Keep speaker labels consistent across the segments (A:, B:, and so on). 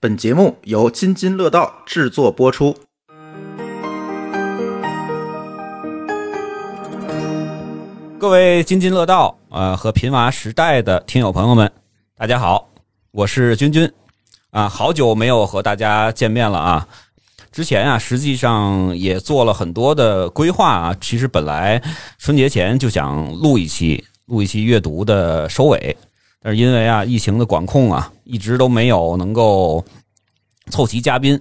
A: 本节目由津津乐道制作播出。
B: 各位津津乐道呃和贫娃时代的听友朋友们，大家好，我是君君啊，好久没有和大家见面了啊。之前啊，实际上也做了很多的规划啊。其实本来春节前就想录一期，录一期阅读的收尾，但是因为啊疫情的管控啊，一直都没有能够凑齐嘉宾。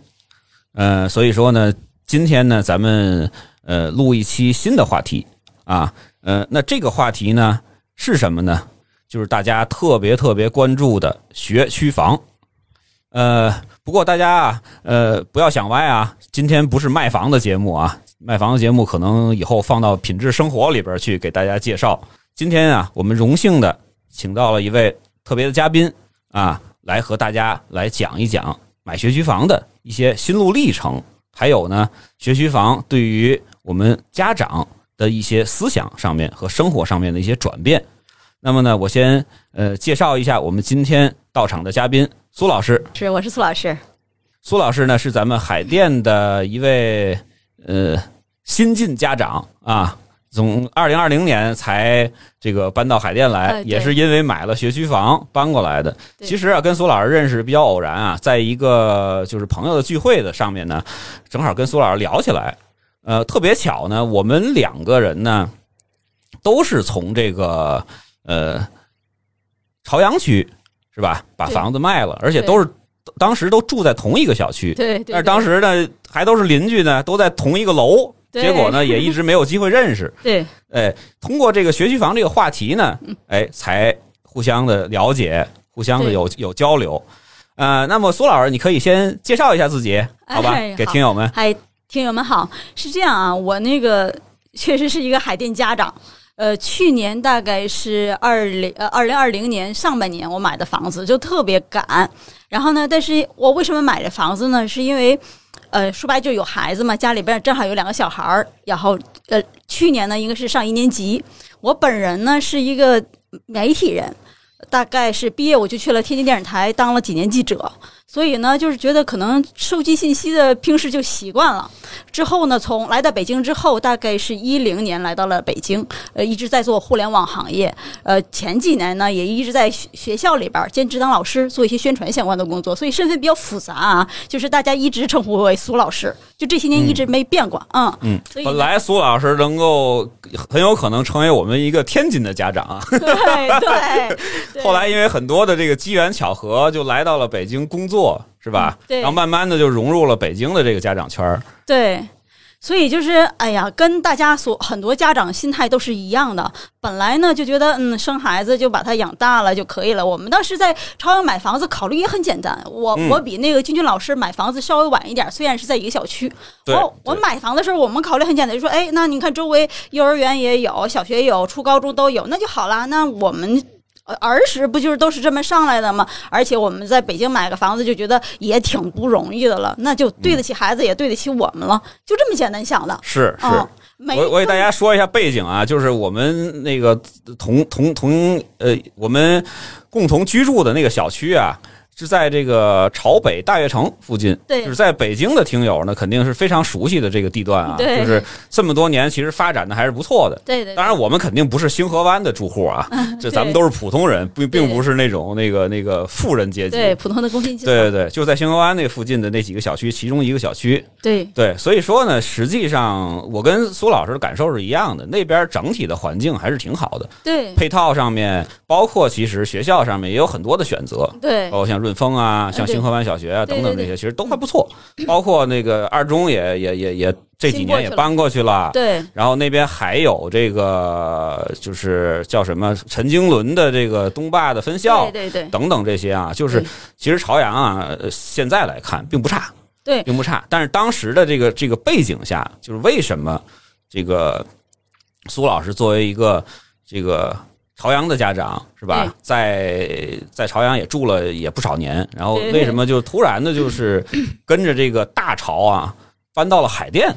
B: 呃，所以说呢，今天呢，咱们呃录一期新的话题啊。呃，那这个话题呢是什么呢？就是大家特别特别关注的学区房。呃，不过大家啊，呃，不要想歪啊，今天不是卖房的节目啊，卖房的节目可能以后放到品质生活里边去给大家介绍。今天啊，我们荣幸的请到了一位特别的嘉宾啊，来和大家来讲一讲买学区房的一些心路历程，还有呢，学区房对于我们家长的一些思想上面和生活上面的一些转变。那么呢，我先呃介绍一下我们今天到场的嘉宾苏老师。
C: 是，我是苏老师。
B: 苏老师呢是咱们海淀的一位呃新晋家长啊，从二零二零年才这个搬到海淀来，
C: 呃对
B: 也是因为买了学区房搬过来的。
C: 对
B: 其实啊，跟苏老师认识比较偶然啊，在一个就是朋友的聚会的上面呢，正好跟苏老师聊起来。呃，特别巧呢，我们两个人呢都是从这个呃朝阳区是吧，把
C: 对
B: 房子卖了，而且
C: 对
B: 都是当时都住在同一个小区，
C: 对，对
B: 但是当时呢还都是邻居呢，都在同一个楼，
C: 对
B: 结果呢也一直没有机会认 识。
C: 对
B: 哎，通过这个学区房这个话题呢，哎，才互相的了解，互相的
C: 对
B: 有有交流。呃，那么苏老师，你可以先介绍一下自己，好吧，
C: 哎
B: 给
C: 好
B: 听友们。
C: 嗨，听友们好，是这样啊，我那个确实是一个海淀家长。呃，去年大概是二零呃二零二零年上半年我买的房子，就特别赶。然后呢，但是我为什么买这房子呢？是因为，呃，说白就有孩子嘛，家里边正好有两个小孩儿，然后呃，去年呢应该是上一年级。我本人呢是一个媒体人，大概是毕业我就去了天津电视台当了几年记者。所以呢，就是觉得可能收集信息的平时就习惯了。之后呢，从来到北京之后，大概是一零年来到了北京，呃，一直在做互联网行业。呃，前几年呢，也一直在学学校里边儿兼职当老师，做一些宣传相关的工作，所以身份比较复杂啊。就是大家一直称呼我为苏老师，就这些年一直没变过。嗯
B: 嗯，
C: 所以呢
B: 本来苏老师能够很有可能成为我们一个天津的家长啊，
C: 对对 对
B: 后来因为很多的这个机缘巧合，就来到了北京工作，是吧？
C: 嗯对
B: 然后慢慢的就融入了北京的这个家长圈儿。
C: 对，所以就是哎呀，跟大家所很多家长心态都是一样的。本来呢就觉得嗯，生孩子就把他养大了就可以了。我们当时在朝阳买房子，考虑也很简单。我、
B: 嗯
C: 我比那个君君老师买房子稍微晚一点，虽然是在一个小区。
B: 对
C: 我哦我
B: 对
C: 买房的时候，我们考虑很简单，就说哎，那你看周围幼儿园也有，小学也有，初高中都有，那就好啦。那我们。呃儿时不就是都是这么上来的吗？ 而且我们在北京买个房子就觉得也挺不容易的了，那就对得起孩子，也对得起我们了，就这么简单想的。
B: 是是。
C: 嗯，没
B: 我我给大家说一下背景啊，就是我们那个同同同呃，我们共同居住的那个小区啊，是在这个朝北大悦城附近。
C: 对
B: 就是在北京的听友呢，肯定是非常熟悉的这个地段啊。
C: 对
B: 就是这么多年，其实发展的还是不错的。
C: 对对，嗯
B: 当然，我们肯定不是星河湾的住户啊，这咱们都是普通人，并并不是那种那个那个富人阶级。
C: 对普通的工薪阶
B: 对对
C: 层，
B: 对，就在星河湾那附近的那几个小区，其中一个小区，
C: 对
B: 对，所以说呢，实际上我跟苏老师的感受是一样的，那边整体的环境还是挺好的，
C: 对
B: 配套上面，包括其实学校上面也有很多的选择，
C: 嗯对嗯
B: 包括像润丰啊、像
C: 对
B: 星河湾小学啊
C: 对
B: 等等这
C: 对
B: 些，其实都还不错，包括那个二中也也也也这几
C: 新过
B: 年
C: 去
B: 也
C: 了
B: 搬过去了。
C: 对
B: 然后那边还有这个，就是叫什么陈经纶的这个东坝的分校
C: 对对对
B: 等等这些啊，就是
C: 对
B: 其实朝阳啊，呃现在来看并不差，
C: 对
B: 并不差。但是当时的这个这个背景下，就是为什么这个苏老师作为一个这个朝阳的家长是吧
C: 对，
B: 在在朝阳也住了也不少年，然后
C: 对
B: 为什么就突然的就是跟着这个大潮啊搬到了海淀？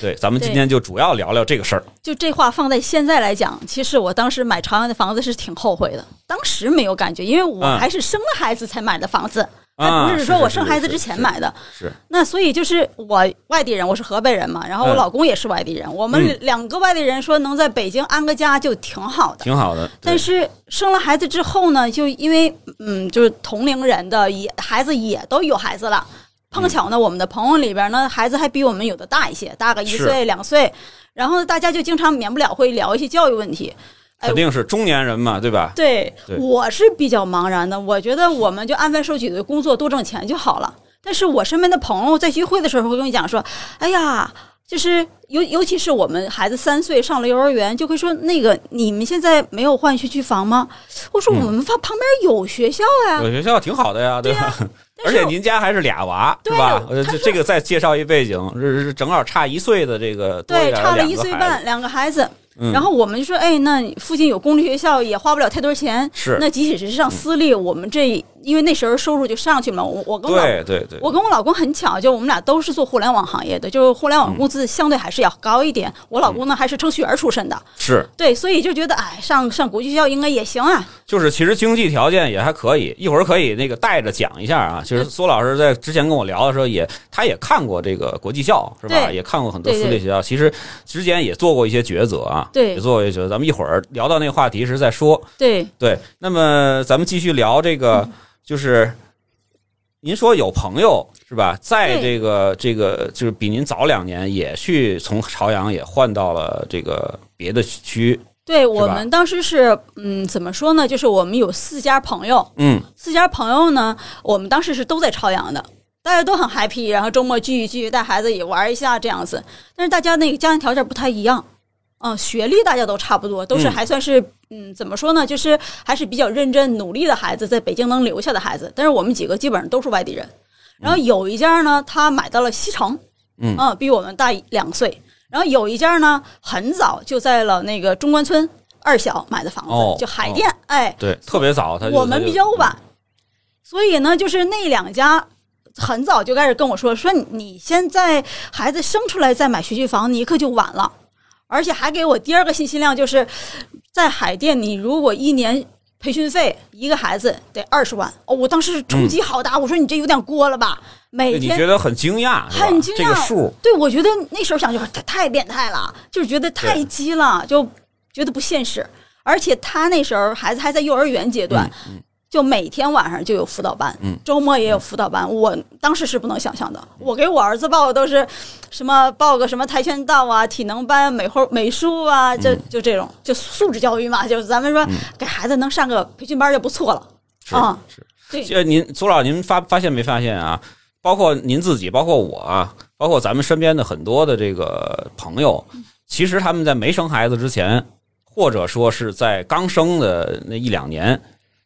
B: 对，咱们今
C: 对
B: 天就主要聊聊这个事儿。
C: 就这话放在现在来讲，其实我当时买朝阳的房子是挺后悔的，当时没有感觉，因为我
B: 嗯
C: 还是生了孩子才买的房子。
B: 啊
C: 还哎不是说
B: 是
C: 我
B: 是
C: 生
B: 是
C: 孩子
B: 是
C: 之前买的。
B: 是
C: 那所以就是我外地人，我是河北人嘛，然后我
B: 嗯
C: 老公也是外地人，我们
B: 嗯
C: 两个外地人说能在北京安个家就挺好的。
B: 挺好的。对
C: 但是生了孩子之后呢，就因为嗯，就是同龄人的也孩子也都有孩子了，碰巧呢，我们的朋友里边呢，孩子还比我们有的大一些，大个一
B: 是
C: 岁两岁，然后大家就经常免不了会聊一些教育问题。哎
B: 肯定是中年人嘛，对吧？
C: 对，
B: 对
C: 我是比较茫然的。我觉得我们就按外收取的工作，多挣钱就好了。但是我身边的朋友在聚会的时候会跟我讲说：“哎呀，就是尤尤其是我们孩子三岁上了幼儿园，就会说那个你们现在没有换学区房吗？”我说：“
B: 嗯
C: 我们旁旁边有学校呀、
B: 有学校挺好的呀，对吧？而
C: 啊 但是
B: 且您家还是俩娃，
C: 对
B: 吧？
C: 我
B: 呃
C: 他
B: 这
C: 说
B: 这个再介绍一背景，是是正好差一岁的这个多
C: 对
B: 一点的
C: 差了
B: 两
C: 一
B: 个
C: 岁
B: 孩
C: 半
B: 子，，
C: 两个孩子。
B: 嗯
C: 然后我们就说：“哎，那附近有公立学校，也花不了太多钱。”
B: 是
C: 那即使是上私立，我们这因为那时候收入就上去了嘛。我我跟我老
B: 对对对，
C: 我跟我老公很巧，就我们俩都是做互联网行业的，就是互联网工资相对还是要高一点。我老公呢还是程序员出身的，
B: 是
C: 对，所以就觉得哎，上上国际学校应该也行啊。
B: 就是其实经济条件也还可以，一会儿可以那个带着讲一下啊。其实苏老师在之前跟我聊的时候也，他也看过这个国际校是吧？
C: 对
B: 也看过很多
C: 对
B: 私
C: 对
B: 立学校，其实之前也做过一些抉择啊，
C: 对
B: 也做过一些抉择。咱们一会儿聊到那个话题时再说。
C: 对，
B: 对，那么咱们继续聊这
C: 嗯
B: 个，就是您说有朋友是吧，在
C: 对
B: 这个这个就是比您早两年也去从朝阳也换到了这个别的区，
C: 对我们当时是嗯，怎么说呢？就是我们有四家朋友，
B: 嗯，
C: 四家朋友呢，我们当时是都在朝阳的。大家都很 happy，然后周末聚一聚，带孩子也玩一下这样子。但是大家那个家庭条件不太一样，嗯，学历大家都差不多，都是
B: 嗯
C: 还算是嗯怎么说呢，就是还是比较认真努力的孩子，在北京能留下的孩子。但是我们几个基本上都是外地人。然后有一家呢，他买到了西城，呃
B: 嗯
C: 比我们大一两岁。然后有一家呢，很早就在了那个中关村二小买的房子，
B: 哦
C: 就海淀，哎，
B: 对，特别早，他就嗯
C: 我们比较，
B: 他
C: 晚，所以呢，就是那两家很早就开始跟我说，说你你现在孩子生出来再买学区房，你可就晚了，而且还给我第二个信息量就是，在海淀，你如果一年。培训费一个孩子得二十万哦！我当时冲击好大，我说你这有点过了吧？
B: 就嗯
C: 每
B: 对你
C: 天
B: 觉得很惊讶，是吧
C: 很惊讶
B: 这个数，
C: 对我觉得那时候想就太太变态了，就是觉得太鸡了，就觉得不现实。而且他那时候孩子还在幼儿园阶段，就每天晚上就有辅导班，
B: 嗯
C: 周末也有辅导班。我当时是不能想象的，我给我儿子报的都是什么报个什么跆拳道啊、体能班、美后美术啊，这
B: 嗯
C: 就这种就素质教育嘛，就是咱们说给孩子能上个培训班就不错了。
B: 是
C: 啊
B: 是。
C: 对，
B: 这您左老，您发发现没发现啊？包括您自己，包括我啊，包括咱们身边的很多的这个朋友，其实他们在没生孩子之前，或者说是在刚生的那一两年，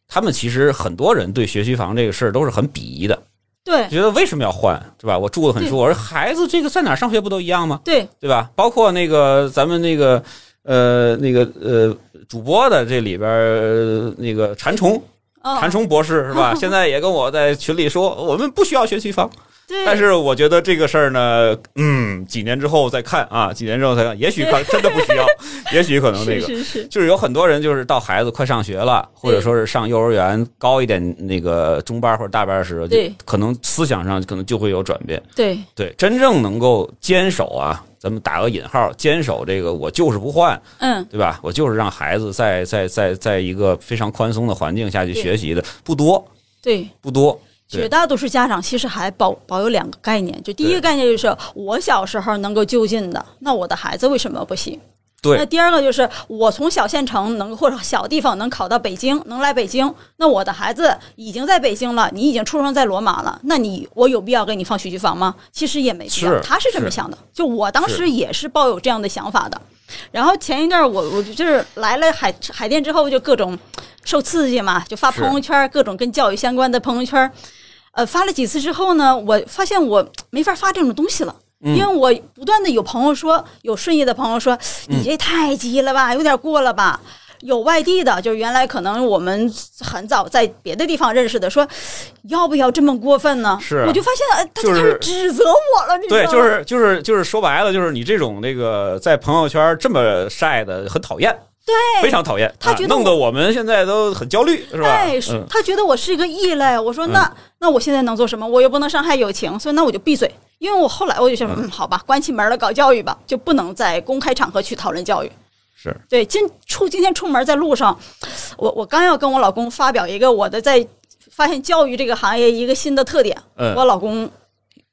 B: 他们其实很多人对学区房这个事儿都是很鄙夷的，
C: 对
B: 觉得为什么要换，是吧？我住的很舒服，而孩子这个在哪儿上学不都一样吗？
C: 对
B: 对吧？包括那个咱们那个呃那个呃主播的这里边儿、呃那个馋虫，
C: 嗯，
B: 谭冲博士是 吧？现在也跟我在群里说，我们不需要学区房，
C: 对，
B: 但是我觉得这个事儿呢，嗯，几年之后再看啊，几年之后再看，也许可真的不需要， 也许可能那
C: 是
B: 个。
C: 是是，
B: 就是有很多人，就是到孩子快上学了，或者说是上幼儿园高一点那个中班或者大班的时候，就
C: 对
B: 可能思想上可能就会有转变。
C: 对
B: 对，真正能够坚守啊，咱们打个引号，坚守这个我就是不换，
C: 嗯。
B: 对吧？我就是让孩子在在在在一个非常宽松的环境下去
C: 对
B: 学习的，不多，
C: 对，
B: 不多。对
C: 绝大多数家长其实还保保有两个概念，就第一
B: 对
C: 个概念就是我小时候能够就近的，那我的孩子为什么不行？那
B: 对，
C: 第二个就是我从小县城能或者小地方能考到北京，能来北京，那我的孩子已经在北京了，你已经出生在罗马了，那你我有必要给你放学区房吗？其实也没必要
B: 是。
C: 他是这么
B: 是
C: 想的，就我当
B: 是
C: 时也是抱有这样的想法的。然后前一阵儿我我就是来了海海淀之后就各种受刺激嘛，就发
B: 是
C: 朋友圈儿各种跟教育相关的朋友圈儿，呃，发了几次之后呢，我发现我没法发这种东西了。
B: 嗯
C: 因为我不断的有朋友说，有顺义的朋友说，
B: 嗯
C: 你这太急了吧，有点过了吧。有外地的，就是原来可能我们很早在别的地方认识的，说要不要这么过分呢？
B: 是啊
C: 我就发现，呃，他
B: 就
C: 就是是指责我了，你知道
B: 对，
C: 吗？
B: 就是就是就是说白了，就是你这种那个在朋友圈这么晒的很讨厌，对，非常讨厌，
C: 哎他觉得
B: 啊弄得
C: 我
B: 我们现在都很焦虑，是吧？
C: 哎，
B: 嗯
C: 他觉得我是一个异类。我说那、那我现在能做什么？我又不能伤害友情，所以那我就闭嘴。因为我后来我就想，嗯，好吧，关起门来搞教育吧，就不能在公开场合去讨论教育。
B: 是
C: 对，今出今天出门在路上，我我刚要跟我老公发表一个我的在发现教育这个行业一个新的特点，
B: 嗯
C: 我老公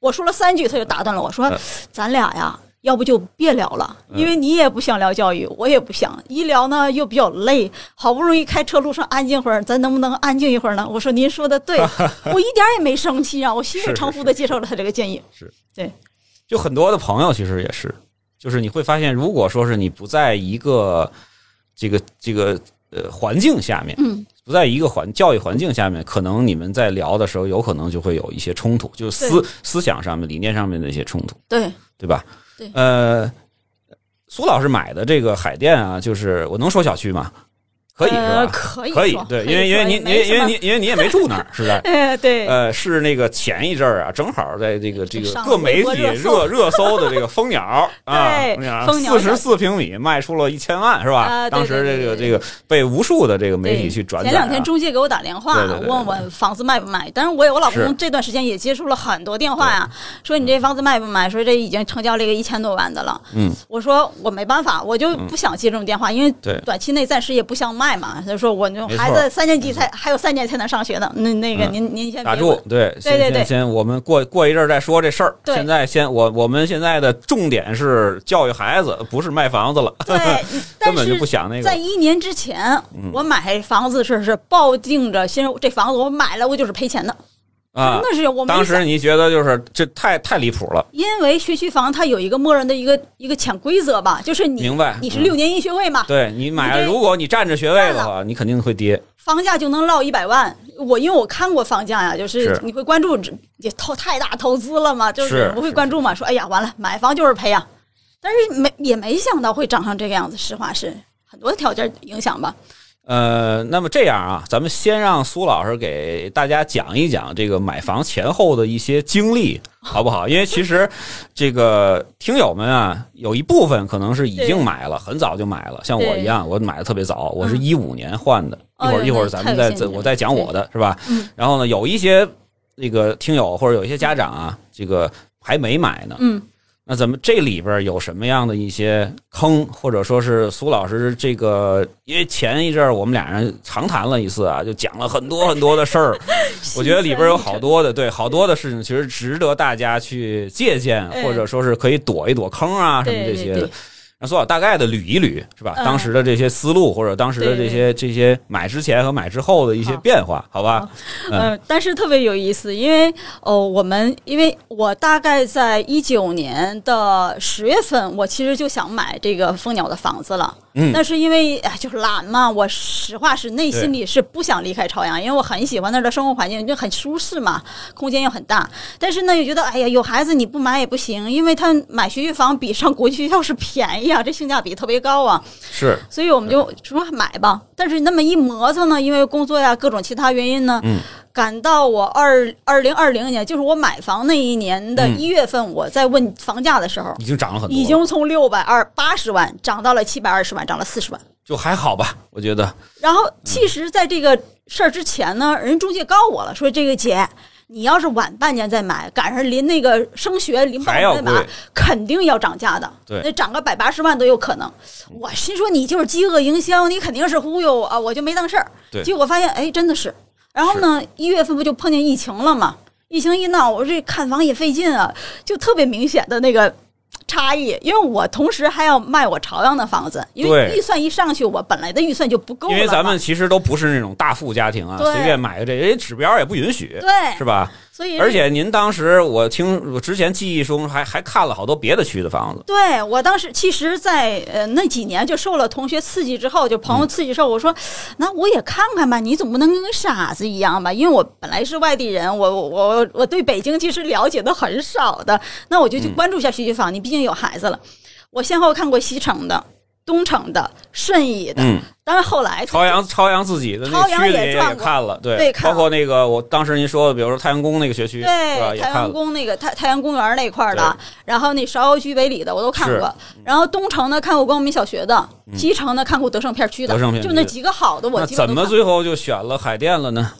C: 我说了三句，他就打断了我说，
B: 嗯
C: 咱俩呀。要不就别聊了，
B: 嗯
C: 因为你也不想聊教育，我也不想。一聊呢又比较累，好不容易开车路上安静会儿，咱能不能安静一会儿呢？我说您说 的对，我一点也没生气啊，我心悦
B: 是是
C: 诚服
B: 是
C: 的接受了他这个建议。
B: 就很多的朋友其实也是，就是你会发现，如果说是你不在一个这个这个呃环境下面，
C: 嗯，
B: 不在一个环教育环境下面，可能你们在聊的时候，有可能就会有一些冲突，就是思思想上面、理念上面的一些冲突，
C: 对，
B: 对吧？
C: 对
B: 呃，苏老师买的这个海淀啊，就是我能说小区吗？可以是
C: 呃
B: 吧？
C: 可以
B: 可以
C: 说，
B: 对，
C: 可
B: 因为因为
C: 说
B: 你
C: 也
B: 因
C: 没
B: 为
C: 什
B: 因为
C: 么
B: 你 因为你也没住那儿，是吧？
C: 哎 对，
B: 呃，是那个前一阵儿啊，正好在这个这个
C: 上了
B: 各媒
C: 微博
B: 体
C: 热
B: 热
C: 搜
B: 热搜的这个蜂鸟 儿啊
C: 对，蜂鸟
B: 四
C: 儿
B: 十四平米卖出了一千万是吧？
C: 啊对
B: 当时
C: 对
B: 这个
C: 对对
B: 这个被无数的这个媒
C: 对
B: 体去转载、
C: 前
B: 啊。
C: 两天中介给我打电话，
B: 对对对对
C: 问我房子卖不卖。但是我我老
B: 是
C: 公这段时间也接触了很多电话呀、说你这房子卖不卖？说这已经成交了一个一千多万的了。
B: 嗯，
C: 我说我没办法，我就不想接这种电话，因为
B: 对
C: 短期内暂时也不想卖嘛。他说我那
B: 没错
C: 孩子三年级才还有三年才能上学呢，那那个
B: 嗯
C: 您、您先别
B: 打
C: 管
B: 住，对，先
C: 对对
B: 先先，我们过过一阵儿再说这事儿。
C: 对
B: 现在先我我们现在的重点是教育孩子，不是卖房子了，
C: 对，但
B: 根本就是不想那
C: 在
B: 个。嗯
C: 一年之前，我买房子是是抱定着，先这房子我买了我就是赔钱的，
B: 啊
C: 真，的是我没
B: 当
C: 想
B: 时你觉得就是这太太离谱了，
C: 因为学区房它有一个默认的一个一个潜规则吧，就是你
B: 明白
C: 你是
B: 嗯
C: 六年一学位嘛，
B: 对你买
C: 你
B: 了，
C: 这
B: 如果你占着学位
C: 占
B: 的
C: 了
B: 话，你肯定会跌。
C: 房价就能落一百万。我因为我看过房价呀，就是
B: 是
C: 你会关注这也投太大投资了嘛，就是是不会关注嘛，说哎呀完了买房就是赔呀，但是没也没想到会涨成这个样子，实话是很多条件影响吧，
B: 呃，那么这样啊，咱们先让苏老师给大家讲一讲这个买房前后的一些经历，好不好？因为其实这个听友们啊，有一部分可能是已经买了，很早就买了，像我一样，我买的特别早，我是一五年换的。一
C: 嗯哦
B: 会儿
C: 有
B: 一会儿
C: 那
B: 咱
C: 太
B: 们
C: 有
B: 再再
C: 先进
B: 我
C: 了
B: 再讲我的是吧？
C: 嗯
B: 然后呢，有一些这个听友或者有一些家长啊，这个还没买呢，
C: 嗯。
B: 那咱们这里边有什么样的一些坑，或者说是苏老师这个？因为前一阵儿我们俩人长谈了一次啊，就讲了很多很多的事 儿。我觉得里边有好多的对好多的事情，其实值得大家去借鉴，
C: 哎
B: 或者说是可以躲一躲坑啊什么这
C: 对
B: 些
C: 对
B: 的
C: 对。
B: 那苏老大概的捋一捋，是吧？
C: 嗯
B: 当时的这些思路，或者当时的这些这些买之前和买之后的一些
C: 好
B: 变化，好吧？嗯
C: 呃，但是特别有意思，因为哦，我们因为我大概在一九年的十月份，我其实就想买这个蜂鸟的房子了。
B: 嗯
C: 但是因为哎，就是懒嘛，我实话是内心里是不想离开朝阳，因为我很喜欢那儿的生活环境，就很舒适嘛，空间又很大。但是呢，又觉得哎呀，有孩子你不买也不行，因为他买学区房比上国际学校是便宜啊，这性价比特别高啊。
B: 是
C: 所以我们就说买吧。但是那么一磨蹭呢，因为工作呀各种其他原因呢，
B: 嗯
C: 赶到我二二零二零年，就是我买房那一年的
B: 嗯
C: 一月份，我在问房价的时候，
B: 已经涨了很多了，
C: 已经从六百二八十万涨到了七百二十万，涨了四十万。
B: 就还好吧？我觉得
C: 然后其实在这个事儿之前呢，人中介告我了，说这个姐。你要是晚半年再买，赶上临那个升学临报
B: 还要
C: 再买
B: 贵，
C: 肯定要涨价的。
B: 对
C: 那涨个百八十万都有可能。我心说你就是饥饿营销，你肯定是忽悠我啊，我就没当事儿。
B: 对
C: 结果发现哎，真的是。然后呢，一月份不就碰见疫情了嘛？疫情一闹，我这看房也费劲啊，就特别明显的那个差异。因为我同时还要卖我朝阳的房子，因为
B: 对
C: 预算一上去，我本来的预算就不够了
B: 因
C: 嘛。
B: 为咱们其实都不是那种大富家庭啊，
C: 对
B: 随便买个这，人家指标也不允许，
C: 对
B: 是，吧？
C: 所以
B: 而且您当时我听我之前记忆中还还看了好多别的区的房子，
C: 对我当时其实在，呃那几年就受了同学刺激之后，就
B: 嗯
C: 朋友刺激之后，我说那我也看看吧，你总不能跟个傻子一样吧？因为我本来是外地人，我我我我对北京其实了解的很
B: 嗯
C: 少的，那我就去关注一下学区房，你毕竟有孩子了。我先后看过西城的，东城的、顺义的，
B: 嗯，
C: 当然后来
B: 朝阳朝阳自己的那个
C: 朝阳
B: 区的
C: 也转
B: 也
C: 过
B: 看了，对
C: 对看
B: 包括那个我当时您说的，比如说太阳宫那个学区，是吧？
C: 对
B: 也
C: 太
B: 看
C: 阳
B: 了，
C: 宫那个太太阳公园那块儿的，然后那芍药居北里的我都看
B: 是嗯
C: 过，然后东城呢看过光明小学的，西城呢看过德胜片区的，
B: 德胜片区
C: 就那几个好的我
B: 那
C: 基本
B: 怎
C: 都看
B: 么
C: 过。
B: 最后就选了海淀了呢？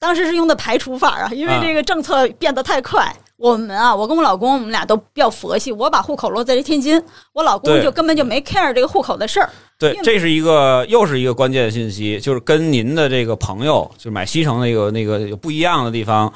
C: 当时是用的排除法啊，因为
B: 啊
C: 这个政策变得太快。我们啊，我跟我老公，我们俩都比较佛系。我把户口落在这天津，我老公
B: 对
C: 就根本就没 care 这个户口的事儿。
B: 对
C: 因，为
B: 这是一个又是一个关键信息，就是跟您的这个朋友，就是买西城那个那个有不一样的地方，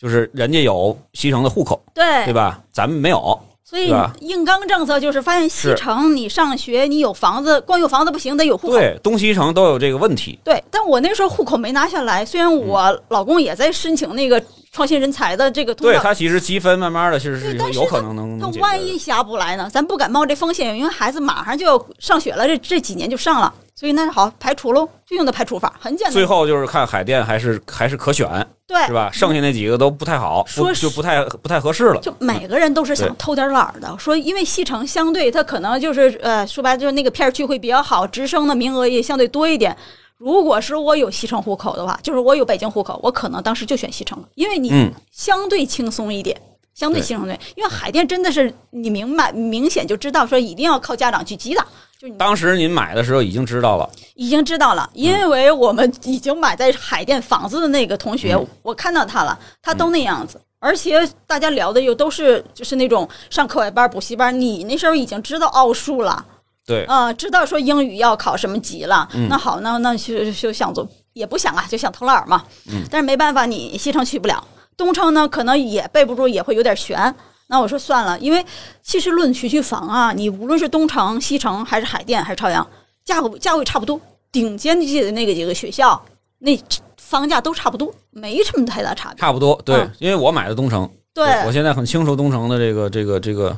B: 就是人家有西城的户口，
C: 对
B: 对吧？咱们没有，
C: 所以
B: 对吧
C: 硬刚政策就是发现西
B: 是
C: 城你上学你有房子，光有房子不行，得有户口。
B: 对，东西城都有这个问题。
C: 对，但我那时候户口没拿下来，虽然
B: 嗯
C: 我老公也在申请那个创新人才的这个通
B: 对，
C: 道，
B: 它其实积分慢慢的其实
C: 对
B: 是
C: 但是
B: 有可能能能
C: 那
B: 解
C: 万
B: 决的。
C: 一下不来呢？咱不敢冒这风险，因为孩子马上就要上学了，这这几年就上了，所以那好排除喽，就用的排除法，很简单。
B: 最后就是看海淀还是还是可选，
C: 对
B: 是吧？剩下那几个都不太好，不
C: 说是
B: 就不太不太合适了。
C: 就每个人都是
B: 对
C: 想偷点懒儿的，说因为西城相对它可能就是呃，说白了就是那个片儿区会比较好，直升的名额也相对多一点。如果是我有西城户口的话，就是我有北京户口，我可能当时就选西城了，因为你
B: 嗯
C: 相对轻松一点，相对
B: 对
C: 轻松一点。因为海淀真的是你明白明显就知道说一定要靠家长去激的，就是你
B: 当时您买的时候已经知道了，
C: 已经知道了，因为我们已经买在海淀房子的那个同学，
B: 嗯
C: 我看到他了，他都那样子，而且大家聊的又都是就是那种上课外班、补习班，你那时候已经知道奥数了，
B: 对，
C: 啊、知道说英语要考什么级了。
B: 嗯
C: 那好，那那就就想做，也不想啊，就想偷懒儿嘛。
B: 嗯
C: 但是没办法，你西城去不了，东城呢可能也背不住，也会有点悬。那我说算了，因为其实论学区房啊，你无论是东城、西城还是海淀还是朝阳，价格价位差不多，顶尖的那个几个学校那房价都差不多，没什么太大差别。
B: 差不多对，
C: 嗯
B: 因为我买的东城，
C: 对，
B: 我现在很清楚东城的这个这个这个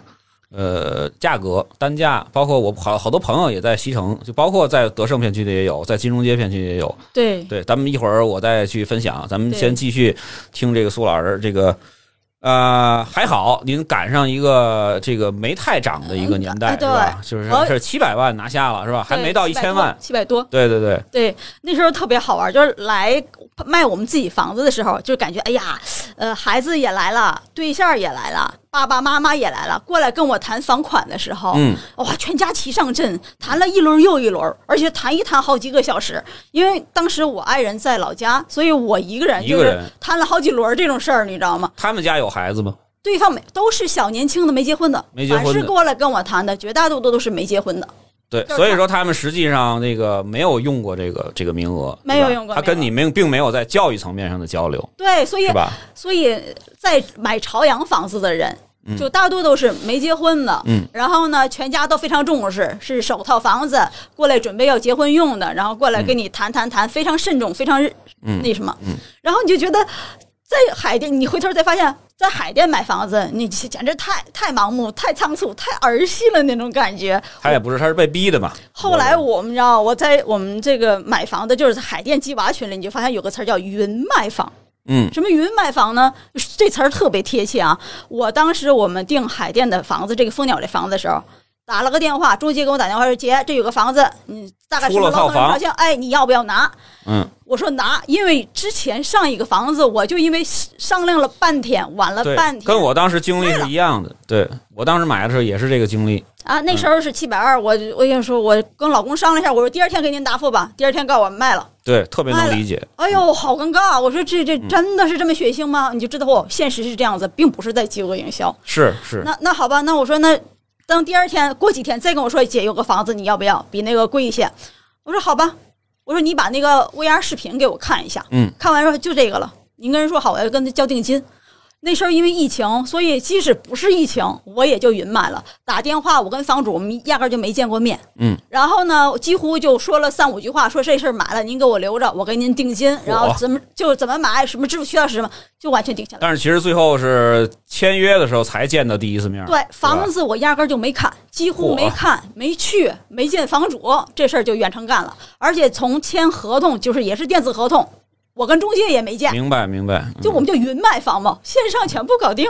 B: 呃价格单价，包括我好好多朋友也在西城，就包括在德胜片区的也有，在金融街片区也有。
C: 对，
B: 对，咱们一会儿我再去分享，咱们
C: 对
B: 先继续听这个苏老师这个。呃，还好您赶上一个这这个没太涨的一个年代，
C: 哎对
B: 是吧？就是
C: 我
B: 是七百万拿下了，是吧？还没到一千万，
C: 七百多。
B: 对对对，
C: 对，那时候特别好玩，就是来卖我们自己房子的时候，就感觉哎呀，呃，孩子也来了，对象也来了，爸爸妈妈也来了，过来跟我谈房款的时候，
B: 嗯，
C: 哇，全家齐上阵，谈了一轮又一轮，而且谈一谈好几个小时。因为当时我爱人在老家，所以我一个人
B: 一
C: 就
B: 个
C: 是
B: 人
C: 谈了好几轮这种事儿，你知道吗？
B: 他们家有孩子吗？
C: 对方没都是小年轻的，没结婚的，
B: 没结婚的
C: 凡是过来跟我谈的，绝大多数都是没结婚的。
B: 对，
C: 就是
B: 所以
C: 他
B: 说他们实际上那个没有用过这个这个名额，
C: 没有
B: 对吧
C: 用过
B: 他跟
C: 名额
B: 你没并没有在教育层面上的交流，
C: 对，所以
B: 是吧？
C: 所以在买朝阳房子的人
B: 嗯，
C: 就大多都是没结婚的，
B: 嗯，
C: 然后呢，全家都非常重视，是首套房子，过来准备要结婚用的，然后过来跟你谈谈谈，非常慎重，非常
B: 嗯
C: 那什么，
B: 嗯
C: 然后你就觉得在海淀，你回头再发现，在海淀买房子，你简直太太盲目、太仓促、太儿戏了那种感觉。
B: 他也不是，他是被逼的嘛。
C: 后来我们知道，我在我们这个买房的，就是在海淀鸡娃群里，你就发现有个词儿叫“云卖房”。
B: 嗯
C: 什么云买房呢？这词儿特别贴切啊！我当时我们订海淀的房子，这个蜂鸟这房子的时候，打了个电话，中介给我打电话说：“姐，这有个房子，你大概
B: 出
C: 什么
B: 了套
C: 楼层
B: 房
C: 多少钱？哎，你要不要拿
B: 嗯，？”
C: 我说拿，因为之前上一个房子我就因为商量了半天，晚了
B: 对
C: 半，天，
B: 跟我当时经历是一样的。对我当时买的时候也是这个经历，
C: 啊，
B: 嗯
C: 那时候是七百二，我我跟你说，我跟老公商量一下，我说第二天给您答复吧，第二天告诉我卖了。
B: 对，特别
C: 哎
B: 能
C: 呀
B: 理解。
C: 哎呦，好尴尬！我说这这真的是这么血腥吗？你就知道哦，现实是这样子，并不是在饥饿营销。
B: 是是，
C: 那那好吧，那我说那等第二天过几天再跟我说，姐有个房子你要不要？比那个贵一些。我说好吧，我说你把那个 VR 视频给我看一下，
B: 嗯，
C: 看完说就这个了。您跟人说好，我要跟他交定金。那时候因为疫情，所以即使不是疫情，我也就云买了。打电话，我跟房主我们压根儿就没见过面，
B: 嗯，
C: 然后呢，几乎就说了三五句话，说这事儿买了，您给我留着，我给您定金，然后怎么就怎么买，什么支付渠道是什么，就完全定下来了。
B: 但是其实最后是签约的时候才见的第一次面。
C: 对，房子我压根儿就没看，几乎没看，没去，没见房主，这事儿就远程干了。而且从签合同，就是也是电子合同，我跟中介也没见，
B: 明白明白。嗯
C: 就我们就云卖房嘛，线上全部搞定。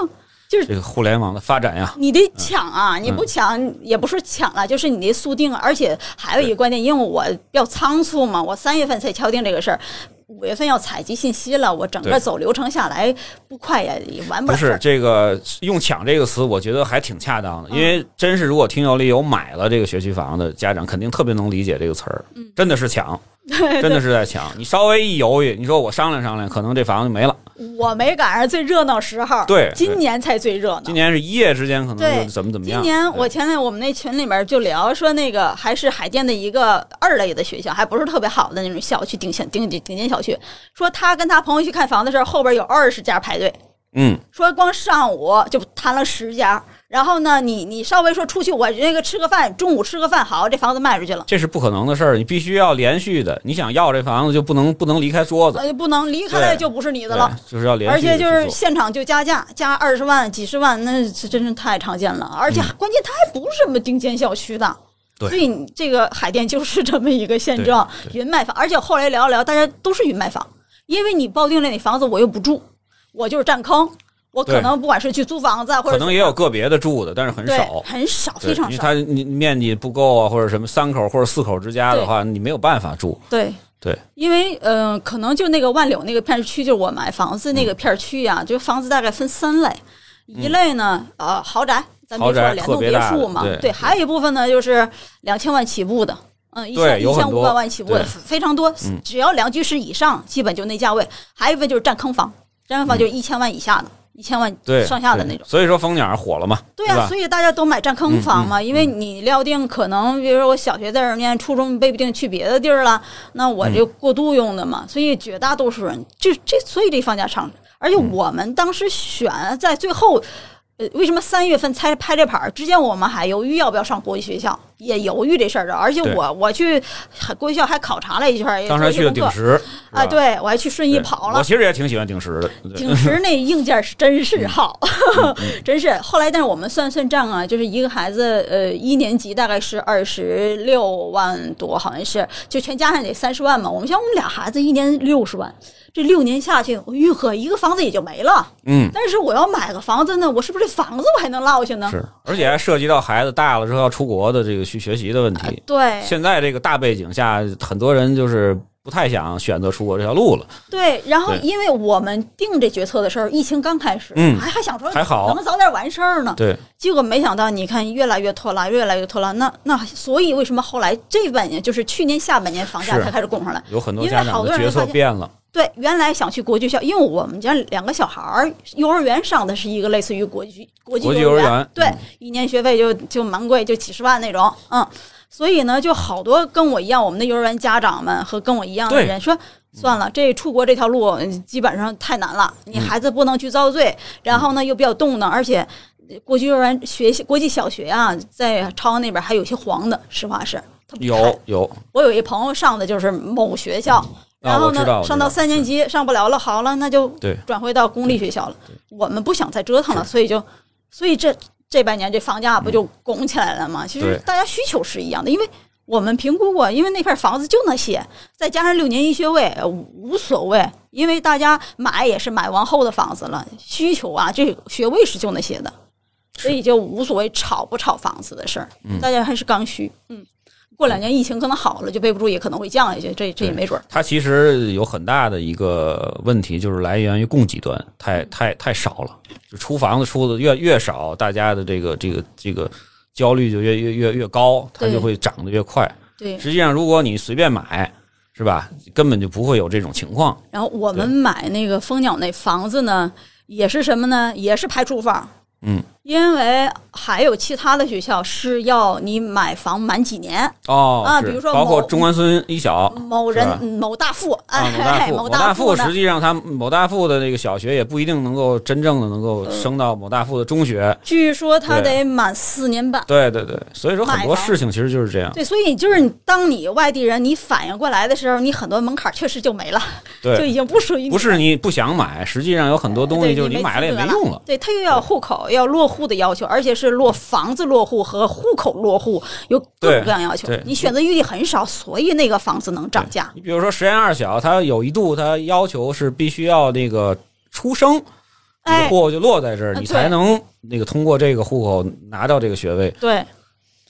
C: 就是
B: 这个互联网的发展呀，
C: 你得抢
B: 嗯
C: 啊！你不抢、也不是抢了，就是你得速定啊。而且还有一个观点，因为我比较仓促嘛，我三月份才敲定这个事儿，五月份要采集信息了，我整
B: 对
C: 个走流程下来不快也也完
B: 不
C: 了事
B: 是
C: 儿。
B: 这个用“抢”这个词，我觉得还挺恰当
C: 嗯
B: 的，因为真是如果听友里有买了这个学区房的家长，肯定特别能理解这个词儿，
C: 嗯
B: 真的是 抢，真的是在抢。你稍微一犹豫，你说我商量商量，可能这房子就没了。
C: 我没赶上最热闹时候，
B: 对
C: 今年才最热闹。
B: 今年是一夜之间，可能
C: 对
B: 就怎么怎么
C: 今
B: 样。嗯
C: 年我前天我们那群里面就聊说，那个还是海淀的一个二类的学校，还不是特别好的那种校区，顶线顶顶顶尖小区。说他跟他朋友去看房的时候，后边有二十家排队，
B: 嗯，
C: 说光上午就谈了十家。然后呢，你你稍微说出去，我那个吃个饭，中午吃个饭，好，这房子卖出去了，
B: 这是不可能的事儿，你必须要连续的。你想要这房子，就不能不能离开桌子，
C: 呃，不能离开了
B: 对
C: 就不是你的
B: 对
C: 了。
B: 就是要连
C: 而
B: 续地
C: 且
B: 去
C: 就
B: 做。
C: 是现场就加价，加二十万、几十万，那是真是太常见了。而且关键它还不是什么顶尖小区的，
B: 嗯对
C: 所以你这个海淀就是这么一个现状，云卖房。而且后来聊了聊，大家都是云卖房，因为你抱定了你房子，我又不住，我就是占坑，我
B: 对
C: 可能不管是去租房子啊，或者
B: 可能也有个别的住的，但是很
C: 对
B: 少。
C: 很少，
B: 对
C: 非，常
B: 因为
C: 少，
B: 它你面积不够啊，或者什么三口或者四口之家的话，你没有办法住。
C: 对。
B: 对，
C: 因为嗯、呃可能就那个万柳那个片区，就是我买房子那个片区呀、
B: 嗯
C: 就房子大概分三类，一类呢，呃，豪宅，咱别
B: 豪宅
C: 说两
B: 特
C: 栋
B: 别
C: 别
B: 大
C: 墅
B: 的
C: 嘛，
B: 对对
C: 还有一部分呢就是两千万起步的。嗯，一
B: 对
C: 千
B: 有
C: 一
B: 很
C: 千五
B: 多
C: 百万起步的
B: 对嗯
C: 非常多，只要两居室以上，基本就那价位。还有一部分就是占坑房，占坑房就是一千万以下的，一千万
B: 嗯对，
C: 上下的那
B: 对
C: 种。
B: 所以说蜂鸟火了嘛，
C: 对
B: 吧？嗯
C: 啊，所以大家都买占坑房嘛，因为你料定可能，比如说我小学在这儿念，初中背不定去别的地儿了，那我
B: 嗯
C: 就过渡用的嘛。所以绝大多数人，就这，所以这房价上涨。
B: 嗯
C: 而且我们当时选在最后，呃，为什么三月份才拍这盘儿？之前我们还犹豫要不要上国际学校，也犹豫这事儿的。而且
B: 对
C: 我我去国际学校还考察了一圈儿，也
B: 当时
C: 做
B: 还
C: 一些
B: 去了
C: 功
B: 鼎
C: 课
B: 石
C: 啊，
B: 是吧
C: 对我还去顺义
B: 对
C: 跑
B: 我
C: 了。
B: 其实也挺喜欢鼎石的， 对
C: 景石那硬件是真是好，
B: 嗯
C: 真是。后来，但是我们算算账啊，就是一个孩子，呃，一年级大概是二十六万多，好像是，就全加上得三十万嘛。我们像我们俩孩子一年六十万，这六年下去，我愈合一个房子也就没了。
B: 嗯，
C: 但是我要买个房子呢，我是不是这房子我还能落下呢？
B: 是，而且还涉及到孩子大了之后要出国的这个去学习的问题。
C: 哎对
B: 现在这个大背景下，很多人就是不太想选择出国这条路了。
C: 对，然后
B: 对
C: 因为我们定这决策的时候，疫情刚开始，
B: 嗯
C: 还还想说
B: 还好
C: 能早点完事儿呢。
B: 对，
C: 结果没想到，你看越来越拖拉，越来越拖拉。那那所以为什么后来这半年，就是去年下半年房价
B: 是
C: 才开始供上来？
B: 有很多
C: 因为
B: 家长
C: 好多
B: 的
C: 人
B: 角
C: 发
B: 色
C: 现
B: 变了，
C: 对，原来想去国际校，因为我们家两个小孩儿，幼儿园上的是一个类似于国际国际
B: 国际
C: 幼
B: 幼儿园
C: 园，对
B: 嗯，
C: 一年学费就就蛮贵，就几十万那种，嗯。所以呢，就好多跟我一样，我们的幼儿园家长们和跟我一样的
B: 对
C: 人说，算了，这出国这条路嗯基本上太难了，
B: 嗯
C: 你孩子不能去遭罪，然后呢又比较动荡，而且呃国际幼儿园学习国际小学啊，在朝阳那边还有些黄的，实话是。它不开
B: 有有
C: 我有一朋友上的就是某学校，然后
B: 嗯啊我知道我
C: 呢，
B: 知
C: 上到
B: 道
C: 三年级上不了了，好了，那就
B: 对
C: 转回到公立学校了。我们不想再折腾了，所以就，所以这这半年这房价不就拱起来了吗？其
B: 嗯对
C: 实大家需求是一样的，因为我们评估过，因为那片房子就那些，再加上六年一学位呃无所谓，因为大家买也是买完后的房子了，需求啊，这学位是就那些的，所以就无所谓炒不炒房子的事儿，大家还是刚需，嗯。过两年疫情可能好了，就备不住也可能会降下去，这这
B: 对
C: 也没准儿。
B: 它其实有很大的一个问题，就是来源于供给端太
C: 嗯
B: 太太少了，就出房子出的越越少，大家的这个这个这个焦虑就越越越越高，它
C: 对
B: 就会涨得越快。
C: 对，
B: 实际上，如果你随便买，是吧，根本就不会有这种情况。
C: 然后我们买那个蜂鸟那房子呢，也是什么呢？也是排厨房。
B: 嗯，
C: 因为还有其他的学校是要你买房满几年，
B: 哦，
C: 啊
B: 是
C: 比如说
B: 包括
C: 某
B: 中关村一小。
C: 某
B: 是吧
C: 人某大富，
B: 啊，某大
C: 哎，
B: 附，
C: 某
B: 某大
C: 富
B: 附
C: 呢
B: 实？际上，他某大附的那个小学也不一定能够真正的能
C: 嗯
B: 够升到某大附的中学。
C: 据说他
B: 对
C: 得满四年半。
B: 对对对，所以说很
C: 买
B: 多
C: 房
B: 事情其实就是这样。
C: 对，所以就是你当你外地人，你反应过来的时候，你很多门槛确实就没了，
B: 对，
C: 就已经不属于你。
B: 不是你不想买，实际上有很多东
C: 对
B: 西就是
C: 你没
B: 买了也
C: 资格
B: 没用了。
C: 对他又要户口要落户的要求，而且是落房子落户和户口落户有各
B: 对
C: 种各样要求
B: 对。
C: 你选择余地很少，所以那个房子能涨价。
B: 你比如说实验二小，它有一度它要求是必须要那个出生你的
C: 哎
B: 户口就落在这儿，
C: 啊
B: 你
C: 对
B: 才能那个通过这个户口拿到这个学位。
C: 对，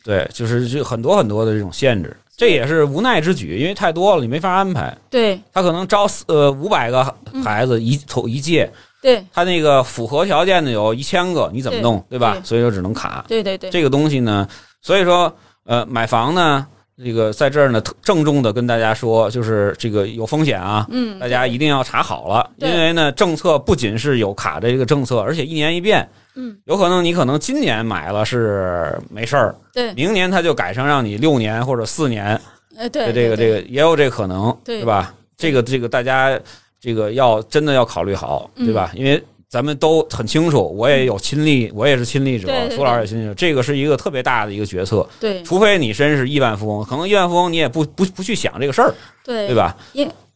B: 对，就是这很多很多的这种限制，这也是无奈之举，因为太多了，你没法安排。
C: 对，
B: 他可能招四呃五百个
C: 嗯
B: 孩子一头一届，
C: 对，
B: 他那个符合条件的有一千个，你怎么弄，对吧
C: 对？
B: 所以就只能卡。
C: 对，对，对，
B: 这个东西呢，所以说，呃，买房呢，这个在这儿呢，特郑重的跟大家说，就是这个有风险啊，
C: 嗯，
B: 大家一定要查好了，因
C: 对
B: 为呢，政策不仅是有卡的这个政策，而且一年一变，
C: 嗯，
B: 有可能你可能今年买了是没事儿，
C: 对，
B: 明年他就改成让你六年或者四年，
C: 呃，对，
B: 这个
C: 对
B: 这，个也有这可能，
C: 对
B: 吧？这个这个大家这个要真的要考虑好，
C: 嗯
B: 对吧？因为咱们都很清楚，我也有亲历，我也是亲历者
C: 对对，对
B: 苏老师也亲历者，这个是一个特别大的一个决策，
C: 对，
B: 除非你真是亿万富翁，可能亿万富翁你也不不不去想这个事儿，
C: 对
B: 对？吧？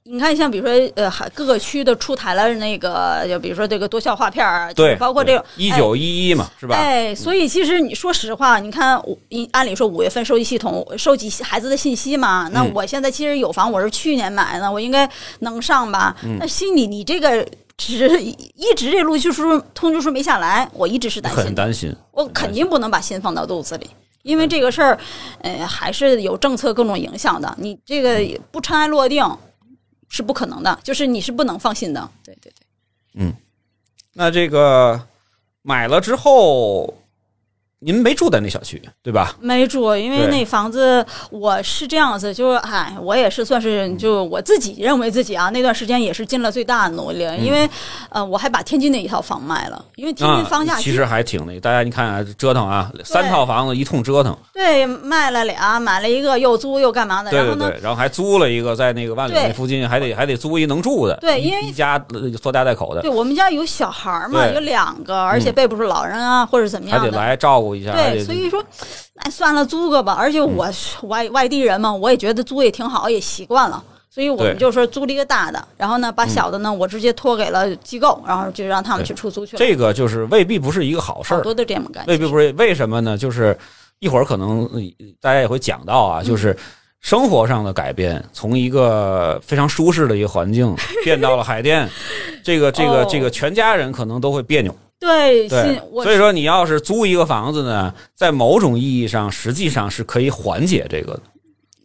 C: 你看，像比如说，呃，还各个区都出台了那个，就比如说这个多校划片儿啊，就是
B: 对，
C: 包括这种
B: 一九一一嘛，是吧？
C: 哎，所以其实你说实话，你看我，你按理说五月份收集系统收集孩子的信息嘛，那
B: 嗯
C: 我现在其实有房，我是去年买的，我应该能上吧？
B: 嗯
C: 那心里你这个只一直这录取书通知书没下来，我一直是担
B: 很
C: 心的，
B: 担嗯心，
C: 我肯定不能把心放到肚子里。因为这个事儿，呃，还是有政策各种影响的。你这个不尘埃落定是不可能的，就是你是不能放心的。对对对，
B: 那这个买了之后，您没住在那小区，对吧？
C: 没住，因
B: 对
C: 为那房子我是这样子，就是哎，我也是算
B: 嗯
C: 是就我自己认为自己啊，那段时间也是尽了最大的努力，
B: 嗯
C: 因为呃，我还把天津那一套房卖了，因为天津房价
B: 啊、其实还挺那，大家你看啊，折腾啊，三套房子一通折腾，
C: 对卖了俩，买了一个又租又干嘛的，
B: 对
C: 然
B: 对
C: 后呢，
B: 对，然后还租了一个在那个万里那
C: 对
B: 附近，还得还得租一能住的，
C: 对
B: 一
C: 因为
B: 一家呃拖家带口的，
C: 对我们家有小孩儿嘛，
B: 对嗯
C: 有两个，而且背不住老人啊，或者怎么
B: 还
C: 样
B: 得
C: 的。
B: 来照顾一下，还
C: 对，所
B: 得
C: 以说，哎，算了，租个吧。而
B: 嗯
C: 且我是外外地人嘛，我也觉得租也挺好，也习惯了。所以我们
B: 对嗯
C: 就说租了一个大的，然后呢，把小的呢，我直接托给了机构，然后就让他们
B: 对
C: 去出租去了。
B: 这个就是未必不是一个好事
C: 好
B: 儿，
C: 多都这么干。
B: 未必不是为什么呢？就是一会儿可能呃大家也会讲到
C: 嗯
B: 啊，就是生活上的改变，从一个非常舒适的一个环 境变到了海淀，这个这个
C: 哦
B: 这个全家人可能都会别扭。
C: 对，
B: 对
C: 信，我
B: 所以说你要是租一个房子呢，在某种意义上实际上是可以缓解这个的。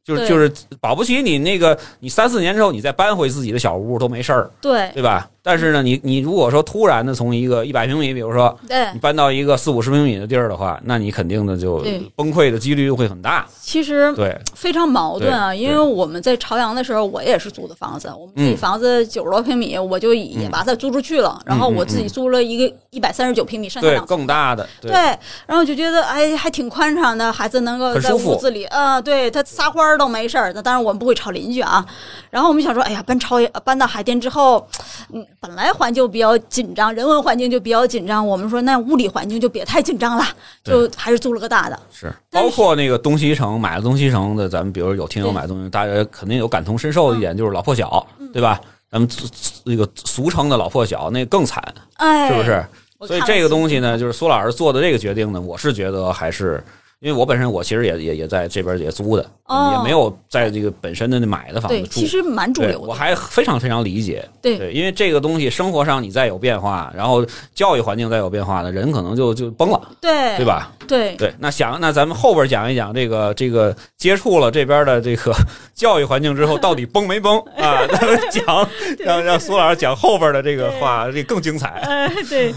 B: 就是
C: 对
B: 就是，保不齐你那个你三四年之后你再搬回自己的小屋都没事儿，
C: 对
B: 对吧？但是呢，你你如果说突然的从一个一百平米，比如说
C: 对
B: 你，搬到一个四五十平米的地儿的话，那你肯定的就
C: 对
B: 崩溃的几率会很大。
C: 其实
B: 对，
C: 非常矛盾啊，
B: 对嗯
C: 因为我们在朝阳的时候，我也是租的房子，我们自己房子九十多平米，我就也把它租出去了，然后我自己租了一个一百三十九平米，上
B: 嗯
C: 下
B: 对
C: 两层
B: 更大的，对
C: 对，然后就觉得哎，还挺宽敞的，孩子能够
B: 很
C: 在
B: 舒服
C: 屋子里，啊，对他撒欢儿都没事儿。那当然我们不会吵邻居
B: 嗯
C: 啊。然后我们想说，哎呀，搬朝阳搬到海淀之后，嗯，本来环境比较紧张，人文环境就比较紧张，我们说那物理环境就别太紧张了，就还是租了个大的。
B: 是
C: 但
B: 包
C: 是
B: 括那个东西城买了东西城的，咱们比如有听友
C: 对嗯
B: 买东西，大家肯定有感同身受的一点，就是老破小，对吧？咱们俗俗那个俗称的老破小，那更惨，
C: 哎，
B: 是不？是？
C: 我
B: 所以
C: 看了
B: 这个
C: 新
B: 东西呢，就是苏老师做的这个决定呢，我是觉得还是。因为我本身我其实也也也在这边也租的，
C: 哦
B: 也没有在这个本身的那买的房子
C: 对，
B: 住。
C: 其实蛮主
B: 对，
C: 流
B: 我
C: 的。
B: 还非常非常理解。
C: 对
B: 因为这个东西生活上你再有变化，然后教育环境再有变化呢，人可能就就崩了，
C: 对
B: 对？吧？
C: 对
B: 对，那想那咱们后边讲一讲这个这个接触了这边的这个 教育环境之后，到底崩没 崩啊？咱们讲让让苏老师讲后边的这个话，这更精彩。
C: 哎，对，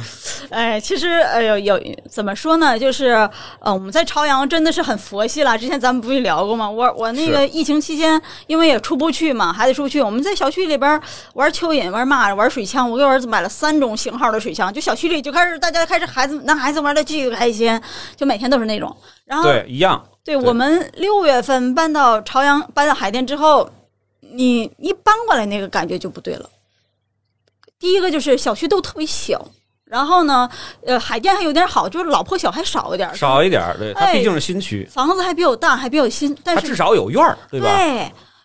C: 哎，其实哎呦，有怎么说呢？就是呃，我们在朝阳真的是很佛系了。之前咱们不是聊过吗？我我那个疫情期间，因为也出不去嘛，孩子出不去，我们在小区里边玩蚯蚓、玩蚂蚱、玩水枪。我给我儿子买了三种型号的水枪，就小区里就开始大家开始孩子男孩子玩的巨开心，就每天都是那种。然后
B: 对，一样，
C: 对我们六月份搬到朝阳、搬到海淀之后，你一搬过来那个感觉就不对了。第一个就是小区都特别小，然后呢，呃，海淀还有点好，就是老破小还少一点，
B: 少一点儿，对，它
C: 嗯哎
B: 毕竟是新区，
C: 房子还比较大，还比较新，但
B: 它
C: 是
B: 至少有院儿，对吧？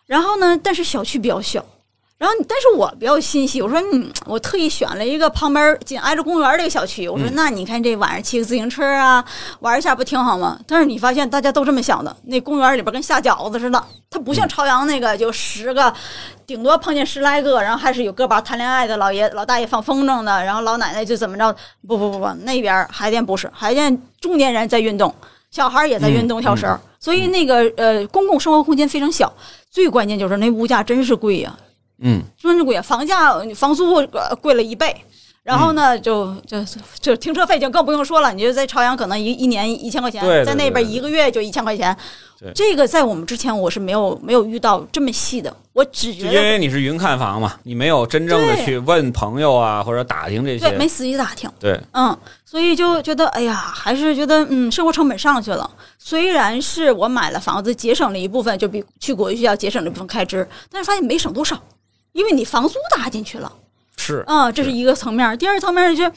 C: 然后呢，但是小区比较小，然后，但是我比较心细，我说嗯，我特意选了一个旁边紧挨着公园儿这个小区。我说，那你看这晚上骑个自行车啊，玩一下不挺好吗？但是你发现大家都这么想的，那公园里边跟下饺子似的，它不
B: 嗯
C: 像朝阳那个就十个，顶多碰见十来个，然后还是有个把谈恋爱的老爷老大爷放风筝的，然后老奶奶就怎么着？不不不不，那边海淀不是，海淀中年人在运动，小孩儿也在运
B: 嗯
C: 动跳绳儿，所以那个呃公共生活空间非常小。最关键就是那物价真是贵呀、
B: 嗯，
C: 真是贵，房价呃房租呃贵了一倍。然后
B: 嗯
C: 呢，就就就停车费就更不用说了，你就在朝阳可能一一年一千块钱，
B: 对对
C: 在那
B: 对
C: 边
B: 对
C: 一个月就一千块钱
B: 对。
C: 这个在我们之前我是没有没有遇到这么细的，我只
B: 就
C: 觉
B: 因
C: 得
B: 为你是云看房嘛，你没有真正的
C: 对
B: 去问朋友啊，或者打听这些
C: 对，没仔细打听，
B: 对，
C: 嗯，所以就觉得哎呀，还是觉得嗯，生活成本上去了。虽然是我买了房子，节省了一部分，就比去国际学校节省了一部分开支，但是发现没省多少，因为你房租搭进去了。
B: 是
C: 啊，这是一个层面儿。第二层面儿就是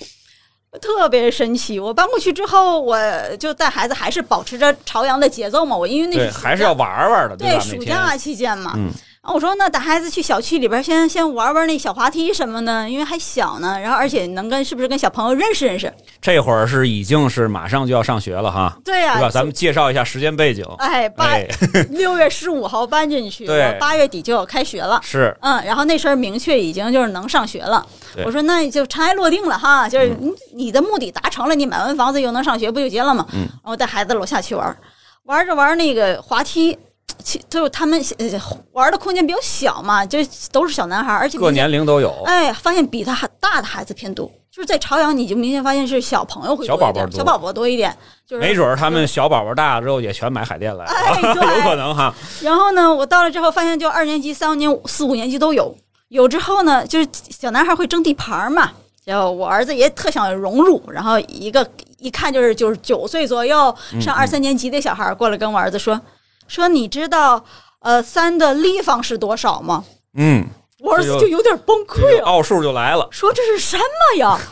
C: 特别神奇，我搬过去之后，我就带孩子还是保持着朝阳的节奏嘛。我因为那
B: 对，
C: 暑
B: 还是
C: 假
B: 要玩玩的，
C: 对
B: 吧？每
C: 暑
B: 天
C: 假期间嘛。
B: 嗯
C: 然后我说那带孩子去小区里边儿先先玩玩那小滑梯什么的，因为还小呢。然后而且能跟是不是跟小朋友认识认识？
B: 这会儿是已经是马上就要上学了哈，
C: 对呀、
B: 对吧？咱们介绍一下时间背景，
C: 哎八
B: 哎，
C: 六月十五号搬进去，
B: 对
C: 然后八月底就要开学了。
B: 是
C: 嗯，然后那时候明确已经就是能上学了
B: 对。嗯
C: 我说那就尘埃落定了哈，就是你你的目的达成了，你买完房子又能上学，不就结了吗？
B: 嗯
C: 然后带孩子楼下去玩儿，玩着玩儿那个滑梯，其就是他们呃玩儿的空间比较小嘛，就都是小男孩儿，而 且
B: 各
C: 明显
B: 年哦龄都有，
C: 哎，发现比他还大的孩子偏多，就是在朝阳你就明显发现是小朋友会
B: 小
C: 多一
B: 宝
C: 点
B: 宝
C: 儿，
B: 多
C: 小宝宝多一点，就是
B: 没准儿他
C: 嗯
B: 们小宝宝大了之后也全买海淀来了，
C: 哎对
B: 有可能哈。
C: 然后呢，我到了之后发现，就二年级、三年级、四五年级都有。有之后呢，就是小男孩会争地盘儿嘛。然后我儿子也特想融入，然后一个一看就是就是九岁左右
B: 嗯
C: 上二三年级的小孩儿过来跟我儿子说说你知道呃三的立方是多少吗？
B: 嗯，
C: 我儿
B: 这
C: 子
B: 就
C: 就有点崩
B: 这
C: 溃
B: 个
C: 了，
B: 奥数就来了，
C: 说这是什么呀？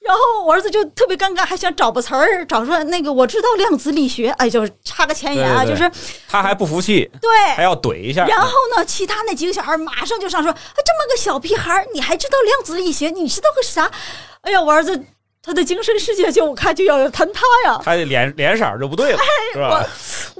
C: 然后我儿子就特别尴尬，还想找不词儿，找出来那个我知道量子力学，哎，就是插个前言啊，
B: 对对对
C: 就是
B: 他还不服气，
C: 对
B: 还，要怼一下。
C: 哎然后呢，其他那几个小孩马上就上说：“啊，这么个小屁孩儿，你还知道量子力学？你知道个啥？”哎呀，我儿子他的精神世界就我看就要坍塌 呀！
B: 他的脸脸色儿就不对了，是吧？
C: 哎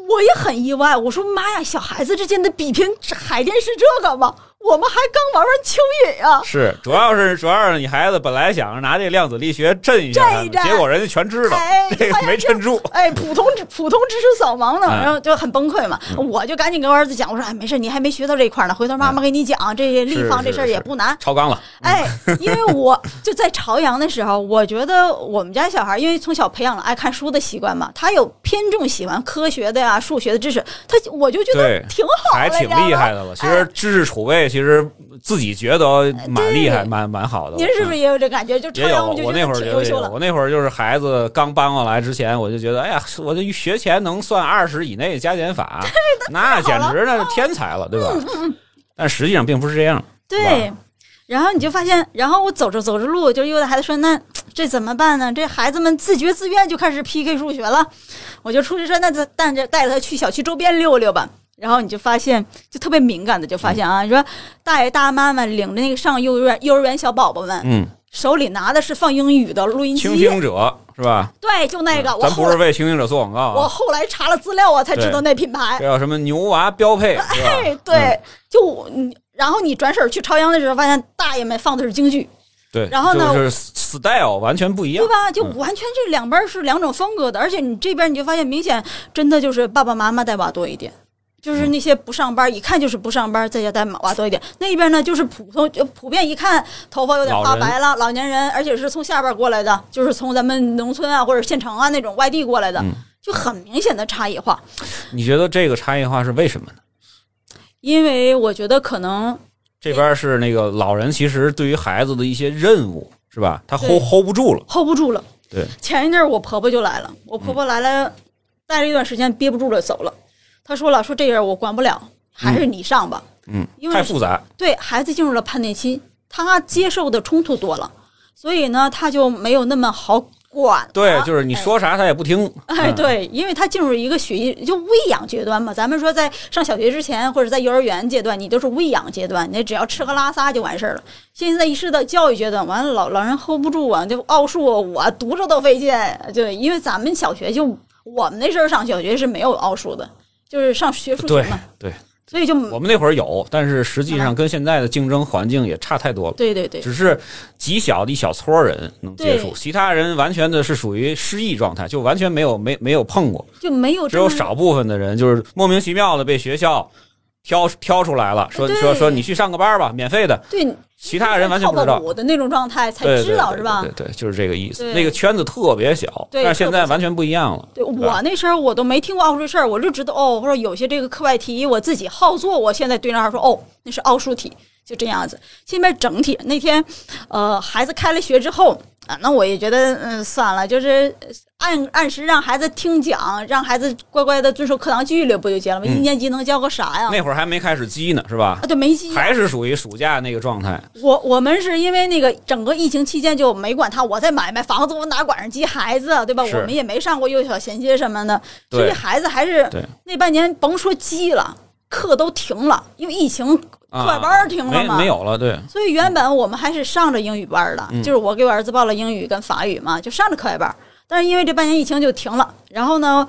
C: 我也很意外，我说妈呀，小孩子之间的比拼，这海淀是这个吗？我们还刚玩玩蚯蚓呀、
B: 是，主要是主要是你孩子本来想着拿这量子力学震一下他们，
C: 震一震
B: 结果人家全知道，
C: 哎
B: 这个
C: 哎呀
B: 没镇住。
C: 哎，普通普通知识扫盲呢，
B: 嗯
C: 然后就很崩溃嘛。我就赶紧跟我儿子讲，我说：“哎，没事，你还没学到这一块呢，回头妈妈给你讲，这些立方
B: 哎是
C: 这
B: 是
C: 事儿也
B: 是
C: 不难。”
B: 超纲了，
C: 哎，因为我就在朝阳的时候，我觉得我们家小孩，因为从小培养了爱看书的习惯嘛，他有偏重喜欢科学的呀、数学的知识，他我就觉得
B: 对
C: 挺好
B: 还
C: 了，哎
B: 挺
C: 你知道
B: 厉
C: 吗
B: 害的了。其实知识储备，其实自己觉得蛮厉害，
C: 呃对
B: 蛮蛮好的。嗯
C: 您是不是也有这感觉？就朝
B: 也有，
C: 阳，就
B: 我
C: 觉
B: 那
C: 得
B: 会儿
C: 挺
B: 觉
C: 优
B: 得
C: 秀
B: 有，
C: 了。
B: 我那会儿就是孩子刚搬过来之前，我就觉得，哎呀， 我这学前能算二十以内加减法，那简直那是天才了，对吧？
C: 嗯
B: 但实际上并不是这样，
C: 对，然后你就发现，然后我走着走着路，就又的孩子说：“那这怎么办呢？”这孩子们自觉自愿就开始 PK 数学了。我就出去说：“那咱带着带着他去小区周边溜溜吧。”然后你就发现，就特别敏感的就发现啊，你说大爷大妈们领着那个上幼儿园幼儿园小宝宝们，
B: 嗯，
C: 手里拿的是放英语的录音
B: 倾
C: 机，
B: 听者是吧？
C: 对，就那个。我
B: 嗯咱
C: 后
B: 不是
C: 来
B: 为倾听者做广告
C: 我
B: 啊，
C: 后来查了资料，我才知
B: 对
C: 道那品牌
B: 这。叫什么牛娃标配是吧？ 嗯
C: 哎，对，就我你，然后你转手去朝阳的时候，发现大爷们放的是京剧。
B: 对，
C: 然后呢
B: 就是 style 完全不一样
C: 对，吧？就
B: 嗯
C: 完全这两边儿是两种风格的，而且你这边你就发现明显真的就是爸爸妈妈带娃多一点。就是那些不上班儿，一看就是不上班儿，在家带娃多一点。那边呢，就是普通，就普遍一看头发有点
B: 老
C: 花
B: 人
C: 白了，老年人，而且是从下边儿过来的，就是从咱们农村啊或者县城啊那种外地过来的，
B: 嗯
C: 就很明显的差异化。
B: 你觉得这个差异化是为什么呢？
C: 因为我觉得可能
B: 这边是那个老人，其实对于孩子的一些任务是吧，他 hold
C: 对
B: hold 不住了，
C: hold 不住了。
B: 对，
C: 前一阵儿我婆婆就来了，我
B: 嗯
C: 婆婆来了，待了一段时间，憋不住了走了。她说了，说这人我管不了，还是你上吧。
B: 嗯
C: 因，为
B: 太复杂，
C: 对孩子进入了叛逆期，他接受的冲突多了，所以呢，他就没有那么好管了。
B: 对，就是你说啥他也不听。
C: 啊 哎，
B: 嗯，
C: 对，因为他进入一个学习就喂养阶段嘛。咱们说在上小学之前或者在幼儿园阶段，你都是喂养阶段，你只要吃喝拉撒就完事儿了。现在一是到教育阶段，完了老老人 hold 不住啊，就奥数我读着都费劲。就因为咱们小学就我们那时候上小学是没有奥数的，就是上学数学
B: 对
C: 嘛，
B: 对，
C: 所以就
B: 我们那会儿有，但是实际上跟现在的竞争环境也差太多了。
C: 嗯对对对
B: 只是极小的一小撮人能接触
C: 对，
B: 其他人完全的是属于失忆状态，就完全没有没没有碰过，
C: 就没有
B: 只
C: 这
B: 有
C: 么
B: 少部分的人就是莫名其妙的被学校挑挑出来了，说
C: 对
B: 说说你去上个班吧，免费的，
C: 对
B: 其他人完全不知
C: 靠
B: 道
C: 个。舞的那种状态才
B: 对
C: 知
B: 对
C: 道
B: 对
C: 是吧？
B: 对对，对就是这个意思。
C: 对
B: 那个圈子特别小，
C: 对
B: 但是现在完全不一样了。
C: 对我那时候我都没听过奥数这事儿，我就知道哦，或者有些这个课外题我自己好做，我现在对那儿说哦，那是奥数题，就这样子。现在整体那天，呃，孩子开了学之后啊，那我也觉得嗯算了，就是按按时让孩子听讲，让孩子乖乖的遵守课堂纪律不就结了吗？一年级能教个啥呀？
B: 嗯那会儿还没开始积呢，是吧
C: 啊，？对，没记忆。
B: 还是属于暑假那个状态。
C: 我我们是因为那个整个疫情期间就没管他，我在买卖房子，我哪管上鸡孩子啊，对吧？
B: 是
C: 我们也没上过幼小衔接什么的，
B: 对
C: 所以孩子还是
B: 对
C: 那半年甭说鸡了，课都停了，因为疫情
B: 啊
C: 课外班儿停了
B: 没
C: 嘛。
B: 没有了，对，
C: 所以原本我们还是上着英语班儿的，
B: 嗯
C: 就是我给我儿子报了英语跟法语嘛，就上着课外班儿。但是因为这半年疫情就停了，然后呢，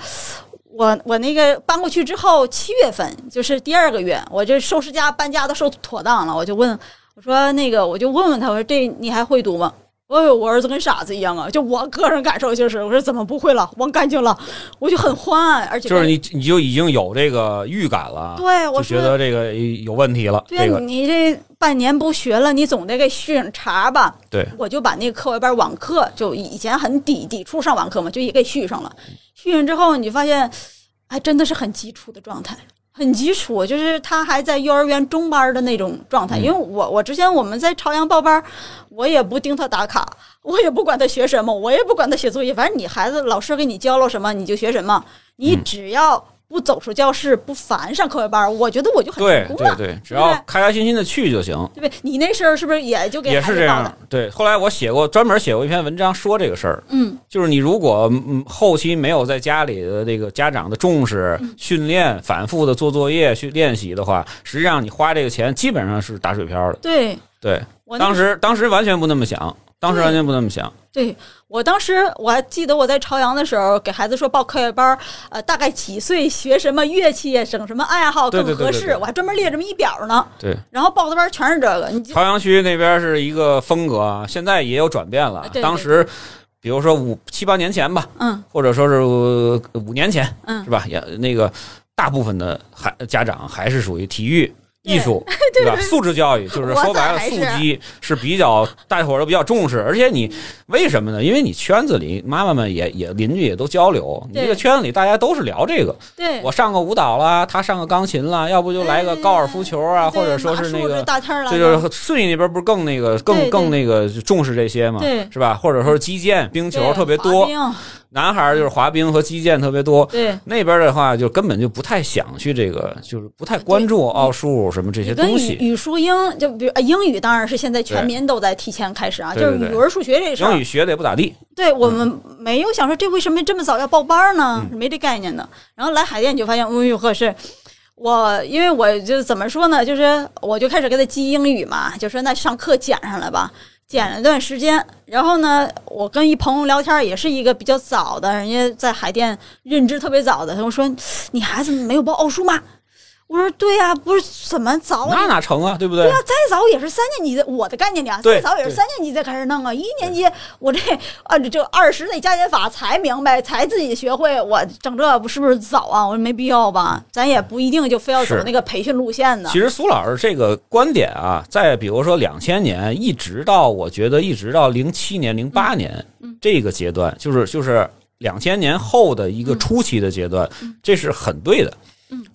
C: 我我那个搬过去之后，七月份就是第二个月，我这收拾家搬家都收妥当了，我就问我说那个我就问问他，我说这你还会读吗？我有我儿子跟傻子一样啊！就我个人感受就是，我说怎么不会了，忘干净了，我就很慌啊，而且
B: 就是你你就已经有这个预感了，
C: 对我
B: 就
C: 说
B: 觉得这个有问题了，
C: 对呀、
B: 这个
C: 你这半年不学了，你总得给续查吧。
B: 对，
C: 我就把那个课外班网课，就以前很抵抵触上网课嘛，就也给续上了。续上之后，你发现，哎，真的是很基础的状态，很基础，就是他还在幼儿园中班的那种
B: 嗯
C: 状态。因为我我之前我们在朝阳报班，我也不盯他打卡，我也不管他学什么，我也不管他写作业，反正你孩子老师给你教了什么你就学什么，你
B: 嗯
C: 只要。不走出教室，不烦上课外班，我觉得我就很
B: 对
C: 成功
B: 对
C: 了。
B: 对，只
C: 对不
B: 要
C: 对
B: 开开心心的去就行，
C: 对不对？你那时候是不是也就给
B: 也
C: 孩
B: 是
C: 子
B: 这
C: 报
B: 样
C: 的？。
B: 对，后来我写过专门写过一篇文章说这个事儿，
C: 嗯，
B: 就是你如果嗯后期没有在家里的这个家长的重视、
C: 嗯
B: 训练、反复的做作业去练习的话，实际上你花这个钱基本上是打水漂的。
C: 对
B: 对，
C: 我那
B: 当时当时完全不那么想，当时完全不那么想。
C: 对我当时我还记得我在朝阳的时候给孩子说报课外班儿，呃，大概几岁学什么乐器啊，整什么爱好
B: 对
C: 更
B: 对对
C: 合
B: 对
C: 适，
B: 对
C: 我还专门列这么一表呢。
B: 对，
C: 然后报的班儿全是这个，你就
B: 朝阳区那边是一个风格啊，现在也有转变了。
C: 啊
B: 啊
C: 对对
B: 当时，比如说五七八年前吧，
C: 嗯
B: 或者说是呃五年前，
C: 嗯
B: 是吧？也那个大部分的孩家长还是属于体育。
C: 对
B: 艺术对吧？素质教育就是说白了，
C: 我咋还
B: 素
C: 是
B: 鸡是比较大伙儿都比较重视，而且你为什么呢？因为你圈子里妈妈们也也邻居也都交流，你
C: 对
B: 这个圈子里大家都是聊这个。
C: 对，
B: 我上个舞蹈啦，他上个钢琴啦，要不就来个高尔夫球啊，
C: 对
B: 或者说
C: 马
B: 是
C: 术
B: 那个
C: 这大天儿了，
B: 这就是顺义那边不是更那个
C: 对
B: 更
C: 对
B: 更那个重视这些嘛，
C: 对
B: 是吧？或者说是击剑、冰
C: 对
B: 球特别
C: 滑
B: 多，
C: 冰
B: 男孩儿就是滑冰和击剑特别多。
C: 对。
B: 那边的话，就根本就不太想去这个，就是不太关注奥数什么这些
C: 你跟
B: 东
C: 语
B: 西。
C: 语数英，就比如、呃、英语当然是现在全
B: 对
C: 民都在提前开始啊，
B: 对
C: 就是
B: 对对
C: 语文、数学这事儿，
B: 英语学的也不咋地，
C: 对我们没有想说这为什么这么早要报班儿呢？没这概念的。然后来海淀你就发现，哎呦呵，是我因为我就怎么说呢，就是我就开始给他记英语嘛，就说那上课捡上来吧。捡了段时间，然后呢，我跟一朋友聊天儿，也是一个比较早的，人家在海淀认知特别早的，他跟我说：“你孩子没有报奥数吗？”我说：“对呀、不是怎么早
B: 那哪成啊？对不对
C: 对啊？，再早也是三年级的，我的概念里啊，
B: 对
C: 再早也是
B: 对
C: 三年级再开始弄啊。一年级我这啊这二十那加减法才明白，才自己学会，我整这不是不是早啊？我说没必要吧，咱也不一定就非要走
B: 是
C: 那个培训路线呢。
B: 其实苏老师这个观点啊，在比如说两千年一直到我觉得一直到零七年、零
C: 嗯
B: 八年、这个阶段，就是就是两千年后的一个初期的阶段，
C: 嗯
B: 这是很对的。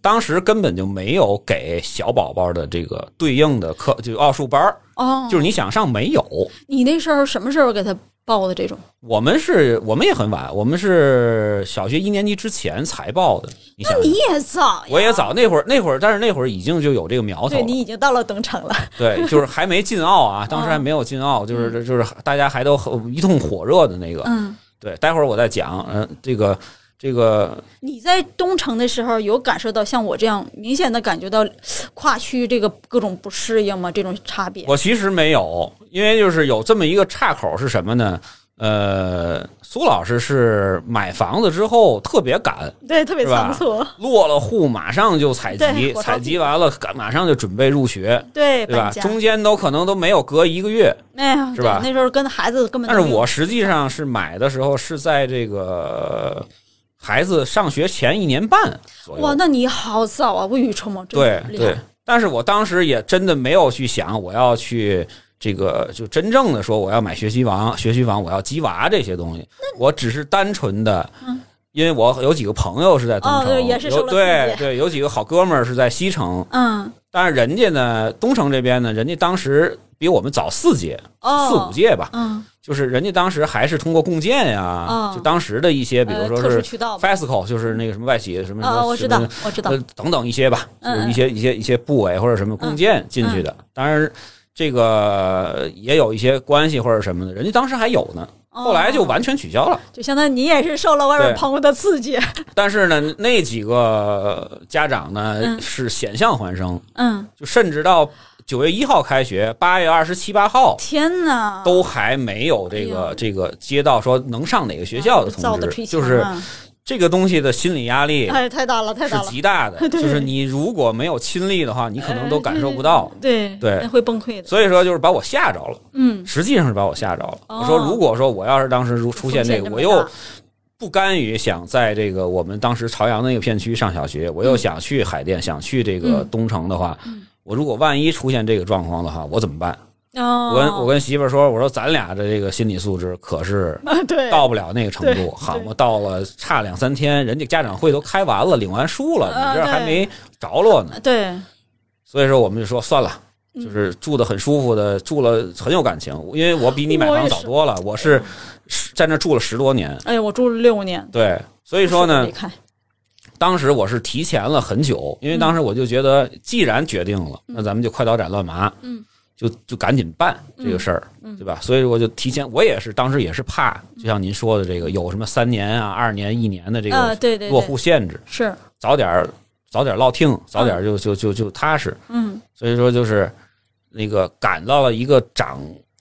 B: 当时根本就没有给小宝宝的这个对应的课，就奥数班儿，
C: 哦，
B: 就是你想上没有。
C: 你那时候什么时候给他报的这种？
B: 我们是我们也很晚，我们是小学一年级之前才报的。你想
C: 你
B: 想，
C: 也早呀，
B: 我也，早，那会儿那会儿，但是那会儿已经就有这个苗头
C: 对
B: 了。
C: 你已经到了登场了。
B: 对，就是还没进奥啊，当时还没有进奥，就是就是大家还都很一通火热的那个。
C: 嗯，
B: 对，待会儿我再讲。嗯、这个这个
C: 你在东城的时候有感受到像我这样明显的感觉到跨区这个各种不适应吗？这种差别？
B: 我其实没有，因为就是有这么一个岔口是什么呢？呃，苏老师是买房子之后特别赶，
C: 对，特别
B: 是吧
C: 仓促，
B: 落了户马上就采集
C: 对，我
B: 采
C: 着急
B: 集完了赶马上就准备入学，
C: 对
B: 对吧
C: 搬？家，
B: 中间都可能都没有隔一个月。
C: 哎呀，
B: 是吧
C: 对那时候跟孩子根本
B: 但
C: 都
B: 是
C: 没有
B: 我实际上是买的时候是在这个孩子上学前一年半左右。
C: 哇，那你好早啊，未雨绸缪，真
B: 对
C: 的厉害
B: 对，但是我当时也真的没有去想我要去这个就真正的说我要买学区房、学区房，我要鸡娃这些东西，我只是单纯的
C: 嗯。
B: 因为我有几个朋友是在东
C: 哦
B: 城，
C: 对也是
B: 有
C: 受了
B: 对
C: 刺激
B: 对，有几个好哥们儿是在西城，
C: 嗯，
B: 但是人家呢，东城这边呢，人家当时比我们早四届、
C: 哦，
B: 四五，届吧，
C: 嗯，
B: 就是人家当时还是通过共建呀、
C: 哦
B: 就当时的一些，比如
C: 呃，
B: 说
C: 特殊
B: 是
C: 渠道吧，
B: FESCO，就是那个什么外企什么什
C: 啊，
B: 么，
C: 我知道
B: 什么，
C: 我知道
B: 呃，等等一些吧，就
C: 嗯
B: 是一些一些一些部委或者什么共建进去的。当然，这个也有一些关系或者什么的，人家当时还有呢，后来就
C: 哦
B: 完全取消了。
C: 就相当于你也是受了外面
B: 对
C: 朋友的刺激，
B: 但是呢，那几个家长呢
C: 嗯
B: 是险象环生，
C: 嗯，
B: 就甚至到九月一号开学，八月二十七八号
C: 天哪，
B: 都还没有这
C: 啊哎
B: 个
C: 呦
B: 这个接到说能上哪个学校的
C: 造
B: 通
C: 得
B: 知，
C: 吹
B: 就
C: 墙
B: 是
C: 啊
B: 这个东西的心理压力
C: 哎，太大了，太
B: 是
C: 大了，
B: 极大的，
C: 对哎
B: 就是你如果没有亲历的话，你可能都感受不到。
C: 对
B: 对
C: 那会崩溃的，
B: 所以说，就是把我吓着了，
C: 嗯，
B: 实际上是把我吓着了。
C: 哦
B: 我说，如果说我要是当时如出现这个，我
C: 风险这么
B: 又
C: 大
B: 不甘于想在这个我们当时朝阳那个片区上小学，我又想去海淀，想去这个
C: 嗯
B: 东城的话
C: 嗯，
B: 我如果万一出现这个状况的话，我怎么办？
C: 哦，
B: 我跟我跟媳妇儿说，我说咱俩的这个心理素质可是
C: 啊，对，
B: 到不了那个程
C: 对
B: 度，好
C: 对
B: 嘛，到了差两三天，人家家长会都开完了，领完书了，
C: 啊
B: 你这儿还
C: 对
B: 没着落呢。
C: 对，
B: 所以说我们就说算了，
C: 嗯
B: 就是住的很舒服的，住了很有感情，因为我比你买
C: 我也
B: 房
C: 是
B: 早多了，我是是在那住了十多年，
C: 哎呀，我住了六年，
B: 对，所
C: 所
B: 以说呢
C: 离，开，
B: 当时我是提前了很久，因为当时我就觉得，既然决定了，那咱们就快刀斩乱麻，
C: 嗯，
B: 就就赶紧办这个事儿，
C: 嗯嗯嗯
B: 对吧？所以我就提前，我也是当时也是怕，就像您说的这个有什么三年啊、二年、一年的这
C: 啊，
B: 个
C: 对对，
B: 落
C: 对
B: 户限制，
C: 是，
B: 早点儿早点儿落听，早点儿就就就就踏实。
C: 嗯
B: 所以说就是那个赶到了一个涨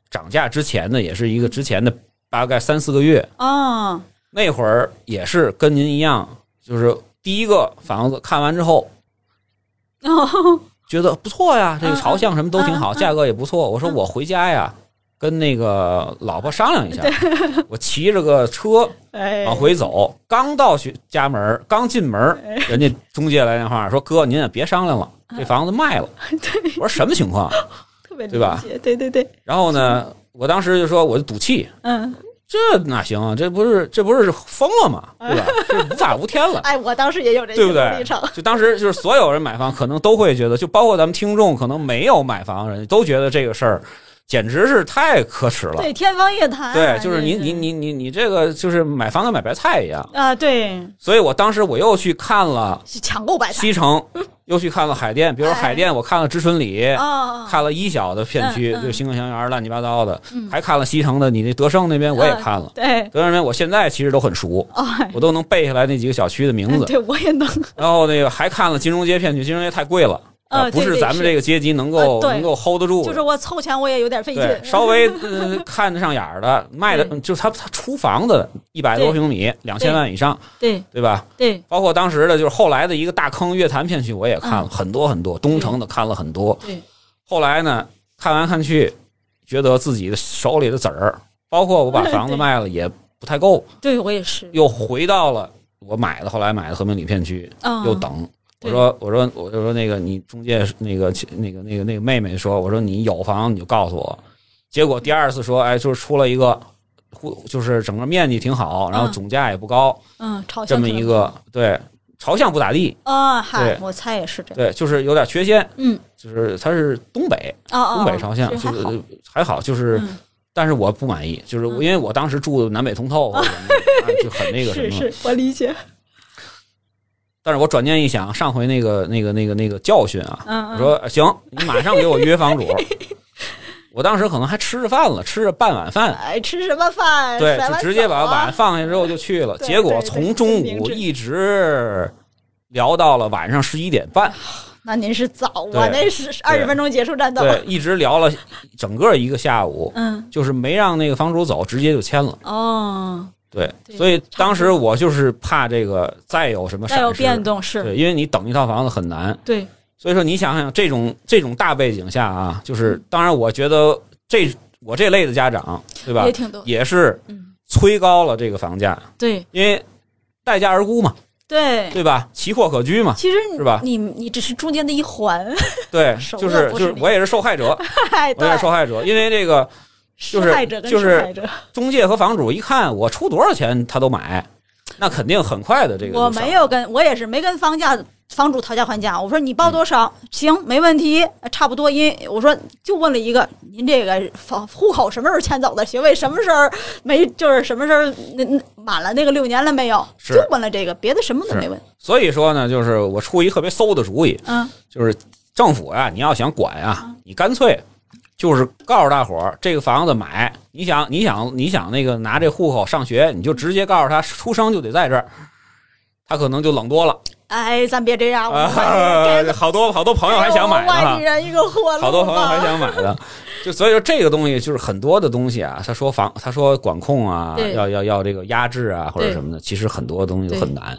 B: 涨价之前的，也是一个之前的大概三四个月，
C: 啊，
B: 那会儿也是跟您一样，就是第一个房子看完之后
C: 哦，
B: 觉得不错呀，这个朝向什么都挺好，
C: 嗯嗯嗯
B: 价格也不错。我说我回家呀，跟那个老婆商 量一下，我骑着个车
C: 哎，
B: 往回走，刚到学家门儿，刚进门
C: 哎
B: 儿，人家中介来电话说：“哥，您也别商量了，
C: 嗯
B: 这房子卖 了。”我说什么情况？
C: 特别
B: 对吧
C: 理解，对对对，
B: 然后呢，我当时就说我就赌气，
C: 嗯，
B: 这哪行啊？这不是这不是疯了吗？对吧？这无法无天 了。
C: 哎，我当时也有这
B: 对不对
C: 心理立场，
B: 就当时就是所有人买房可能都会觉得，就包括咱们听众可能没有买房的人都觉得这个事儿简直是太可耻了。
C: 对，天方夜谭啊，
B: 对，就是你
C: 这
B: 你你你你这个就是买房跟买白菜一样。
C: 啊，对，
B: 所以我当时我又去看了
C: 是抢购白菜，
B: 西城，又去看了海淀，比如说
C: 哎
B: 海淀我看了知春里。
C: 啊，啊
B: 看了一小的片区，
C: 嗯嗯
B: 就星光香园乱七八糟的，
C: 嗯
B: 还看了西城的，你那德胜那边我也
C: 嗯
B: 看了。
C: 对，
B: 德胜那边我现在其实都很熟，
C: 哎，
B: 我都能背下来那几个小区的名字。
C: 对我 也能，
B: 然后那个还看了金融街片区，金融街太贵了，啊
C: 呃
B: 不
C: 对
B: 是
C: 对
B: 咱们
C: 是
B: 这个阶级能够、
C: 呃对
B: 能够 hold 得住的。
C: 就是我凑钱我也有点费劲
B: 对，，稍微呃 看得上眼儿的，卖的
C: 对
B: 就是他他出房子一百多
C: 对
B: 平米，两千万以上，
C: 对
B: 对吧？
C: 对，
B: 包括当时的就是后来的一个大坑乐坛片区，我也看了
C: 嗯
B: 很多很多，东城的看了很多。
C: 对，
B: 后来呢，看完看去，觉得自己的手里的子儿，包括我把
C: 嗯
B: 房子
C: 对
B: 卖了也不太够，
C: 对我也是，
B: 又回到了我买的后来买的和平里片区，
C: 嗯，
B: 又等。我
C: 对
B: 说，我说，我就说那个你中介那个那个那个那个妹妹说，我说你有房你就告诉我。结果第二次说，哎，就是出了一个户，就是整个面积挺好，然后
C: 嗯
B: 总价也不高，
C: 嗯，朝
B: 这
C: 向
B: 么
C: 可能
B: 一个对朝向不咋地，
C: 啊，嗨
B: 对，
C: 我猜也是这样，
B: 对，就是有点缺陷，
C: 嗯，
B: 就是它是东北
C: 啊啊，
B: 东北朝向，就
C: 这还好
B: 是还好，就是
C: 嗯
B: 但是我不满意，就是我
C: 嗯
B: 因为我当时住南北通透或者什么的，啊就很那个什么，
C: 是是，我理解，
B: 但是我转念一想，上回那个那个那个那个教训啊，
C: 嗯
B: 我
C: 嗯，
B: 说行，你马上给我约房主。 我当时可能还吃着饭了，吃着半碗饭，
C: 哎，吃什么饭？
B: 对，
C: 甩
B: 就
C: 完
B: 直接把
C: 手啊
B: 碗放下之后就去了。
C: 对
B: 结果
C: 对对
B: 从中
C: 真明
B: 午
C: 智
B: 一直聊到了晚上十一点半，
C: 那您是早啊，
B: 对
C: 那是二十分钟结束战斗。
B: 对，一直聊了整个一个下午，
C: 嗯，
B: 就是没让那个房主走，直接就签了。
C: 哦，
B: 对，
C: 对
B: 所以当
C: 差
B: 时我就是怕这个再有什么
C: 再有
B: 闪失，
C: 变动是，
B: 对，因为你等一套房子很难。
C: 对，
B: 所以说，你想想这种这种大背景下啊，
C: 嗯
B: 就是当然，我觉得这我这类的家长，对吧
C: 也，挺多，
B: 也是
C: 嗯，
B: 催高了这个房价，
C: 对
B: 因为待价而沽嘛，
C: 对。
B: 对吧？奇货可居嘛，
C: 其实你
B: 是吧
C: 你你只是中间的一环，
B: 对，
C: 手
B: 就
C: 段
B: 是
C: 不
B: 就是是
C: 那
B: 我也是受害者，
C: 哎，
B: 我也
C: 对
B: 是受害者，因为这个就是
C: 施害者跟
B: 就是
C: 受害者，
B: 中介和房主一看我出多少钱他都买，那肯定很快的这个就
C: 我
B: 上
C: 没有跟我也是没跟房价房主讨价还价，我说你
B: 嗯
C: 报多少、行，没问题，差不多。因为我说就问了一个，您这个房户口什么时候迁走的，学位什么时候没，就是什么时候那那满了那个六年了没有，
B: 是
C: 就问了这个，别的什么都
B: 是
C: 没问。
B: 所以说呢，就是我出一特别馊的主意，
C: 嗯，
B: 就是政府啊，你要想管啊，你干脆就是告诉大伙儿，这个房子买，你想你想你想那个拿这户口上学，你就直接告诉他出生就得在这儿，他可能就冷多了
C: 哎，咱别这 样，我
B: 啊
C: 们给。
B: 好多好多朋友还想买呢
C: 给我
B: 哈
C: 外地。人一个活路吧
B: 好多朋友还想买的，就所以说这个东西就是很多的东西啊，他说防，他说管控啊，
C: 对
B: 要要要这个压制啊或者
C: 对
B: 什么的，其实很多东西都很难。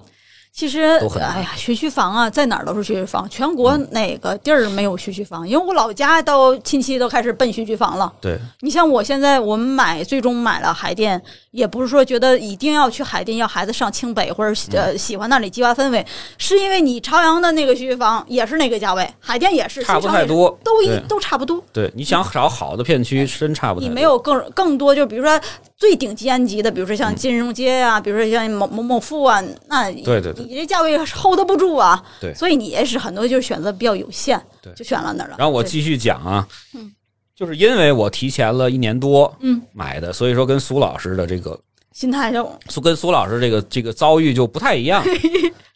C: 其实
B: 都很，难嗯
C: 哎呀，学区房啊，在哪儿都是学区房，全国哪个地儿没有学区房？因为我老家都亲戚都开始奔学区房了。
B: 对，
C: 你像我现在，我们买最终买了海淀，也不是说觉得一定要去海淀，要孩子上清北或者
B: 嗯
C: 喜呃喜欢那里激发氛围，是因为你朝阳的那个学区房也是那个价位，海淀也是，
B: 差不
C: 新城也
B: 太
C: 是，
B: 多。
C: 都一
B: 对
C: 都差不多。
B: 对，你想找好的片区，真差不太
C: 嗯你
B: 多。
C: 没有更更多，就比如说最顶尖级的，比如
B: 嗯
C: 说像金融街啊，比如说像某某某富啊，那
B: 对对对
C: 你这价位 hold 不住啊。
B: 对
C: 所以你也是很多就是选择比较有限，
B: 对
C: 就选了那儿了。
B: 然后我
C: 对
B: 继续讲啊
C: 嗯，
B: 就是因为我提前了一年多
C: 嗯
B: 买的，所以说跟苏老师的这个
C: 心态就
B: 苏跟苏老师这个这个遭遇就不太一 样，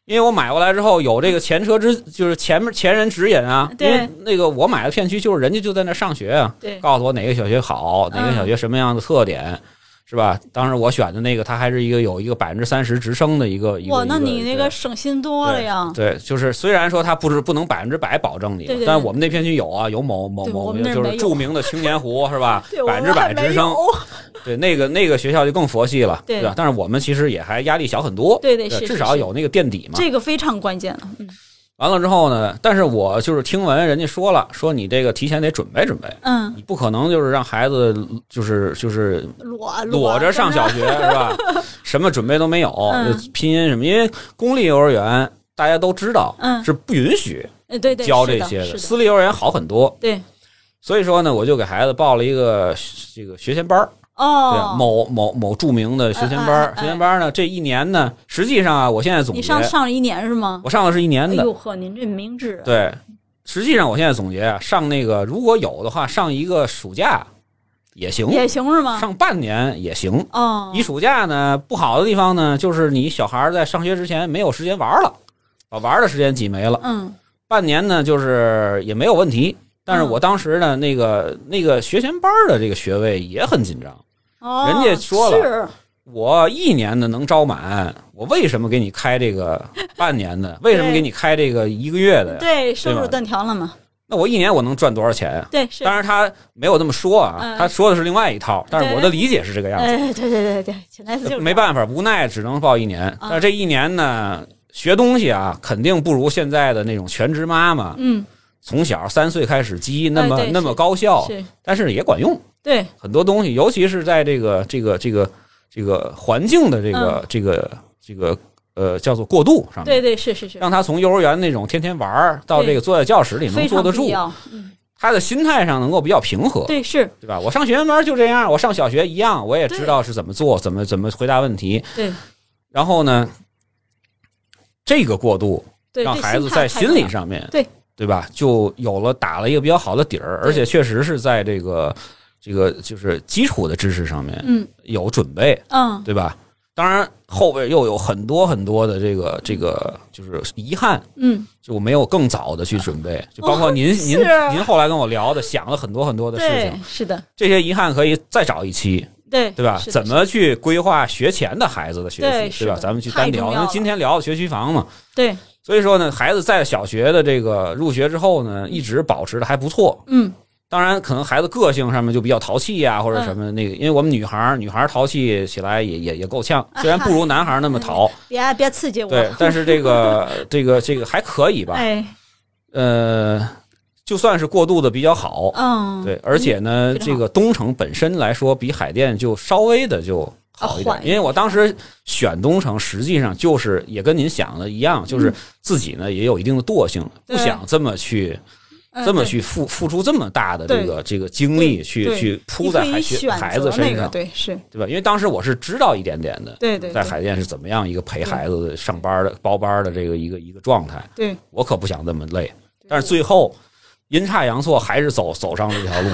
B: 因为我买过来之后有这个前车之就是前面前人指引啊，因
C: 对
B: 为那个我买的片区就是人家就在那上学啊，
C: 对
B: 告诉我哪个小学好，哪个
C: 嗯
B: 小学什么样的特点。是吧？当时我选的那个，它还是一个有一个百分之三十直升的一个一个。
C: 哇，那
B: 一个
C: 你那
B: 对
C: 个省心多了呀。
B: 对，就是虽然说它不是不能百分之百保证你，
C: 对对
B: 但
C: 对
B: 我们那片区有啊，有某某
C: 对
B: 某
C: 我们那儿
B: 就
C: 没
B: 是
C: 有
B: 著名的青年湖是吧
C: 对，？我
B: 百分
C: 们
B: 之
C: 还
B: 百
C: 没
B: 直升，
C: 有
B: 对那个那个学校就更佛系了，
C: 对
B: 吧？但是我们其实也还压力小很多，
C: 对对是
B: 至
C: 是
B: 少
C: 是
B: 有那个垫底嘛。
C: 这个非常关键了。嗯
B: 完了之后呢，但是我就是听闻人家说了，说你这个提前得准备准备，
C: 嗯，
B: 你不可能就是让孩子就是就是
C: 裸
B: 裸着上小，学是吧？ 什么准备都没有，
C: 嗯
B: 就拼音什么，因为公立幼儿园大家都知道
C: 嗯
B: 是不允许。
C: 呃对对，
B: 教
C: 是
B: 这
C: 的
B: 些
C: 是的，
B: 私立幼儿园好很多，
C: 对
B: 所以说呢，我就给孩子报了一个这个学前班儿，对，
C: 哦，
B: 某某某著名的学前班儿
C: 哎。哎哎
B: 学前班儿呢，这一年呢，实际上啊，我现在总
C: 你
B: 结，
C: 上上了一年是吗？
B: 我上的是一年
C: 哎
B: 的，
C: 呦呵，您这明智啊，
B: 对，实际上我现在总结啊，上那个如果有的话，上一个暑假也行，
C: 也行是吗？
B: 上半年也行。
C: 哦
B: 你，暑假呢，不好的地方呢，就是你小孩儿在上学之前没有时间玩儿了，把玩儿的时间挤没了。
C: 嗯
B: 半年呢，就是也没有问题。但是我当时呢，那个那个学前班儿的这个学位也很紧张。
C: 哦，
B: 人家说了
C: 是
B: 我一年的能招满，我为什么给你开这个半年 的？为什么给你开这个一个月的呀？
C: 对，收入
B: 吧
C: 断条了嘛？
B: 那我一年我能赚多少钱啊？
C: 对，是。
B: 当然他没有这么说啊
C: 嗯，
B: 他说的是另外一套，但是我的理解是这个样子。
C: 哎，对对对对，潜台词就是嗯
B: 没办法，无奈只能报一年。但是这一年呢，学东西啊，肯定不如现在的那种全职妈妈
C: 法，嗯，
B: 从小三岁开始激那
C: 哎
B: 么
C: 对
B: 那么
C: 是
B: 高效。
C: 是
B: 但是也管用，
C: 对，
B: 很多东西，尤其是在这个这个这个这个环境的这个、这个这个呃叫做过渡上面，
C: 嗯对对是是是，
B: 让他从幼儿园那种天天玩儿到
C: 对
B: 这个坐在教室里能
C: 非
B: 坐
C: 常
B: 得
C: 必
B: 住，
C: 要，嗯，
B: 他的心态上能够比较平和，
C: 对是，
B: 对吧？我上学前班就这样，我上小学一样，我也
C: 对
B: 知道是怎么做，怎么怎么回答问题，
C: 对
B: 然后呢，这个过渡
C: 对，
B: 让
C: 这
B: 孩子
C: 心态
B: 在
C: 太
B: 心
C: 重
B: 理
C: 要
B: 上面，
C: 对
B: 对吧，就有了打了一个比较好的底儿，
C: 对
B: 而且确实是在这个这个就是基础的知识上面
C: 嗯
B: 有准备，
C: 嗯，
B: 对吧？当然后边又有很多很多的这个这个就是遗憾，
C: 嗯，
B: 就我没有更早的去准备，就包括您、
C: 哦
B: 您
C: 是
B: 您后来跟我聊的，想了很多很多的事
C: 对
B: 情，，
C: 是的，
B: 这些遗憾可以再找一期，
C: 对，
B: 对吧？
C: 是的
B: 怎？么去规划学前的孩子的学
C: 对
B: 习，
C: 是
B: 对吧？
C: 的
B: 咱们去单
C: 太重
B: 聊，
C: 要
B: 因为
C: 了
B: 今天聊的学区房嘛，
C: 是对，
B: 所以说呢，孩子在小学的这个入学之后呢，一直保持的还不错，
C: 嗯，
B: 当然，可能孩子个性上面就比较淘气呀、或者什
C: 嗯
B: 么那个，因为我们女孩儿，女孩儿淘气起来也也也够呛，虽然不如男孩儿那 么淘，
C: 别别刺啊激我，
B: 对，但是这个这个这个还可以吧，
C: 哎，
B: 呃，就算是过渡的比较好，
C: 嗯，
B: 对，而且呢
C: 嗯，非常
B: 这个东城本身来说，比海淀就稍微的就好一
C: 啊
B: 点
C: 缓，一
B: 因为我当时选东城，实际上就是也跟您想的一样，就是自己呢也有一定的惰性，不
C: 嗯对
B: 想这么去
C: 嗯
B: 这么
C: 对
B: 去付付出这么大的这个这个精力去
C: 对
B: 去
C: 你
B: 扑在
C: 可以
B: 孩
C: 选
B: 学
C: 择
B: 孩子
C: 那
B: 身
C: 个，
B: 上，
C: 对，是
B: 对吧？因为当时我是知道一点点的，
C: 对对
B: 在
C: 对
B: 海淀是怎么样一个陪孩子的上班的包班的这个一个一个状态，
C: 对，
B: 我可不想这么累。但是最后阴差阳错还是走走上了这条路，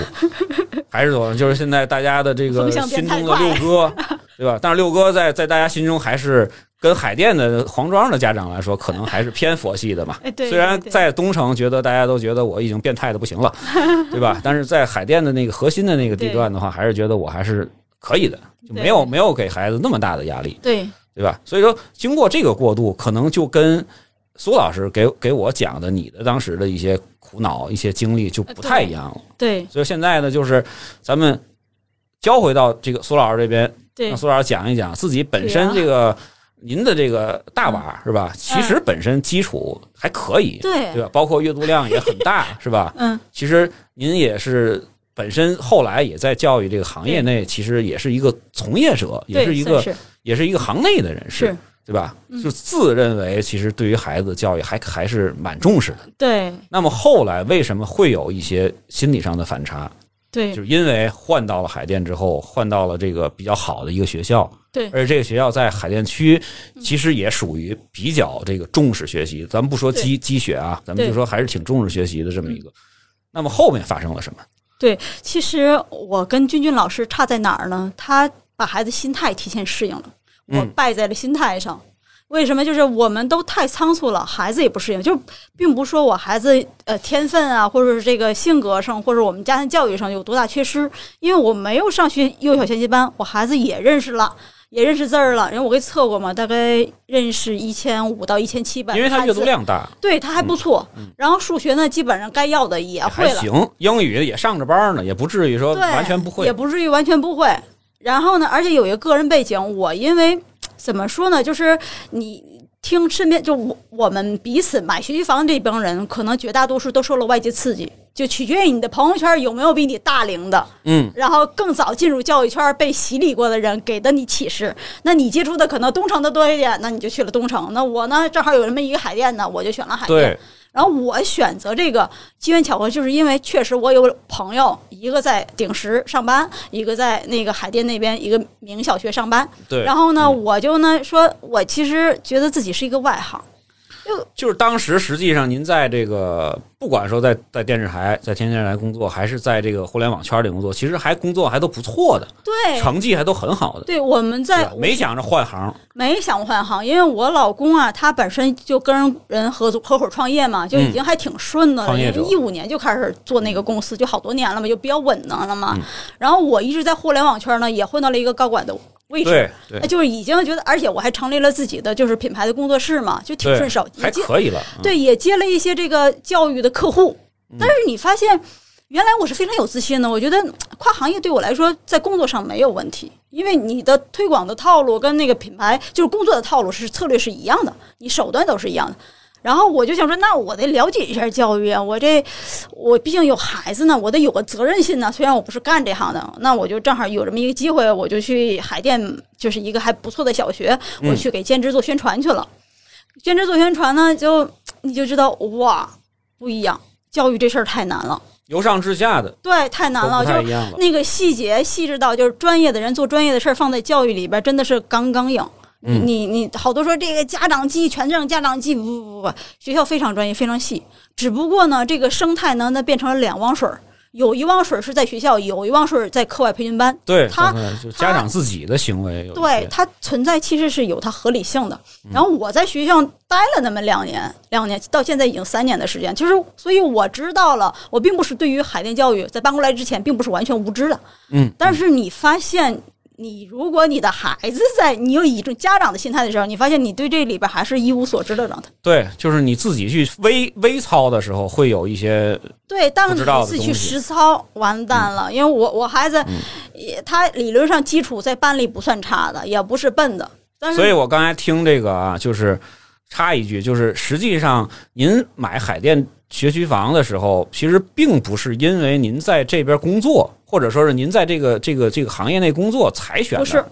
B: 还是走上就是现在大家的这个
C: 风向变
B: 心
C: 太
B: 中的六哥，对吧？但是六哥在在大家心中还是跟海淀的黄庄的家长来说，可能还是偏佛系的嘛。
C: 哎对，
B: 虽然
C: 对对
B: 在东城觉得大家都觉得我已经变态的不行 了，对吧？但是在海淀的那个核心的那个地段的话，还是觉得我还是可以的，就没有
C: 对
B: 没有给孩子那么大的压力，
C: 对
B: 对吧？所以说，经过这个过渡，可能就跟苏老师给给我讲的你的当时的一些苦恼、一些经历就不太一样了。
C: 呃对
B: 所以现在呢，就是咱们交回到这个苏老师这边，
C: 对
B: 让苏老师讲一讲自己本身
C: 对啊嗯
B: 这个。您的这个大娃是吧？其实本身基础还可以，对
C: 对，
B: 吧？包括阅读量也很大， 是吧？
C: 嗯，
B: 其实您也是本身后来也在教育这个行业内，其实也是一个从业者，也
C: 对，
B: 是一
C: 算
B: 个
C: 是
B: 也是一个行内的人士
C: 是，
B: 对吧？
C: 嗯
B: 就自认为其实对于孩子的教育还还是蛮重视的。
C: 对
B: 那么后来为什么会有一些心理上的反差？
C: 对
B: 就是因为换到了海淀之后，换到了这个比较好的一个学校，
C: 对
B: 而且这个学校在海淀区
C: 嗯
B: 其实也属于比较这个重视学习，咱们不说
C: 对
B: 积积学啊，咱们就
C: 对嗯
B: 说还是挺重视学习的这么一个。那么后面发生了什么？
C: 对，其实我跟君君老师差在哪儿呢？他把孩子心态提前适应了，我
B: 嗯
C: 败在了心态上。为什么？就是我们都太仓促了，孩子也不适应。就并不说我孩子呃天分啊，或者是这个性格上，或者我们家庭教育上有多大缺失，因为我没有上学幼小学习班，我孩子也认识了。也认识字儿了，然后我给测过嘛，大概认识一千五到一千七百，
B: 因为它
C: 汉
B: 阅读
C: 字
B: 量大，
C: 对他还不错。然后数学呢，基本上该要的也会
B: 还
C: 了，
B: 行，英语也上着班呢，也不至于说
C: 对，
B: 完全不会
C: 也。不至于完全不会。然后呢，而且有一个个人背景，我因为怎么说呢，就是你听身边就我我们彼此买学区房这帮人，可能绝大多数都受了外界刺激，就取决于你的朋友圈有没有比你大龄的，
B: 嗯，
C: 然后更早进入教育圈被洗礼过的人给的你启示。那你接触的可能东城的多一点，那你就去了东城。那我呢，正好有那么一个海淀的，我就选了海淀。
B: 对，
C: 然后我选择这个机缘巧合，就是因为确实我有朋友，一个在鼎石上班，一个在那个海淀那边一个名小学上班。
B: 对。
C: 然后呢，
B: 嗯
C: 我就呢说，我其实觉得自己是一个外行。
B: 就是当时实际上您在这个不管说在在电视台、在天天台工作，还是在这个互联网圈里工作，其实还工作还都不错的，
C: 对，
B: 成绩还都很好的。
C: 对，我们
B: 对
C: 在
B: 吧没想着换行，
C: 没想换行，因为我老公啊，他本身就跟人合组合伙创业嘛，就已经还挺顺的
B: 嗯
C: 了。
B: 创业者
C: 一五年就开始做那个公司，就好多年了嘛，就比较稳当了
B: 嗯
C: 嘛。然后我一直在互联网圈呢，也混到了一个高管的位置。
B: 对对
C: 哎，就是已经觉得，而且我还成立了自己的就是品牌的工作室嘛，就挺
B: 对，
C: 顺手，
B: 还
C: 也接
B: 可以了。嗯，
C: 对也接了一些这个教育的客户。但是你发现，原来我是非常有自信的，我觉得嗯跨行业对我来说在工作上没有问题，因为你的推广的套路跟那个品牌就是工作的套路是策略是一样的，你手段都是一样的。然后我就想说，那我得了解一下教育啊，我这我毕竟有孩子呢，我得有个责任心呢。虽然我不是干这行的，那我就正好有这么一个机会，我就去海淀，就是一个还不错的小学，我去给兼职做宣传去了。兼职做宣传呢，就你就知道哇，不一样，教育这事儿太难了，
B: 由上至下的
C: 对，太难
B: 都
C: 了，
B: 不
C: 就
B: 太
C: 是
B: 一样了。
C: 那个细节细致到，就是专业的人做专业的事儿，放在教育里边真的是刚刚硬。你
B: 嗯
C: 你你好多说这个家长记忆权证，家长记忆不不不不，学校非常专业非常细，只不过呢，这个生态呢，那变成了两汪水儿。有一汪水是在学校，有一汪水在课外培训班。
B: 对
C: 他
B: 就
C: 他
B: 家长自己的行为有一
C: 对
B: 些嗯
C: 它存在其实是有它合理性的。然后我在学校待了那么两年，两年到现在已经三年的时间，其实所以我知道了，我并不是对于海淀教育在搬过来之前并不是完全无知的。
B: 嗯，
C: 但是你发现，你如果你的孩子在你有以一种家长的心态的时候，你发现你对这里边还是一无所知的状态。
B: 对，就是你自己去微微操的时候，会有一些
C: 对，当
B: 不
C: 你
B: 知道的
C: 自己
B: 东
C: 去
B: 西嗯
C: 实操，完蛋了，因为我我孩子，也他理论上基础在班里不算差的，也不是笨的，但是
B: 所以我刚才听这个啊，就是插一句，就是实际上您买海淀学区房的时候，其实并不是因为您在这边工作，或者说是您在这个这个这个行业内工作才选的，
C: 不是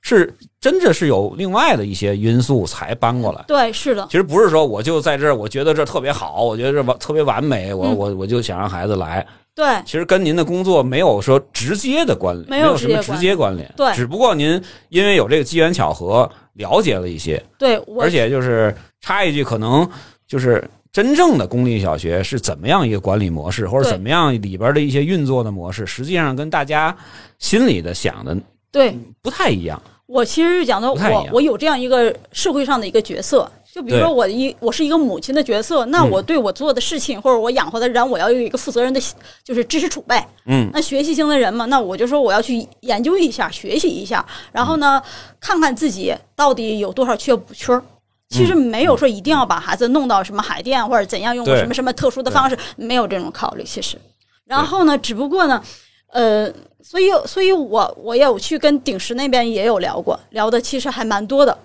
B: 是真的是有另外的一些因素才搬过来。
C: 对，是的。
B: 其实不是说我就在这儿，我觉得这儿特别好，我觉得这儿完特别完美，我
C: 嗯
B: 我我就想让孩子来。
C: 对，
B: 其实跟您的工作没有说直接的关联，没
C: 没有
B: 什么直
C: 直
B: 接
C: 接
B: 关联。
C: 对
B: 只不过您因为有这个机缘巧合了解了一些，
C: 对，我
B: 而且就是插一句，可能就是真正的公立小学是怎么样一个管理模式，或者
C: 对
B: 怎么样里边的一些运作的模式，实际上跟大家心里的想的
C: 对
B: 不太一样。
C: 我其实是讲的，
B: 嗯不太一
C: 我
B: 样
C: 我有这样一个社会上的一个角色，就比如
B: 对
C: 说我一我是一个母亲的角色，那
B: 嗯
C: 我对我做的事情、或者我养活的人，我要有一个负责任的，就是知识储备。
B: 嗯，
C: 那学习型的人嘛，那我就说我要去研究一下，学习一下，然后呢，看看自己到底有多少缺补缺儿。其实没有说一定要把孩子弄到什么海淀或者怎样，用
B: 对
C: 什么什么特殊的方式，没有这种考虑。其实，然后呢，只不过呢，呃，所以所以我我也有去跟鼎石那边也有聊过，聊的其实还蛮多的。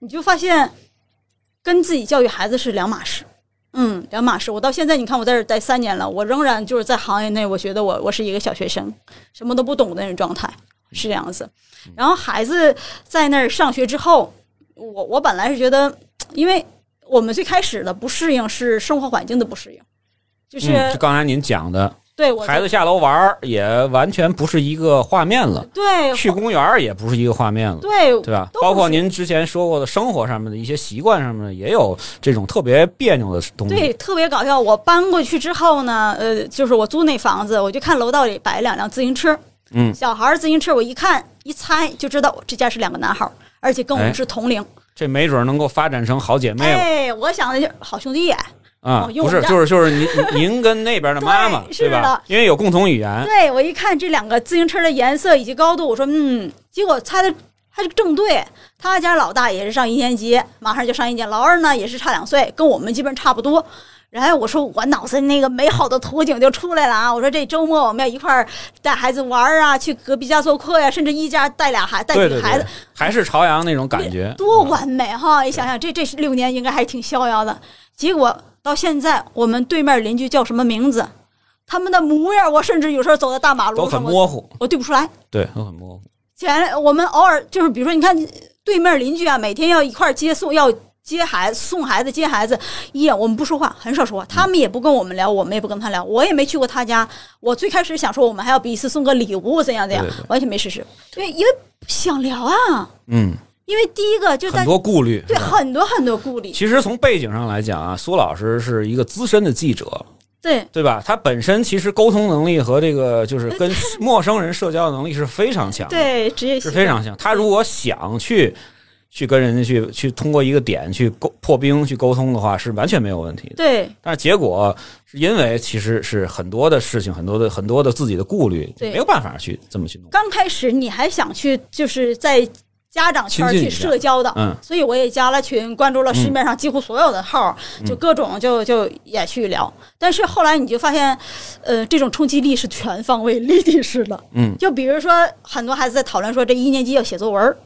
C: 你就发现，跟自己教育孩子是两码事。嗯，两码事。我到现在，你看我在这儿待三年了，我仍然就是在行业内，我觉得我我是一个小学生，什么都不懂的那种状态，是这样子。然后孩子在那儿上学之后，我我本来是觉得，因为我们最开始的不适应是生活环境的不适应，就是、
B: 嗯就刚才您讲的，
C: 对我
B: 孩子下楼玩儿也完全不是一个画面了，
C: 对
B: 去公园儿也不是一个画面了。
C: 对
B: 对吧？嗯
C: 都不
B: 包括
C: 是
B: 您之前说过的生活上面的一些习惯上面的，也有这种特别别扭的东西。
C: 对，特别搞笑。我搬过去之后呢，呃，就是我租那房子，我就看楼道里摆两辆自行车，
B: 嗯
C: 小孩儿自行车，我一看一猜就知道这家是两个男孩儿，而且跟我
B: 哎
C: 们是同龄。
B: 这没准能够发展成好姐妹了
C: 哎，我想的就是好兄弟哎，
B: 啊！
C: 哦
B: 不
C: 用我
B: 是，
C: 家
B: 就是就是您您跟那边的妈妈
C: 对
B: 对
C: 是
B: 吧
C: 的？
B: 因为有共同语 言，
C: 对我一看这两个自行车的颜色以及高度，我说嗯，结果猜的他就正对，他家老大也是上一年级，马上就上一年，老二呢也是差两岁，跟我们基本差不多。然后我说我脑子那个美好的图景就出来了啊！我说这周末我们要一块儿带孩子玩儿啊，去隔壁家做客呀、甚至一家带俩孩带
B: 对
C: 几个
B: 对
C: 孩子
B: 对，，还是朝阳那种感觉，
C: 多
B: 啊
C: 完美哈！一想想这这六年应该还挺逍遥的。结果到现在，我们对面邻居叫什么名字，他们的模样，我甚至有时候走在大马
B: 都
C: 路
B: 很
C: 上，我
B: 模糊，
C: 我对不出来。
B: 对，都很模糊。
C: 前我们偶尔就是，比如说，你看对面邻居啊，每天要一块儿接送，要接孩子、送孩子、接孩子，也我们不说话，很少说话，他们也不跟我们聊，我们也不跟他聊，我也没去过他家。我最开始想说，我们还要彼此送个礼物，怎样怎样
B: 对对对，
C: 完全没实施，对，因为不想聊啊，
B: 嗯，
C: 因为第一个就
B: 很
C: 在
B: 多顾虑。
C: 对
B: 是吧
C: 很多很多顾虑，
B: 其实从背景上来讲啊，苏老师是一个资深的记者，
C: 对
B: 对吧？他本身其实沟通能力和这个就是
C: 呃
B: 跟陌生人社交能力是非常强的。
C: 对，职业习
B: 是
C: 惯
B: 非常像。他如果想去去跟人家去去通过一个点去沟破冰去沟通的话，是完全没有问题的。
C: 对
B: 但是结果是因为其实是很多的事情，很多的很多的自己的顾虑，
C: 对
B: 没有办法去这么去弄。
C: 刚开始你还想去，就是在家长圈儿
B: 亲近
C: 去
B: 一下
C: 社交的，
B: 嗯
C: 所以我也加了群，关注了市面上几乎所有的号儿，
B: 嗯
C: 就各种就就也去聊。但是后来你就发现，呃，这种冲击力是全方位、立体式的。
B: 嗯，
C: 就比如说，很多孩子在讨论说这一年级要写作文儿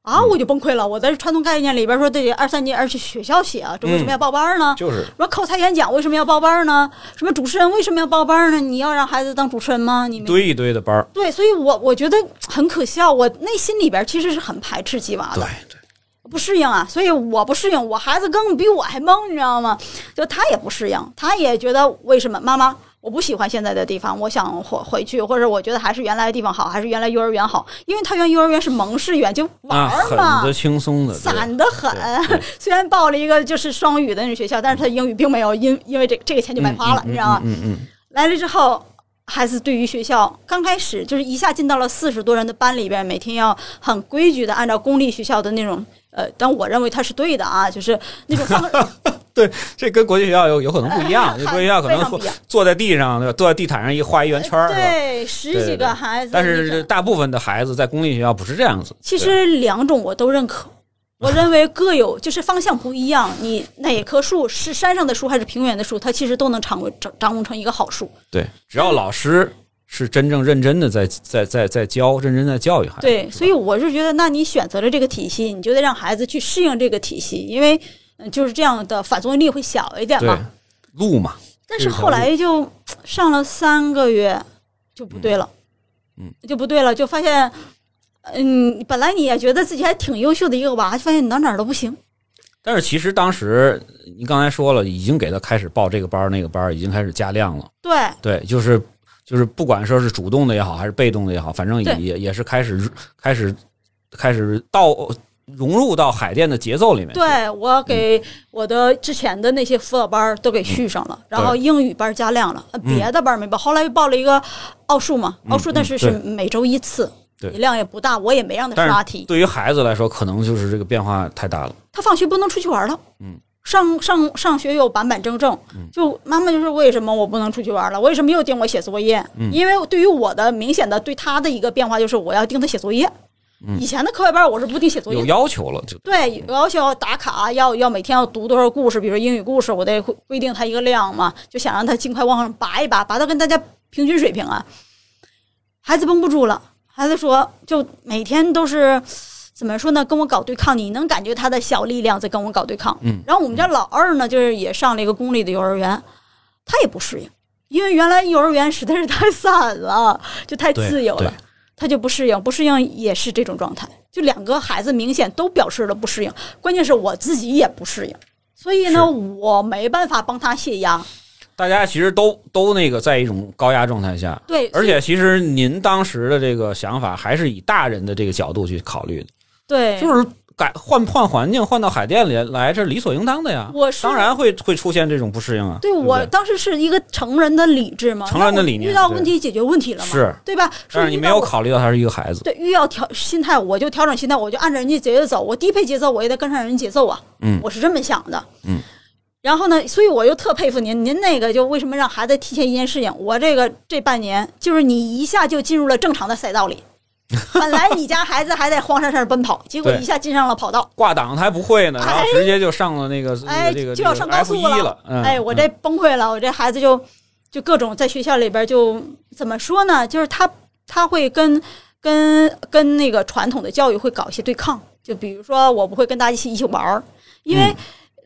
C: 啊，
B: 嗯
C: 我就崩溃了。我在传统概念里边说，这二三年要去学校写啊，这为什么要报班儿呢？
B: 就是
C: 什么口才演讲为什么要报班儿呢？什么主持人为什么要报班儿呢？你要让孩子当主持人吗？你
B: 一
C: 没
B: 堆一堆的班儿。
C: 对，所以我我觉得很可笑，我内心里边其实是很排斥鸡娃的，
B: 对，
C: 不适应啊，所以我不适应，我孩子更比我还懵，你知道吗？就他也不适应，他也觉得为什么妈妈我不喜欢现在的地方，我想回回去，或者我觉得还是原来的地方好，还是原来幼儿园好，因为他原幼儿园是蒙氏园，就玩
B: 啊，
C: 儿
B: 很
C: 嘛。
B: 的轻松的，对
C: 散得很
B: 对，
C: 虽然报了一个就是双语
B: 嗯
C: 的那种学校，但是他英语并没有因因为这个这个钱就白花了，你知道吗？
B: 嗯嗯，
C: 来了之后，孩子对于学校刚开始就是一下进到了四十多人的班里边，每天要很规矩的按照公立学校的那种，呃，但我认为他是对 的啊，就是那种方
B: 对，这跟国际学校有有可能不一样，就国际学校可
C: 哎非常
B: 能
C: 不一样哎
B: 坐在地上，对吧？坐在地毯上一画一圆圈儿，是吧？
C: 对十
B: 对
C: 几
B: 对
C: 个孩子那
B: 但
C: 种，
B: 是大部分的孩子在公立学校不是这样子。
C: 其
B: 对
C: 实两种我都认可，我认为各有就是方向不一样。你哪棵树是山上的树还是平原的树，它其实都能长为长长长成一个好树。
B: 对，只要老师是真正认真的在在在在教，认真在教育孩子。
C: 对，所以我是觉得，那你选择了这个体系，你就得让孩子去适应这个体系，因为嗯就是这样的反作用力会小一点
B: 对
C: 嘛。
B: 路嘛，
C: 但是后来就上了三个月就不对了，
B: 嗯，
C: 就不对了，就发现，嗯，本来你也觉得自己还挺优秀的一个娃，发现哪哪儿都不行。
B: 但是其实当时你刚才说了，已经给他开始报这个班儿那个班儿，已经开始加量了。
C: 对，
B: 对，就是就是不管说是主动的也好，还是被动的也好，反正也
C: 对
B: 也也是开始开始开始到融入到海淀的节奏里面去。
C: 对我给我的之前的那些辅导班儿都给续上了，然后英语班儿加量了，呃
B: 嗯
C: 别的班儿没报。后来又报了一个奥数嘛，
B: 嗯
C: 奥数但是
B: 嗯
C: 是
B: 对
C: 每周一次，
B: 对
C: 量也不大，我也没让他
B: 但是
C: 刷题。
B: 对于孩子来说，可能就是这个变化太大了。
C: 他放学不能出去玩儿了，
B: 嗯
C: 上上上学又板板正正，就妈妈就说为什么我不能出去玩儿了？为什么又盯我写作业？
B: 嗯
C: 因为对于我的明显的对他的一个变化就是我要盯他写作业。
B: 嗯
C: 以前的课外班儿我是不盯写作业
B: 有
C: 的。
B: 要求了，就
C: 对，要求要打卡，要要每天要读多少故事，比如英语故事，我得规规定他一个量嘛，就想让他尽快往上拔一拔，拔到跟大家平均水平啊。孩子绷不住了，孩子说，就每天都是怎么说呢，跟我搞对抗，你能感觉他的小力量在跟我搞对抗。
B: 嗯
C: 然后我们家老二呢，就是也上了一个公立的幼儿园，他也不适应，因为原来幼儿园实在是太散了，就太
B: 对
C: 自由
B: 对
C: 了。他就不适应，不适应也是这种状态。就两个孩子明显都表示了不适应，关键是我自己也不适应，所以呢，
B: 是
C: 我没办法帮他泄压。
B: 大家其实都都那个在一种高压状态下，
C: 对，
B: 而
C: 所以
B: 且其实您当时的这个想法还是以大人的这个角度去考虑的，
C: 对，
B: 就是改换换环境，换到海淀里来，这是理所应当的呀。
C: 我是
B: 当然会会出现这种不适应啊。
C: 对
B: 对不
C: 我
B: 对
C: 当时是一个成人的理智嘛，
B: 成人的理
C: 那
B: 念
C: 我遇到
B: 对
C: 问题解决问题了嘛，
B: 是
C: 对吧？
B: 但
C: 说
B: 是你
C: 遇
B: 没
C: 到
B: 有
C: 我
B: 考虑到他是一个孩子，
C: 对，遇到调心态，我就调整心态，我就按照人家节奏走，我低配节奏，我也得跟上人家节奏啊。
B: 嗯
C: 我是这么想的。
B: 嗯。
C: 然后呢，所以我又特佩服您，您那个就为什么让孩子提前一年适应？我这个这半年，就是你一下就进入了正常的赛 道里。本来你家孩子还在荒山上奔跑，结果
B: 对
C: 一下进上了跑道。
B: 挂档他还不会呢，然后直接就上了那个那
C: 哎，
B: 个这个
C: 就要上高
B: F
C: 速
B: 一了。嗯
C: 哎，我这崩溃了，我这孩子就就各种在学校里边就怎么说呢？就是他他会跟跟跟那个传统的教育会搞一些对抗，就比如说我不会跟大家一起一起玩儿，因为
B: 嗯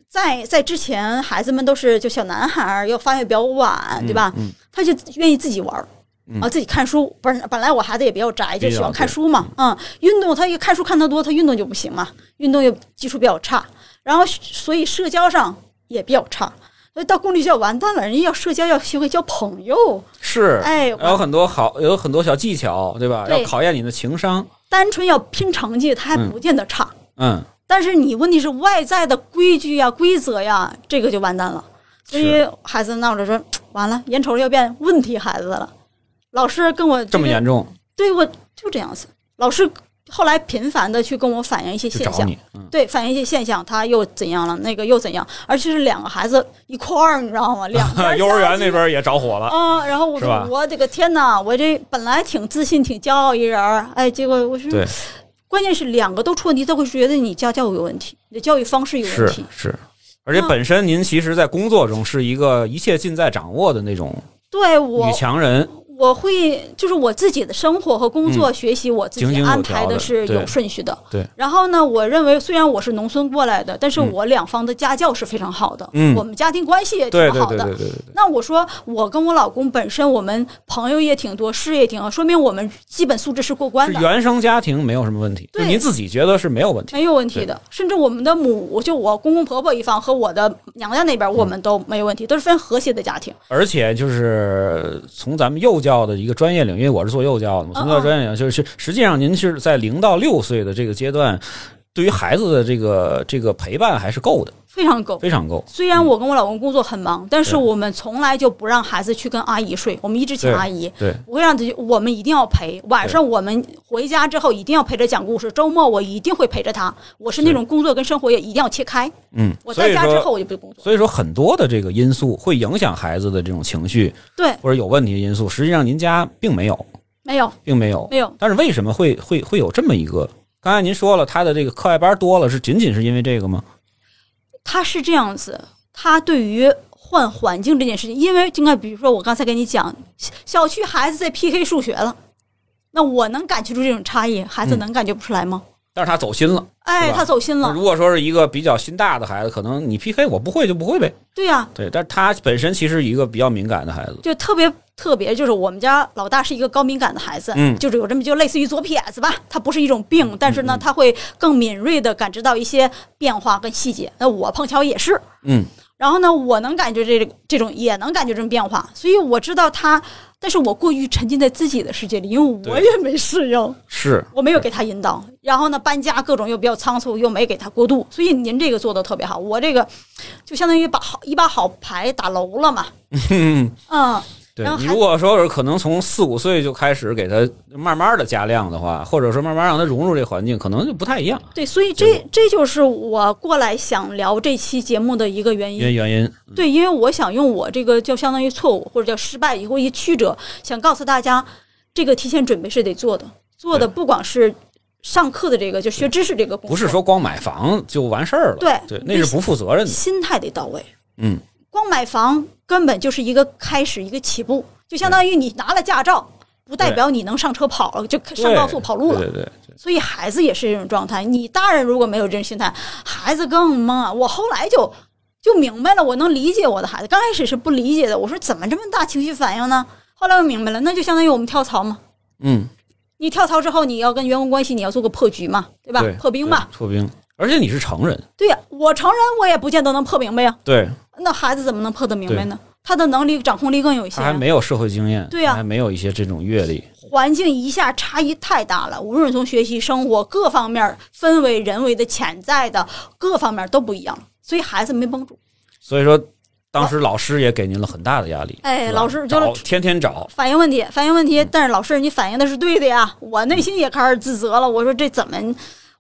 C: 在在之前孩子们都是就小男孩儿要发育比较晚，
B: 嗯
C: 对吧？
B: 嗯
C: 他就愿意自己玩儿。
B: 嗯
C: 啊，自己看书，不是本来我孩子也比较宅，就
B: 比较
C: 喜欢看书嘛。嗯，运动他一看书看得多，他运动就不行嘛，运动又基础比较差，然后所以社交上也比较差。所以到公立学校完蛋了，人家要社交，要学会交朋友。
B: 是，
C: 哎，
B: 还有很多好，有很多小技巧，对吧？
C: 对
B: 要考验你的情商。
C: 单纯要拼成绩，他还不见得差。
B: 嗯，
C: 但是你问题是外在的规矩呀、规则呀，这个就完蛋了。所以孩子闹着说，完了，眼瞅着要变问题孩子了。老师跟我
B: 这么
C: 个
B: 严重
C: 对我就这样子。老师后来频繁的去跟我反映一些
B: 就
C: 现
B: 找
C: 象，
B: 你，嗯，
C: 对，反映一些现象，他又怎样了，那个又怎样，而且是两个孩子一块儿，你知 道吗？两边
B: 嗯幼儿园那
C: 加起来。
B: 边也着火了。
C: 啊、然后我
B: 是吧
C: 说我的个天哪！我这本来挺自信、挺骄傲一人儿，哎，结果我说
B: 对，
C: 关键是两个都出问题，他会觉得你家教育有问题，你的教育方式有问
B: 是
C: 题。
B: 是，而且
C: 那
B: 本身您其实，在工作中是一个一切尽在掌握的那种
C: 对
B: 女
C: 我，
B: 强人，
C: 我会就是我自己的生活和工作、学习，我自
B: 嗯井井
C: 己
B: 有
C: 安
B: 条
C: 排
B: 的
C: 的是
B: 对
C: 有顺序的。
B: 对
C: 然后呢，我认为虽然我是农村过来的，但是
B: 嗯
C: 我两方的家教是非常好的，
B: 嗯
C: 我们家庭关系也挺
B: 对对
C: 好
B: 对
C: 的。
B: 对对对，
C: 那我说，我跟我老公本身我们朋友也挺多，事业挺好，说明我们基本素质是过关
B: 是
C: 的。
B: 原生家庭没有什么问题，就
C: 对
B: 您自己觉得是没有问题，
C: 没有问题的，甚至我们的母，就我公公婆婆一方和我的娘家
B: 嗯
C: 那边，我们都没有问题，都是非常和谐的家庭。
B: 而且就是呃从咱们幼教的一个专业领域，因为我是做幼教的嘛，
C: 嗯
B: 从幼教专业领域就是实际上您是在零到六岁的这个阶段，对于孩子的这个这个陪伴还是够的，
C: 非常够。
B: 非常够。
C: 虽然我跟我老公工作很忙，但是我们从来就不让孩子去跟阿姨睡，我们一直请
B: 对
C: 阿姨。
B: 对，
C: 我会让自己，我们一定要陪。晚上我们回家之后一定要陪着讲故事，周末我一定会陪着他。我是那种工作跟生活也一定要切开。
B: 嗯，
C: 我
B: 所
C: 在
B: 以
C: 家之
B: 说
C: 后我就不工作。
B: 所以说，很多的这个因素会影响孩子的这种情绪
C: 对，
B: 或者有问题的因素，实际上您家并没有，
C: 没有
B: 并没有。
C: 没有，
B: 但是为什么会会会有这么一个？刚才您说了，他的这个课外班多了，是仅仅是因为这个吗？
C: 他是这样子，他对于换环境这件事情，因为应该比如说我刚才跟你讲，小小区孩子在 PK 数学了，那我能感觉出这种差异，孩子
B: 嗯
C: 能感觉不出来吗？
B: 但是他走心了。
C: 哎，
B: 是吧
C: 他走心了，
B: 如果说是一个比较心大的孩子，可能你 PK 我不会就不会呗。
C: 对呀、
B: 对，但是他本身其实一个比较敏感的孩子。
C: 就特别特别，就是我们家老大是一个高敏感的孩子，
B: 嗯
C: 就是有这么就类似于左撇子吧，他不是一种病，但是呢，他会更敏锐的感知到一些变化跟细节。那我碰巧也是，
B: 嗯，
C: 然后呢，我能感觉这个这种，也能感觉这种变化，所以我知道他，但是我过于沉浸在自己的世界里，因为我
B: 对
C: 也没适应，
B: 是
C: 我没有给他引导。然后呢，搬家各种又比较仓促，又没给他过渡，所以您这个做的特别好，我这个就相当于把好一把好牌打楼了嘛，嗯。
B: 对
C: 然后
B: 你
C: 还
B: 如果说是可能从四五岁就开始给他慢慢的加量的话，或者说慢慢让他融入这环境，可能就不太一样。
C: 对，所以这这就是我过来想聊这期节目的一个原
B: 因为
C: 因。
B: 原因，
C: 对，因为我想用我这个就相当于错误或者叫失败以后一曲折，想告诉大家，这个提前准备是得做的，做的
B: 对
C: 不光是上课的这个，就学知识这个工作，
B: 不是说光买房就完事儿了。
C: 对
B: 那是不负责任的。
C: 心态得到位。
B: 嗯，
C: 光买房根本就是一个开始，一个起步，就相当于你拿了驾照，不代
B: 对
C: 表你能上车跑了，就上
B: 对
C: 高速跑路了
B: 对。对对对，
C: 所以孩子也是这种状态。你大人如果没有这种心态，孩子更懵啊。我后来就就明白了，我能理解我的孩子。刚开始是不理解的，我说怎么这么大情绪反应呢？后来我明白了，那就相当于我们跳槽嘛。
B: 嗯，
C: 你跳槽之后，你要跟员工关系，你要做个破局嘛，对吧
B: 对？
C: 破冰嘛。
B: 对破冰。而且你是成人，
C: 对呀、我成人我也不见得能破明白呀、
B: 对
C: 那孩子怎么能破得明白呢？他的能力掌控力更有
B: 他
C: 限
B: 还
C: 啊，
B: 没有社会经验，
C: 对呀
B: 他还没有一些这种阅历，
C: 环境一下差异太大了，无论从学习、生活各方面，氛围、人为的潜在的各方面都不一样，所以孩子没绷住。
B: 所以说当时老师也给您了很大的压力。
C: 哎
B: 是吧
C: 老师就
B: 找天天找，
C: 反映问题，反映问
B: 嗯
C: 题。但是老师，你反映的是对的呀，我内心也开始自责了。我说这怎么？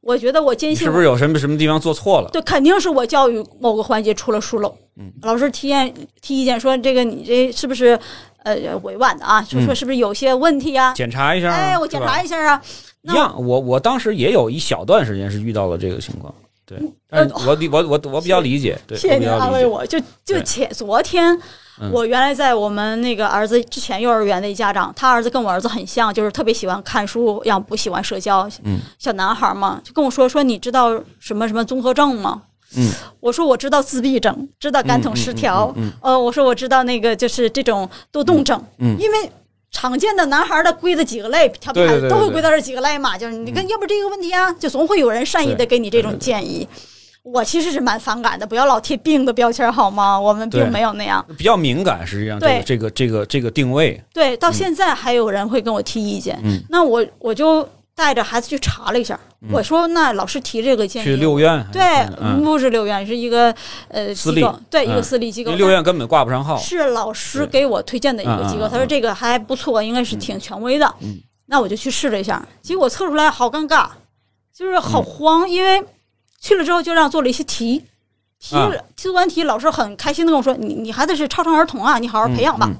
C: 我觉得我坚
B: 你
C: 信
B: 是不是有什么什么地方做错了？
C: 对，肯定是我教育某个环节出了疏漏。
B: 嗯，
C: 老师提意提意见说，这个你这是不是呃委婉的啊？说说
B: 嗯
C: 是不是有些问题呀、
B: 检查一下啊。
C: 哎，我
B: 是
C: 检
B: 吧
C: 查一下啊。
B: 一
C: 那
B: 样，我我当时也有一小段时间是遇到了这个情况，对，但是我理我我我比较理解，对，
C: 嗯呃谢谢
B: 我比
C: 您
B: 较
C: 安
B: 理
C: 慰
B: 解，
C: 我。就就
B: 对
C: 前昨天
B: 嗯，
C: 我原来在我们那个儿子之前幼儿园的一家长，他儿子跟我儿子很像，就是特别喜欢看书，然后不喜欢社交，
B: 嗯
C: 小男孩嘛，就跟我说说你知道什么什么综合症吗？
B: 嗯，
C: 我说我知道自闭症，知道感统失调，
B: 嗯嗯嗯
C: 呃，我说我知道那个就是这种多动症，
B: 嗯嗯
C: 因为。常见的男孩的归的几个类，调皮孩
B: 对对
C: 子
B: 对
C: 都会
B: 对
C: 归到这几个类嘛，就是你看，要不这个问题啊，就总会有人善意的
B: 对
C: 给你这种
B: 对对
C: 建议。我其实是蛮反感的，不要老贴病的标签好吗？我们
B: 对
C: 并没有那样。
B: 比较敏感，实际上这个
C: 对
B: 这个这个这个定位，
C: 对，到现在还有人会跟我提意见，
B: 嗯
C: 那我我就带着孩子去查了一下，我说那老师提这个建议，
B: 去六院还是
C: 对
B: 去哪，嗯，
C: 不是六院，是一个呃
B: 私
C: 机构
B: 立，
C: 对，一个
B: 嗯
C: 私立机
B: 因
C: 构
B: 为。六院根本挂不上号，
C: 是老师
B: 对
C: 给我推荐的一个机
B: 嗯哦嗯
C: 构，
B: 嗯
C: 他说这个还不错，应该是挺权威的
B: 嗯。
C: 那我就去试了一下，结果测出来好尴尬，就是好慌，因为去了之后就让做了一些题，题
B: 啊
C: 了做完题，老师很开心的跟我说：“你你孩子是超常儿童啊，你好好培养吧。
B: 嗯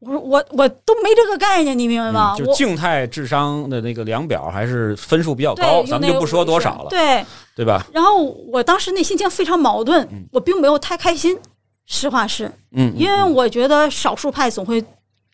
C: 我说：“我我都没这个概念，你明白
B: 嗯
C: 吗？”
B: 就
C: 啊我
B: 静态智商的那个量表还是分数比较
C: 对
B: 高，，
C: 用
B: 咱们
C: 那
B: 就
C: 个
B: 不说多少了，
C: 对，
B: 对吧？
C: 然后我当时那心情非常矛盾
B: 嗯，
C: 我并没有太开心，实话是，
B: 嗯，
C: 因为我觉得少数派总会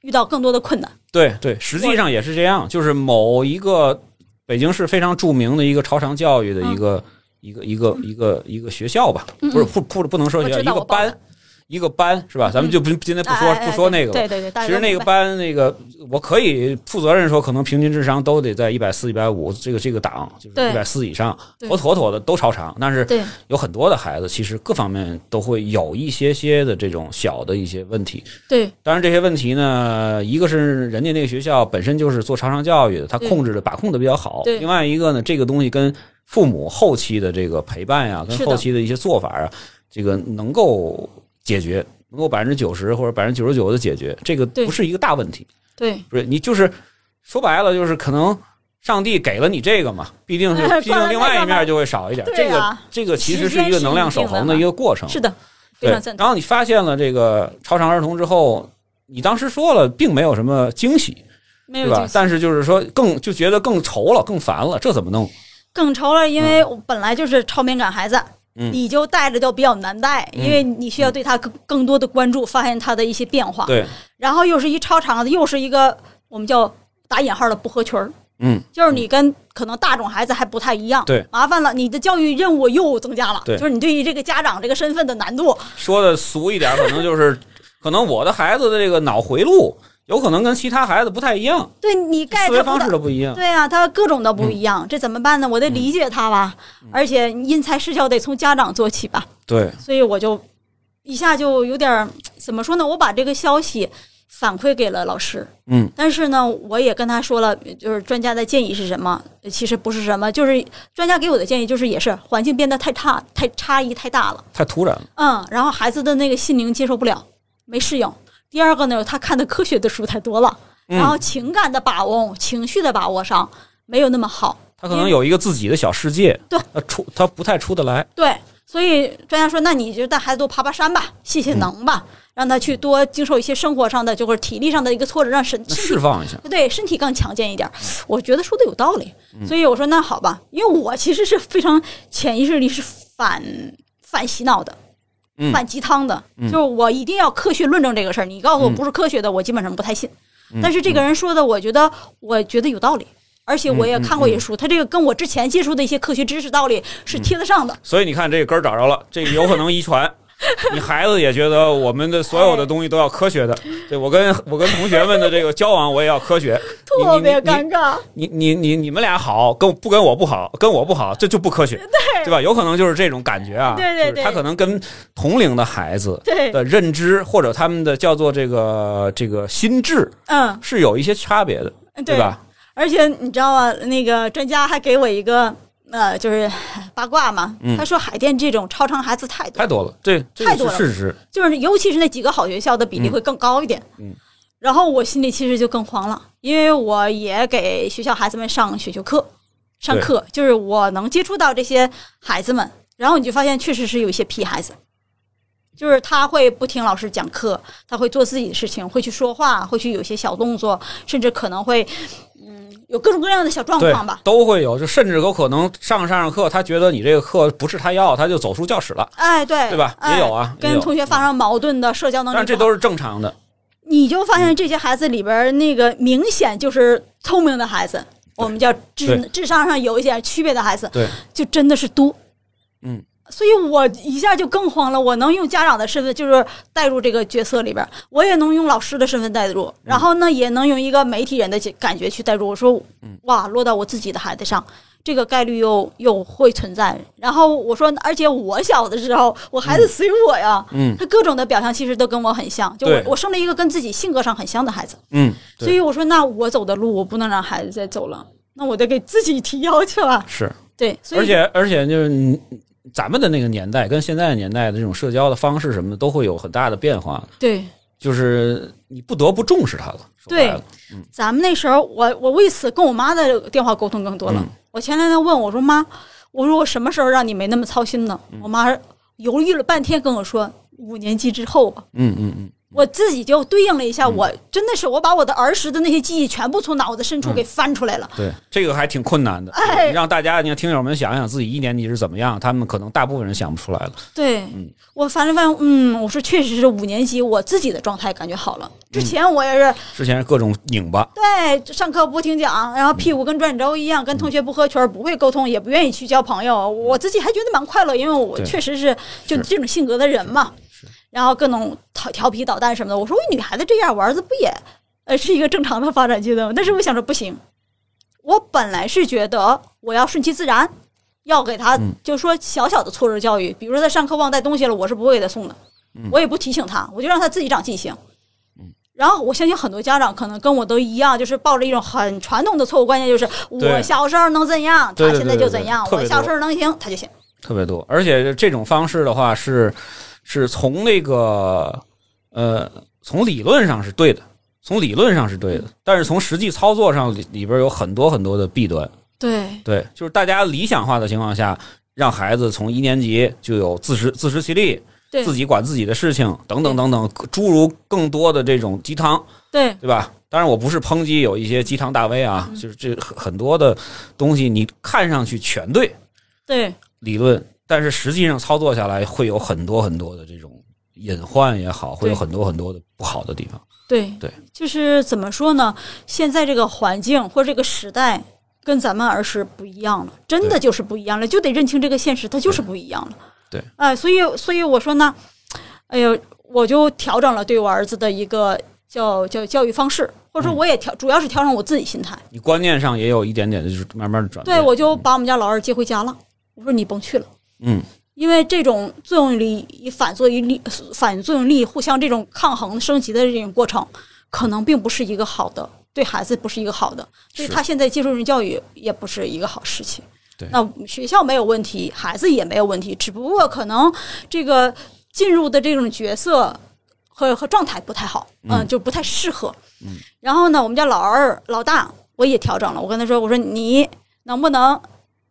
C: 遇到更多的困难。
B: 对对，实际上也是这样，就是某一个北京市非常著名的一个超常教育的一个、一个一个一个一个学校吧，
C: 嗯嗯嗯
B: 不是不不不能说学校，
C: 我
B: 一
C: 知道
B: 个
C: 我报了
B: 班一个班是吧？咱们就不今天不说、
C: 哎哎哎
B: 不说那个了。
C: 对对对，大家
B: 其实
C: 都
B: 那个
C: 明白
B: 班，那个我可以负责任说，可能平均智商都得在一百四、一百五这个这个档，就是
C: 对
B: 一百四以上，
C: 对
B: 妥妥妥的都超常。但是
C: 对
B: 有很多的孩子，其实各方面都会有一些些的这种小的一些问题。
C: 对
B: 当然，这些问题呢，一个是人家那个学校本身就是做超常教育的，它
C: 对
B: 控制的把控的比较好；
C: 对
B: 另外一个呢，这个东西跟父母后期的这个陪伴呀、跟
C: 是的
B: 后期的一些做法啊，这个能够解决，能够百分之九十或者百分之九十九的解决，这个
C: 对
B: 不是一个大问题。
C: 对，
B: 不是你就是说白了，就是可能上帝给了你这个嘛，必定是
C: 关了
B: 毕竟另外一
C: 那个嘛
B: 面就会少一点。
C: 对
B: 这个
C: 啊
B: 这个其实
C: 时
B: 是
C: 间
B: 一个
C: 是
B: 能量
C: 一定
B: 守
C: 的
B: 恒的
C: 嘛
B: 一个过程。
C: 是的，非
B: 嗯对，
C: 常赞同。
B: 然后你发现了这个超常儿童之后，你当时说了，并没有什么惊喜，
C: 没有
B: 对
C: 惊
B: 吧？
C: 喜，
B: 但是就是说更就觉得更愁了，更烦了，这怎么弄？
C: 更愁了，因为我本来就是超敏感孩子。
B: 嗯
C: 你就带着就比较难带，
B: 嗯
C: 因为你需要对他更更多的关注，发现他的一些变化。
B: 对，
C: 然后又是一超长的，又是一个我们叫打引号的不合群儿，
B: 嗯，
C: 就是你跟可能大众孩子还不太一样，
B: 对，
C: 麻烦了，你的教育任务又增加了，
B: 对
C: 就是你对于这个家长这个身份的难度，
B: 说的俗一点，可能就是可能我的孩子的这个脑回路有可能跟其他孩子不太一样，
C: 对你 get
B: 思维
C: 不
B: 方式
C: 到。
B: 都不一样。
C: 对啊，他各种的不一样，这怎么办呢？我得理解他吧，而且因材施教得从家长做起吧，
B: 对，
C: 所以我就一下就有点儿怎么说呢？我把这个消息反馈给了老师，
B: 嗯，
C: 但是呢，我也跟他说了，就是专家的建议是什么？其实不是什么，就是专家给我的建议就是也是环境变得太差，太差异太大了，
B: 太突然了。
C: 嗯，然后孩子的那个心灵接受不了，没适应。第二个呢，他看的科学的书太多了，然后
B: 嗯，
C: 情感的把握、情绪的把握上没有那么好，
B: 他可能有一个自己的小世界，
C: 对，
B: 他出他不太出得来。
C: 对，所以专家说，那你就带孩子多爬爬山吧，泄
B: 嗯
C: 泄能吧，让他去多经受一些生活上的，就是体力上的一个挫折，让身
B: 那
C: 身体
B: 释放一下，
C: 对身体更强健一点儿。我觉得说的有道理，
B: 嗯
C: 所以我说那好吧，因为我其实是非常潜意识里是反反洗脑的。
B: 嗯嗯
C: 反鸡汤的，就是我一定要科学论证这个事儿。你告诉我不是科学的，我基本上不太信。但是这个人说的，我觉得我觉得有道理，而
B: 嗯
C: 且我也看过一些书，他这个跟我之前接触的一些科学知识道理
B: 嗯
C: 是贴得上的。
B: 所以你看这个根儿找着了，这个有可能遗 传。你孩子也觉得我们的所有的东西都要科学的，对我跟我跟同学们的这个交往我也要科学。你
C: 特别尴
B: 你
C: 尬。
B: 你你你你们俩好，跟不跟我不好，跟我不好，这就不科 学，对吧？有可能就是这种感觉啊，
C: 对对对
B: 就是他可能跟同龄的孩子
C: 对，
B: 的认知或者他们的叫做这个这个心智
C: 嗯，
B: 是有一些差别的，
C: 对？
B: 吧？
C: 而且你知道吗？那个专家还给我一个呃，就是八卦嘛，
B: 嗯
C: 他说海淀这种超常孩子太多，
B: 太多了，对，这
C: 太多
B: 个
C: 了
B: 是事实，
C: 就是尤其是那几个好学校的比例会更高一点。
B: 嗯
C: 然后我心里其实就更慌了，因为我也给学校孩子们上选修课，上课就是我能接触到这些孩子们，然后你就发现确实是有一些屁孩子。就是他会不听老师讲课，他会做自己的事情，会去说话，会去有些小动作，甚至可能会，嗯，有各种各样的小状
B: 对
C: 况吧，。
B: 都会有，就甚至有可能上上着课，他觉得你这个课不是他要，他就走出教室了，
C: 哎，对，
B: 对吧
C: 哎
B: 也有啊也
C: 跟
B: 有
C: 同学发生矛盾的社交能
B: 但
C: 力不嗯
B: 是
C: 好，
B: 这都是正常的，
C: 你就发现这些孩子里边儿那个明显就是聪明的孩子，我们叫智
B: 对
C: 智商上有一点区别的孩子，
B: 对，
C: 就真的是多。
B: 嗯，
C: 所以我一下就更慌了。我能用家长的身份，就是带入这个角色里边儿，我也能用老师的身份带
B: 嗯
C: 入，然后呢，也能用一个媒体人的感觉去带入。我说，
B: 嗯
C: 哇，落到我自己的孩子上。这个概率又又会存在，然后我说，而且我小的时候，我孩子随我呀，
B: 嗯
C: 他各种的表象其实都跟我很像，就我
B: 对
C: 我生了一个跟自己性格上很像的孩子，
B: 嗯，
C: 所以我说那我走的路我不能让孩子再走了，那我得给自己提要求啊。
B: 是，
C: 对，所以
B: 而且而且就是你咱们的那个年代跟现在的年代的这种社交的方式什么的都会有很大的变化，
C: 对
B: 就是你不得不重视它了。说白
C: 对
B: 了，
C: 咱们那时候我我为此跟我妈的电话沟通更多了。
B: 嗯
C: 我前两天问我说妈，我说我什么时候让你没那么操心呢？
B: 嗯
C: 我妈犹豫了半天跟我说五年级之后吧。啊
B: 嗯嗯嗯，
C: 我自己就对应了一下，我真的是我把我的儿时的那些记忆全部从脑子深
B: 嗯
C: 处给翻出来了。
B: 对，这个还挺困难的。
C: 哎
B: 你让大家，你让听友们想想自己一年级是怎么样，他们可能大部分人想不出来了。
C: 对，我翻了翻，嗯，我说确实是五年级我自己的状态感觉好了。之
B: 嗯
C: 前我也是
B: 之前是各种拧巴，
C: 对上课不听讲，然后屁股跟转轴一样，跟同学不合群儿，不会沟通，也不愿意去交朋友。我自己还觉得蛮快乐，因为我
B: 对
C: 确实是就是这种性格的人嘛。然后各种调调皮捣蛋什么的，我说我女孩子这样，我儿子不也呃是一个正常的发展阶段吗？但是我想说不行，我本来是觉得我要顺其自然，要给他
B: 嗯
C: 就说小小的挫折教育，比如说他上课忘带东西了，我是不会给他送的，
B: 嗯
C: 我也不提醒他，我就让他自己长记性。然后我相信很多家长可能跟我都一样，就是抱着一种很传统的错误观念，就是我
B: 对
C: 小时候能怎样，他
B: 对对
C: 现在
B: 对
C: 就
B: 对
C: 怎样；
B: 特
C: 我
B: 别
C: 小
B: 多
C: 时候能行，他就行。
B: 特别多。而且这种方式的话是，是从那个呃，从理论上是对的，从理论上是对的，但是从实际操作上里里边有很多很多的弊端。
C: 对，
B: 对，就是大家理想化的情况下，让孩子从一年级就有自食自食其力，
C: 对，
B: 自己管自己的事情，等等等等，诸如更多的这种鸡汤，
C: 对，
B: 对吧？当然，我不是抨击有一些鸡汤大 V 啊，就是这很很多的东西，你看上去全对
C: 对，
B: 理论，但是实际上操作下来会有很多很多的这种隐患也好，会有
C: 对
B: 很多很多的不好的地方。
C: 对，
B: 对，
C: 就是怎么说呢？现在这个环境或者这个时代。跟咱们儿时不一样了，真的
B: 对
C: 就是不一样了，就得认清这个现实，它就是不一样了。
B: 对，
C: 哎，所以所以我说呢，哎呦，我就调整了对我儿子的一个叫叫教育方式，
B: 嗯
C: 或者说我也调，主要是调整我自己心态。
B: 你观念上也有一点点的，就是慢慢的转变。
C: 对，我就把我们家老二接回家了，我说你甭去了。
B: 嗯，
C: 因为这种作用力与反作用力、呃反作用力互相这种抗衡升级的这种过程，可能并不是一个好的，对孩子不是一个好的，所以
B: 是
C: 他现在接受人教育也不是一个好事情。
B: 对
C: 那学校没有问题，孩子也没有问题，只不过可能这个进入的这种角色和和状态不太好，嗯、就不太适合。嗯，然后呢，我们家老二、老大我也调整了，我跟他说，我说你能不能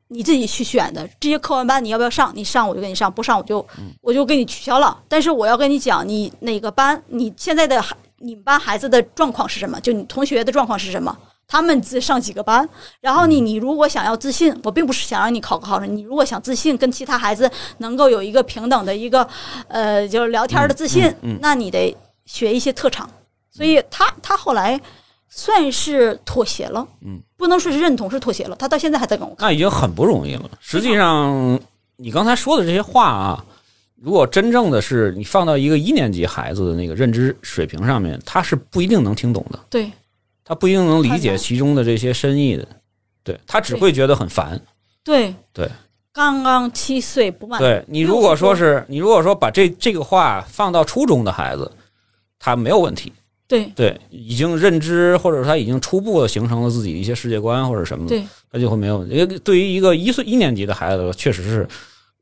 C: 你自己去选的。这些课外班你要不要上？你上我就给你上，不上我就
B: 嗯
C: 我就给你取消了。但是我要跟你讲，你哪个班，你现在的孩你们班孩子的状况是什么？就你同学的状况是什么？他们自上几个班，然后你
B: 嗯
C: 你如果想要自信，我并不是想让你考个好成绩，你如果想自信，跟其他孩子能够有一个平等的一个呃，就是聊天的自信，
B: 嗯嗯
C: 那你得学一些特长。所以他他后来算是妥协了，
B: 嗯，
C: 不能说是认同，是妥协了。他到现在还在跟我
B: 那已经很不容易了。实际上，你刚才说的这些话啊，如果真正的是你放到一个一年级孩子的那个认知水平上面，他是不一定能听懂的，
C: 对
B: 他不一定能理
C: 看
B: 解
C: 到
B: 其中的这些深意的，对他只会觉得很烦。
C: 对
B: 对，
C: 刚刚七岁不满，
B: 对你如果说是你如果说把这这个话放到初中的孩子，他没有问题，
C: 对
B: 对，已经认知或者说他已经初步的形成了自己一些世界观或者什么的，
C: 对
B: 他就会没有问题。因为对于一个一岁一年级的孩子，确实是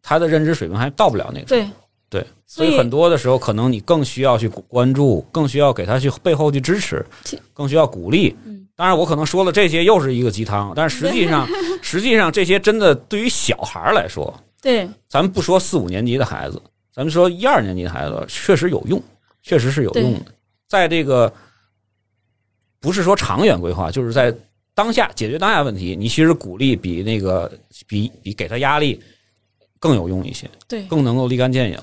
B: 他的认知水平还到不了那个。
C: 对
B: 对，所
C: 所
B: 以很多的时候，可能你更需要去关注，更需要给他去背后去支持
C: 其，
B: 更需要鼓励
C: 嗯。
B: 当然，我可能说了这些又是一个鸡汤，但是实际上，实际上这些真的对于小孩儿来说，
C: 对
B: 咱们不说四五年级的孩子，咱们说一二年级的孩子，确实有用，确实是有用的。在这个不是说长远规划，就是在当下解决当下问题，你其实鼓励比那个比比给他压力更有用一些，
C: 对，
B: 更能够立竿见影。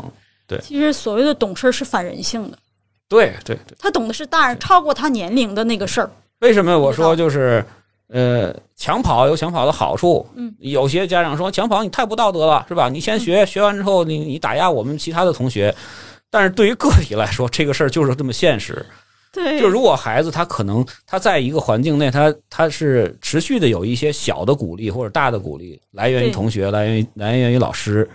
C: 其实所谓的懂事儿是反人性的，
B: 对对对，
C: 他懂的是大人超过他年龄的那个事儿，
B: 为什么我
C: 不知道
B: 说就是呃抢跑有抢跑的好处？
C: 嗯，
B: 有些家长说抢跑你太不道德了，是吧？你先学，学完之后你你打压我们其他的同学。但是对于个体来说，这个事儿就是这么现实。
C: 对
B: 就如果孩子他可能他在一个环境内，他他是持续的有一些小的鼓励或者大的鼓励，来源于
C: 对
B: 同学，来源于来源于老师，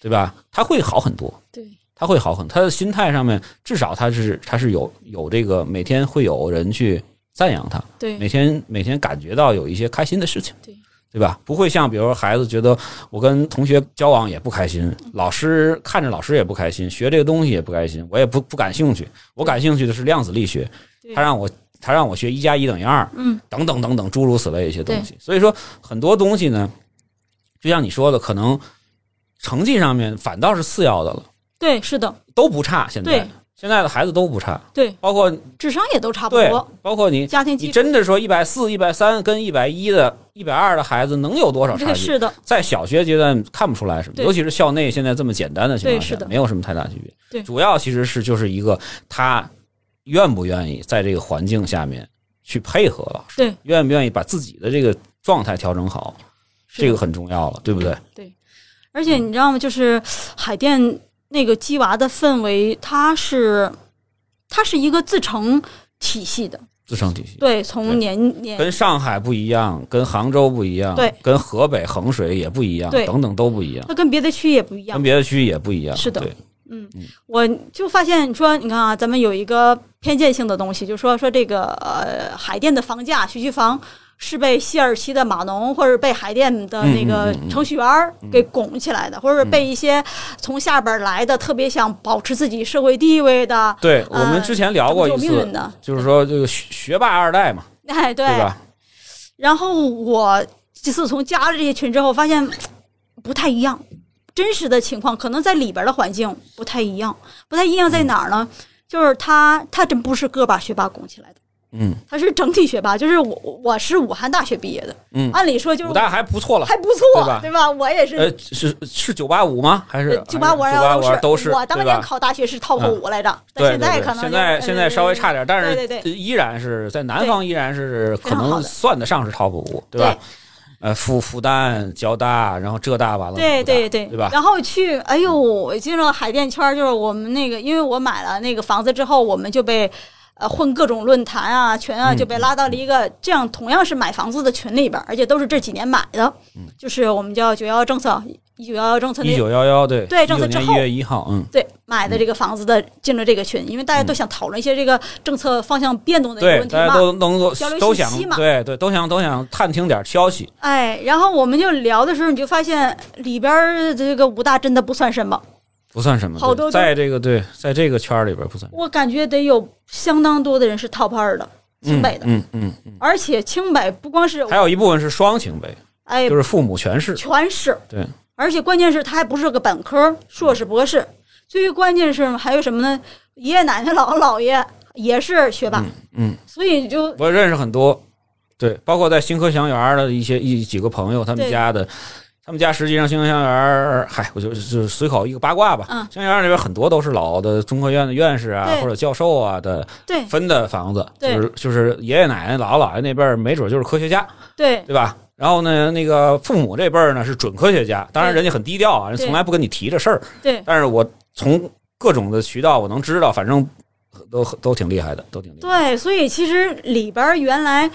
B: 对吧？他会好很多，
C: 对
B: 他会好很他的心态上面至少他是他是有有这个每天会有人去赞扬他，每
C: 对
B: 天每天感觉到有一些开心的事情，
C: 对
B: 对吧？不会像比如说孩子觉得我跟同学交往也不开心，
C: 嗯
B: 老师看着老师也不开心，学这个东西也不开心，我也不不感兴趣。我感兴趣的是量子力学，
C: 对
B: 他让我他让我学一加一等于二，
C: 嗯，
B: 等等等等诸如此类一些东西。所以说很多东西呢，就像你说的，可能成绩上面反倒是次要的了，
C: 对是的，
B: 都不差。现在
C: 对
B: 现在的孩子都不差，
C: 对
B: 包括
C: 智商也都啊差不
B: 对
C: 多，，
B: 包括你
C: 家庭
B: 你
C: 基础
B: 真的说一百四、一百三跟一百一的、一百二的孩子能有多少差
C: 对
B: 距？
C: 是的，
B: 在小学阶段看不出来什么，
C: 对
B: 尤其是校内现在这么简单的情况
C: 对
B: 下
C: 是，的
B: 没有什么太大区别。
C: 对
B: 主要其实是就是一个他愿不愿意在这个环境下面去配合老师，
C: 对
B: 愿不愿意把自己的这个状态调整好，
C: 是的
B: 这个很重要了，对不对？嗯
C: 而且你知道吗？就是海淀那个鸡娃的氛围，它是它是一个自成体系的，
B: 自成体系。
C: 对，
B: 对
C: 从年年
B: 跟上海不一样，跟杭州不一样，
C: 对
B: 跟河北衡水也不一样，
C: 对
B: 等等都不一样，
C: 它跟别的区也不一样
B: 跟。别的区也不一样。
C: 是的
B: 对
C: 嗯，我就发现，你说，你看啊，咱们有一个偏见性的东西，就说说这个呃，海淀的房价，学区房是被西尔奇的码农或者被海淀的
B: 嗯
C: 那个程序员儿给拱起来的，或者被一些从下边儿来的特别想保持自己社会地位的，
B: 对我
C: 嗯
B: 们之前聊过一
C: 有命运
B: 次，
C: 的，
B: 就是说这个学学霸二代嘛，
C: 哎，对
B: 对吧？
C: 然后我这次从加了这些群之后，发现不太一样，真实的情况可能在里边的环境不太一样，不太一样
B: 嗯
C: 在哪儿呢？就是他他真不是个把学霸拱起来的，
B: 嗯，
C: 他是整体学霸，就是我我我是武汉大学毕业的，
B: 嗯
C: 按理说就是
B: 武大还不错了。
C: 还不
B: 对
C: 错，
B: 吧
C: 我也是。
B: 呃，是是九八五吗？还是
C: 九八五
B: 还是九八五啊
C: 二
B: 都
C: 是，
B: 是
C: 我当
B: 对
C: 年
B: 吧
C: 考大学是 top
B: 嗯
C: 五来着，但
B: 对
C: 现
B: 对
C: 在
B: 对
C: 可能
B: 现在
C: 就
B: 现在稍微差点，但是
C: 对对对
B: 依然是在南
C: 对
B: 方依然是可
C: 非常好
B: 能
C: 的
B: 算得上是 top 五，对吧？呃，复复旦、交大，然后浙大完了，武
C: 对
B: 大
C: 对对，
B: 对吧？嗯
C: 然后去，哎呦，我进入海淀圈儿，就是我们那个，因为我买了那个房子之后，我们就被。呃，混各种论坛啊、群啊，
B: 嗯
C: 就被拉到了一个这样同样是买房子的群里边儿，而且都是这几年买的，
B: 嗯
C: 就是我们叫“九幺幺”政策，“一九幺幺”政策
B: 一
C: 那
B: 九幺幺对
C: 对
B: 一
C: 政
B: 九
C: 策之
B: 年一
C: 后
B: 月一号，嗯，
C: 对买的这个房子的进了这个群，因为大家都想讨论一些这个政策方向变动的一个
B: 对，
C: 问题
B: 大家
C: 嘛。
B: 都能够
C: 交流
B: 都
C: 信
B: 想
C: 息嘛
B: 对对都想都想探听点消息，
C: 哎，然后我们就聊的时候，你就发现里边儿这个武大真的不算什么，
B: 不算什么，
C: 好
B: 对
C: 多都
B: 在这个对在这个圈儿里边不算
C: 我感觉得有相当多的人是 top 二的，清北的，
B: 嗯嗯嗯，
C: 而且清北不光是
B: 嗯还有一部分是双清北，
C: 哎，
B: 就是父母全是，
C: 全是
B: 对，嗯
C: 而且关键是他还不是个本科，硕士、博士。最关键是还有什么呢？爷爷奶奶、姥姥姥爷也是学霸，
B: 嗯，
C: 所以就
B: 我认识很多，对，包括在星河祥园儿的一些一几个朋友，他们
C: 对
B: 家的，他们家实际上星河祥园儿，嗨，我就就随口一个八卦吧。
C: 嗯
B: 星河祥园里边很多都是老的中科院的院士啊
C: 对
B: 或者教授啊的
C: 对
B: 分的房子，就
C: 对
B: 是就是爷爷奶奶、姥姥姥爷那辈儿，没准就是科学家，
C: 对
B: 对吧？然后呢，那个父母这辈儿呢是准科学家，当然
C: 对
B: 人家很低调啊，人
C: 对
B: 从来不跟你提这事儿。
C: 对
B: 但是我从各种的渠道我能知道，反正都都挺厉害的，都挺厉害的。
C: 对，所以其实里边儿原来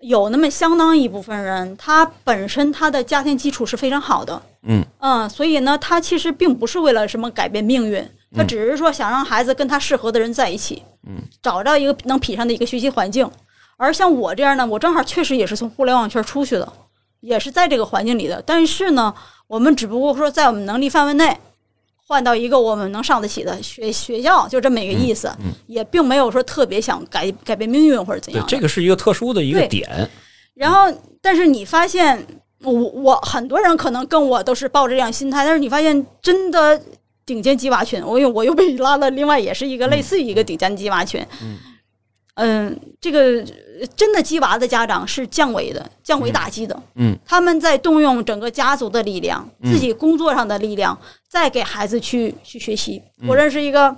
C: 有那么相当一部分人，他本身他的家庭基础是非常好的，
B: 嗯
C: 嗯，所以呢，他其实并不是为了什么改变命运，他只是说想让孩子跟他适合的人在一起，
B: 嗯，
C: 找到一个能匹上的一个学习环境。而像我这样呢，我正好确实也是从互联网圈出去的，也是在这个环境里的，但是呢，我们只不过说在我们能力范围内。换到一个我们能上得起的学学校，就这么一
B: 嗯
C: 个意思，也并没有说特别想改改变命运或者怎
B: 对
C: 样，的。
B: 这个是一个特殊的一个
C: 对
B: 点。
C: 然后，但是你发现，我我很多人可能跟我都是抱着这样心态，但是你发现真的顶尖鸡娃群，我又我又被拉了，另外也是一个类似于一个顶尖鸡娃群。
B: 嗯
C: 嗯这个呃真的鸡娃的家长是降维的，降维打击的。
B: 嗯嗯
C: 他们在动用整个家族的力量，
B: 嗯
C: 自己工作上的力量，再给孩子去去学习。
B: 嗯
C: 我认识一个。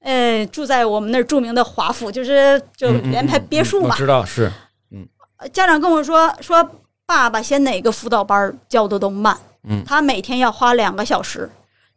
C: 呃，住在我们那儿著名的华府，就是就
B: 嗯嗯
C: 连排
B: 嗯
C: 别墅
B: 嗯
C: 嘛
B: 我，知道是
C: 家长跟我说说，爸爸嫌哪个辅导班儿教的都慢，
B: 嗯
C: 他每天要花两个小时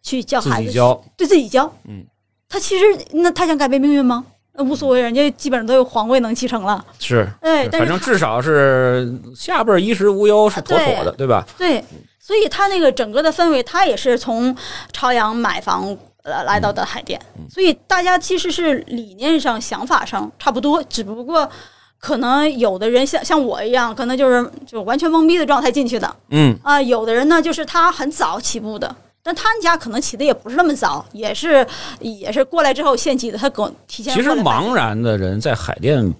C: 去教
B: 自
C: 孩
B: 己
C: 子，
B: 教，
C: 对自己教，
B: 嗯，
C: 他其实那他想改变命运吗？那无所谓，人家基本上都有皇位能继承了，
B: 是，
C: 哎，
B: 是反
C: 但是
B: 正至少是下辈儿衣食无忧是妥妥的，对吧？
C: 对，所以他那个整个的氛围，他也是从朝阳买房呃来到的海淀，
B: 嗯
C: 所以大家其实是理念上、想法上差不多，只不过可能有的人像像我一样，可能就是就完全懵逼的状态进去的，
B: 嗯，
C: 啊、有的人呢，就是他很早起步的，但他们家可能起的也不是那么早，也是也是过来之后现起的，他跟我提前
B: 其实
C: 过来买
B: 茫然的人在海淀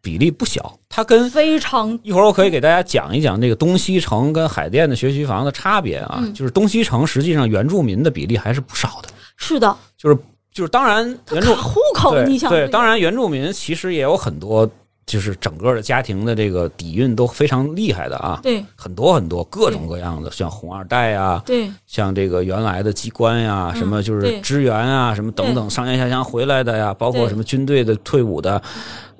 B: 比例不小，他跟
C: 非常
B: 一会儿我可以给大家讲一讲这个东西城跟海淀的学区房的差别啊，
C: 嗯
B: 就是东西城实际上原住民的比例还是不少的，
C: 是的，
B: 就是就是当然
C: 他
B: 原
C: 卡
B: 住
C: 户口，你想
B: 对对，当然原住民其实也有很多。就是整个的家庭的这个底蕴都非常厉害的啊，
C: 对
B: 很多很多各种各样的，像红二代啊，
C: 对
B: 像这个原来的机关呀，
C: 嗯
B: 什么就是
C: 对
B: 支援啊，什么等等上山下乡回来的呀，包括
C: 对
B: 什么军队的退伍的，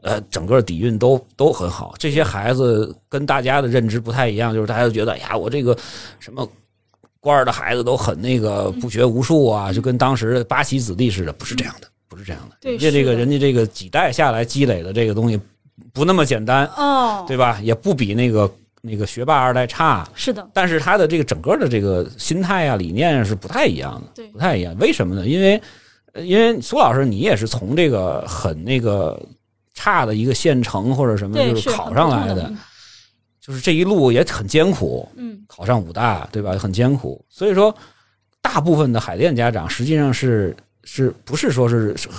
B: 呃，整个底蕴都都很好。这些孩子跟大家的认知不太一样，就是大家都觉得，哎呀，我这个什么。官儿的孩子都很那个
C: 嗯
B: 不学无术啊，就跟当时的巴西子弟似的，不是这样的，不是这样的。
C: 对
B: 人家这个
C: 是的
B: 人家这个几代下来积累的这个东西，不那么简单，
C: 哦，
B: 对吧？也不比那个那个学霸二代差。
C: 是的，
B: 但是他的这个整个的这个心态啊、理念啊是不太一样的，
C: 对
B: 不太一样。为什么呢？因为，呃因为苏老师你也是从这个很那个差的一个县城或者什么，
C: 对
B: 就是考上来
C: 很普
B: 的
C: 通。
B: 就是这一路也很艰苦，
C: 嗯
B: 考上武大对吧，很艰苦。所以说，大部分的海淀家长实际上是是不是说是是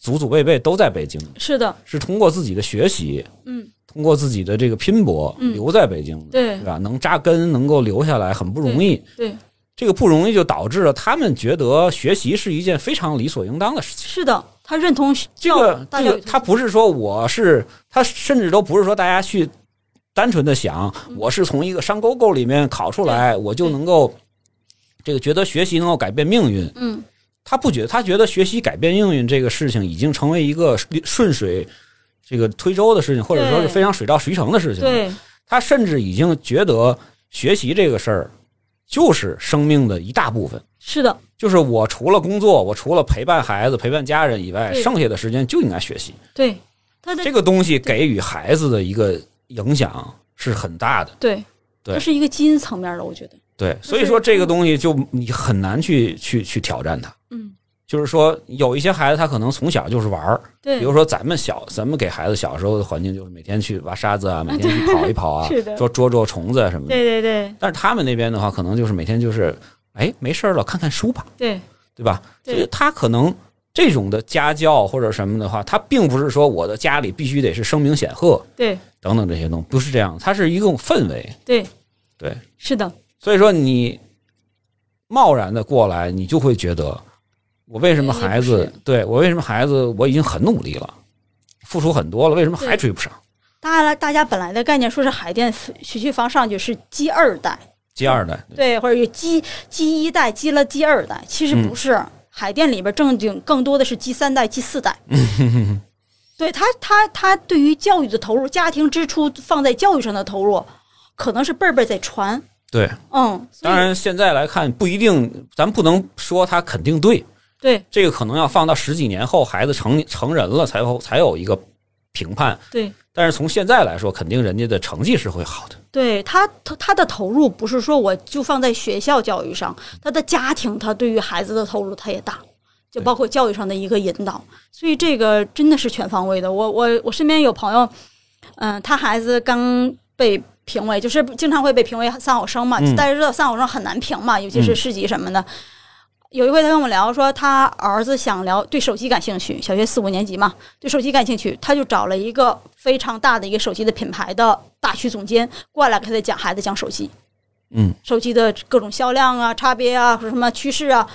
B: 祖祖辈辈都在北京，
C: 是的，
B: 是通过自己的学习，
C: 嗯，
B: 通过自己的这个拼搏
C: 嗯
B: 留在北京的，
C: 对
B: 对吧？能扎根，能够留下来，很不容易。
C: 对，
B: 这个不容易就导致了他们觉得学习是一件非常理所应当的事情。
C: 是的，他认同
B: 这
C: 教
B: 个
C: 大
B: 这
C: 教
B: 个，
C: 育
B: 他不是说我是他，甚至都不是说大家去单纯的想，
C: 嗯
B: 我是从一个山沟沟里面考出来，我就能够这个觉得学习能够改变命运。
C: 嗯
B: 他不觉得，他觉得学习改变命运这个事情已经成为一个顺水这个推舟的事情，或者说是
C: 对
B: 非常水到渠成的事情。
C: 对
B: 他甚至已经觉得学习这个事儿就是生命的一大部分。
C: 是的，
B: 就是我除了工作，我除了陪伴孩子、陪伴家人以外，
C: 对
B: 剩下的时间就应该学习。
C: 对他的
B: 这个东西给予孩子的一个影响是很大的，
C: 对
B: 对
C: 它是一个基因层面的，我觉得
B: 对，所以说这个东西就你很难去去去挑战它。
C: 嗯
B: 就是说，有一些孩子他可能从小就是玩儿，
C: 对，
B: 比如说咱们小，咱们给孩子小时候的环境就是每天去挖沙子啊，每天去跑一跑啊，
C: 是的
B: 捉捉捉虫子啊什么的。
C: 对对对
B: 但是他们那边的话，可能就是每天就是，哎，没事儿了，看看书吧，
C: 对
B: 对吧？
C: 对
B: 所以他可能这种的家教或者什么的话，他并不是说我的家里必须得是声名显赫
C: 对
B: 等等这些东西，不是这样，它是一种氛围。
C: 对
B: 对，
C: 是的，
B: 所以说你贸然的过来，你就会觉得我为什么孩
C: 也
B: 子
C: 不
B: 对我为什么孩子我已经很努力了，付出很多了，为什么还
C: 对
B: 追不上？
C: 大家大家本来的概念说是海淀学区房上去是基二代，
B: 接二代，
C: 对，或者有基基一代，基了基二代，其实
B: 嗯
C: 不是。海淀里边正经更多的是基三代、基 四代。对他，他他对于教育的投入，家庭支出放在教育上的投入，可能是辈儿辈儿在传。
B: 对，
C: 嗯，所以
B: 当然现在来看不一定，咱不能说他肯定对，
C: 对
B: 这个可能要放到十几年后孩子成成人了才有才有一个评判。
C: 对
B: 但是从现在来说，肯定人家的成绩是会好的。
C: 对，他他他的投入不是说我就放在学校教育上，
B: 嗯
C: 他的家庭他对于孩子的投入他也大，就
B: 对
C: 包括教育上的一个引导，所以这个真的是全方位的。我我我身边有朋友，嗯、他孩子刚被评为，就是经常会被评为三好生嘛，
B: 嗯
C: 大家知道三好生很难评嘛，尤其是
B: 嗯
C: 市级什么的。有一回他跟我聊说，他儿子想聊对手机感兴趣，小学四五年级嘛，对手机感兴趣，他就找了一个非常大的一个手机的品牌的大区总监过来给他讲孩子讲手机，
B: 嗯，
C: 手机的各种销量啊、差别啊、或者什么趋势啊。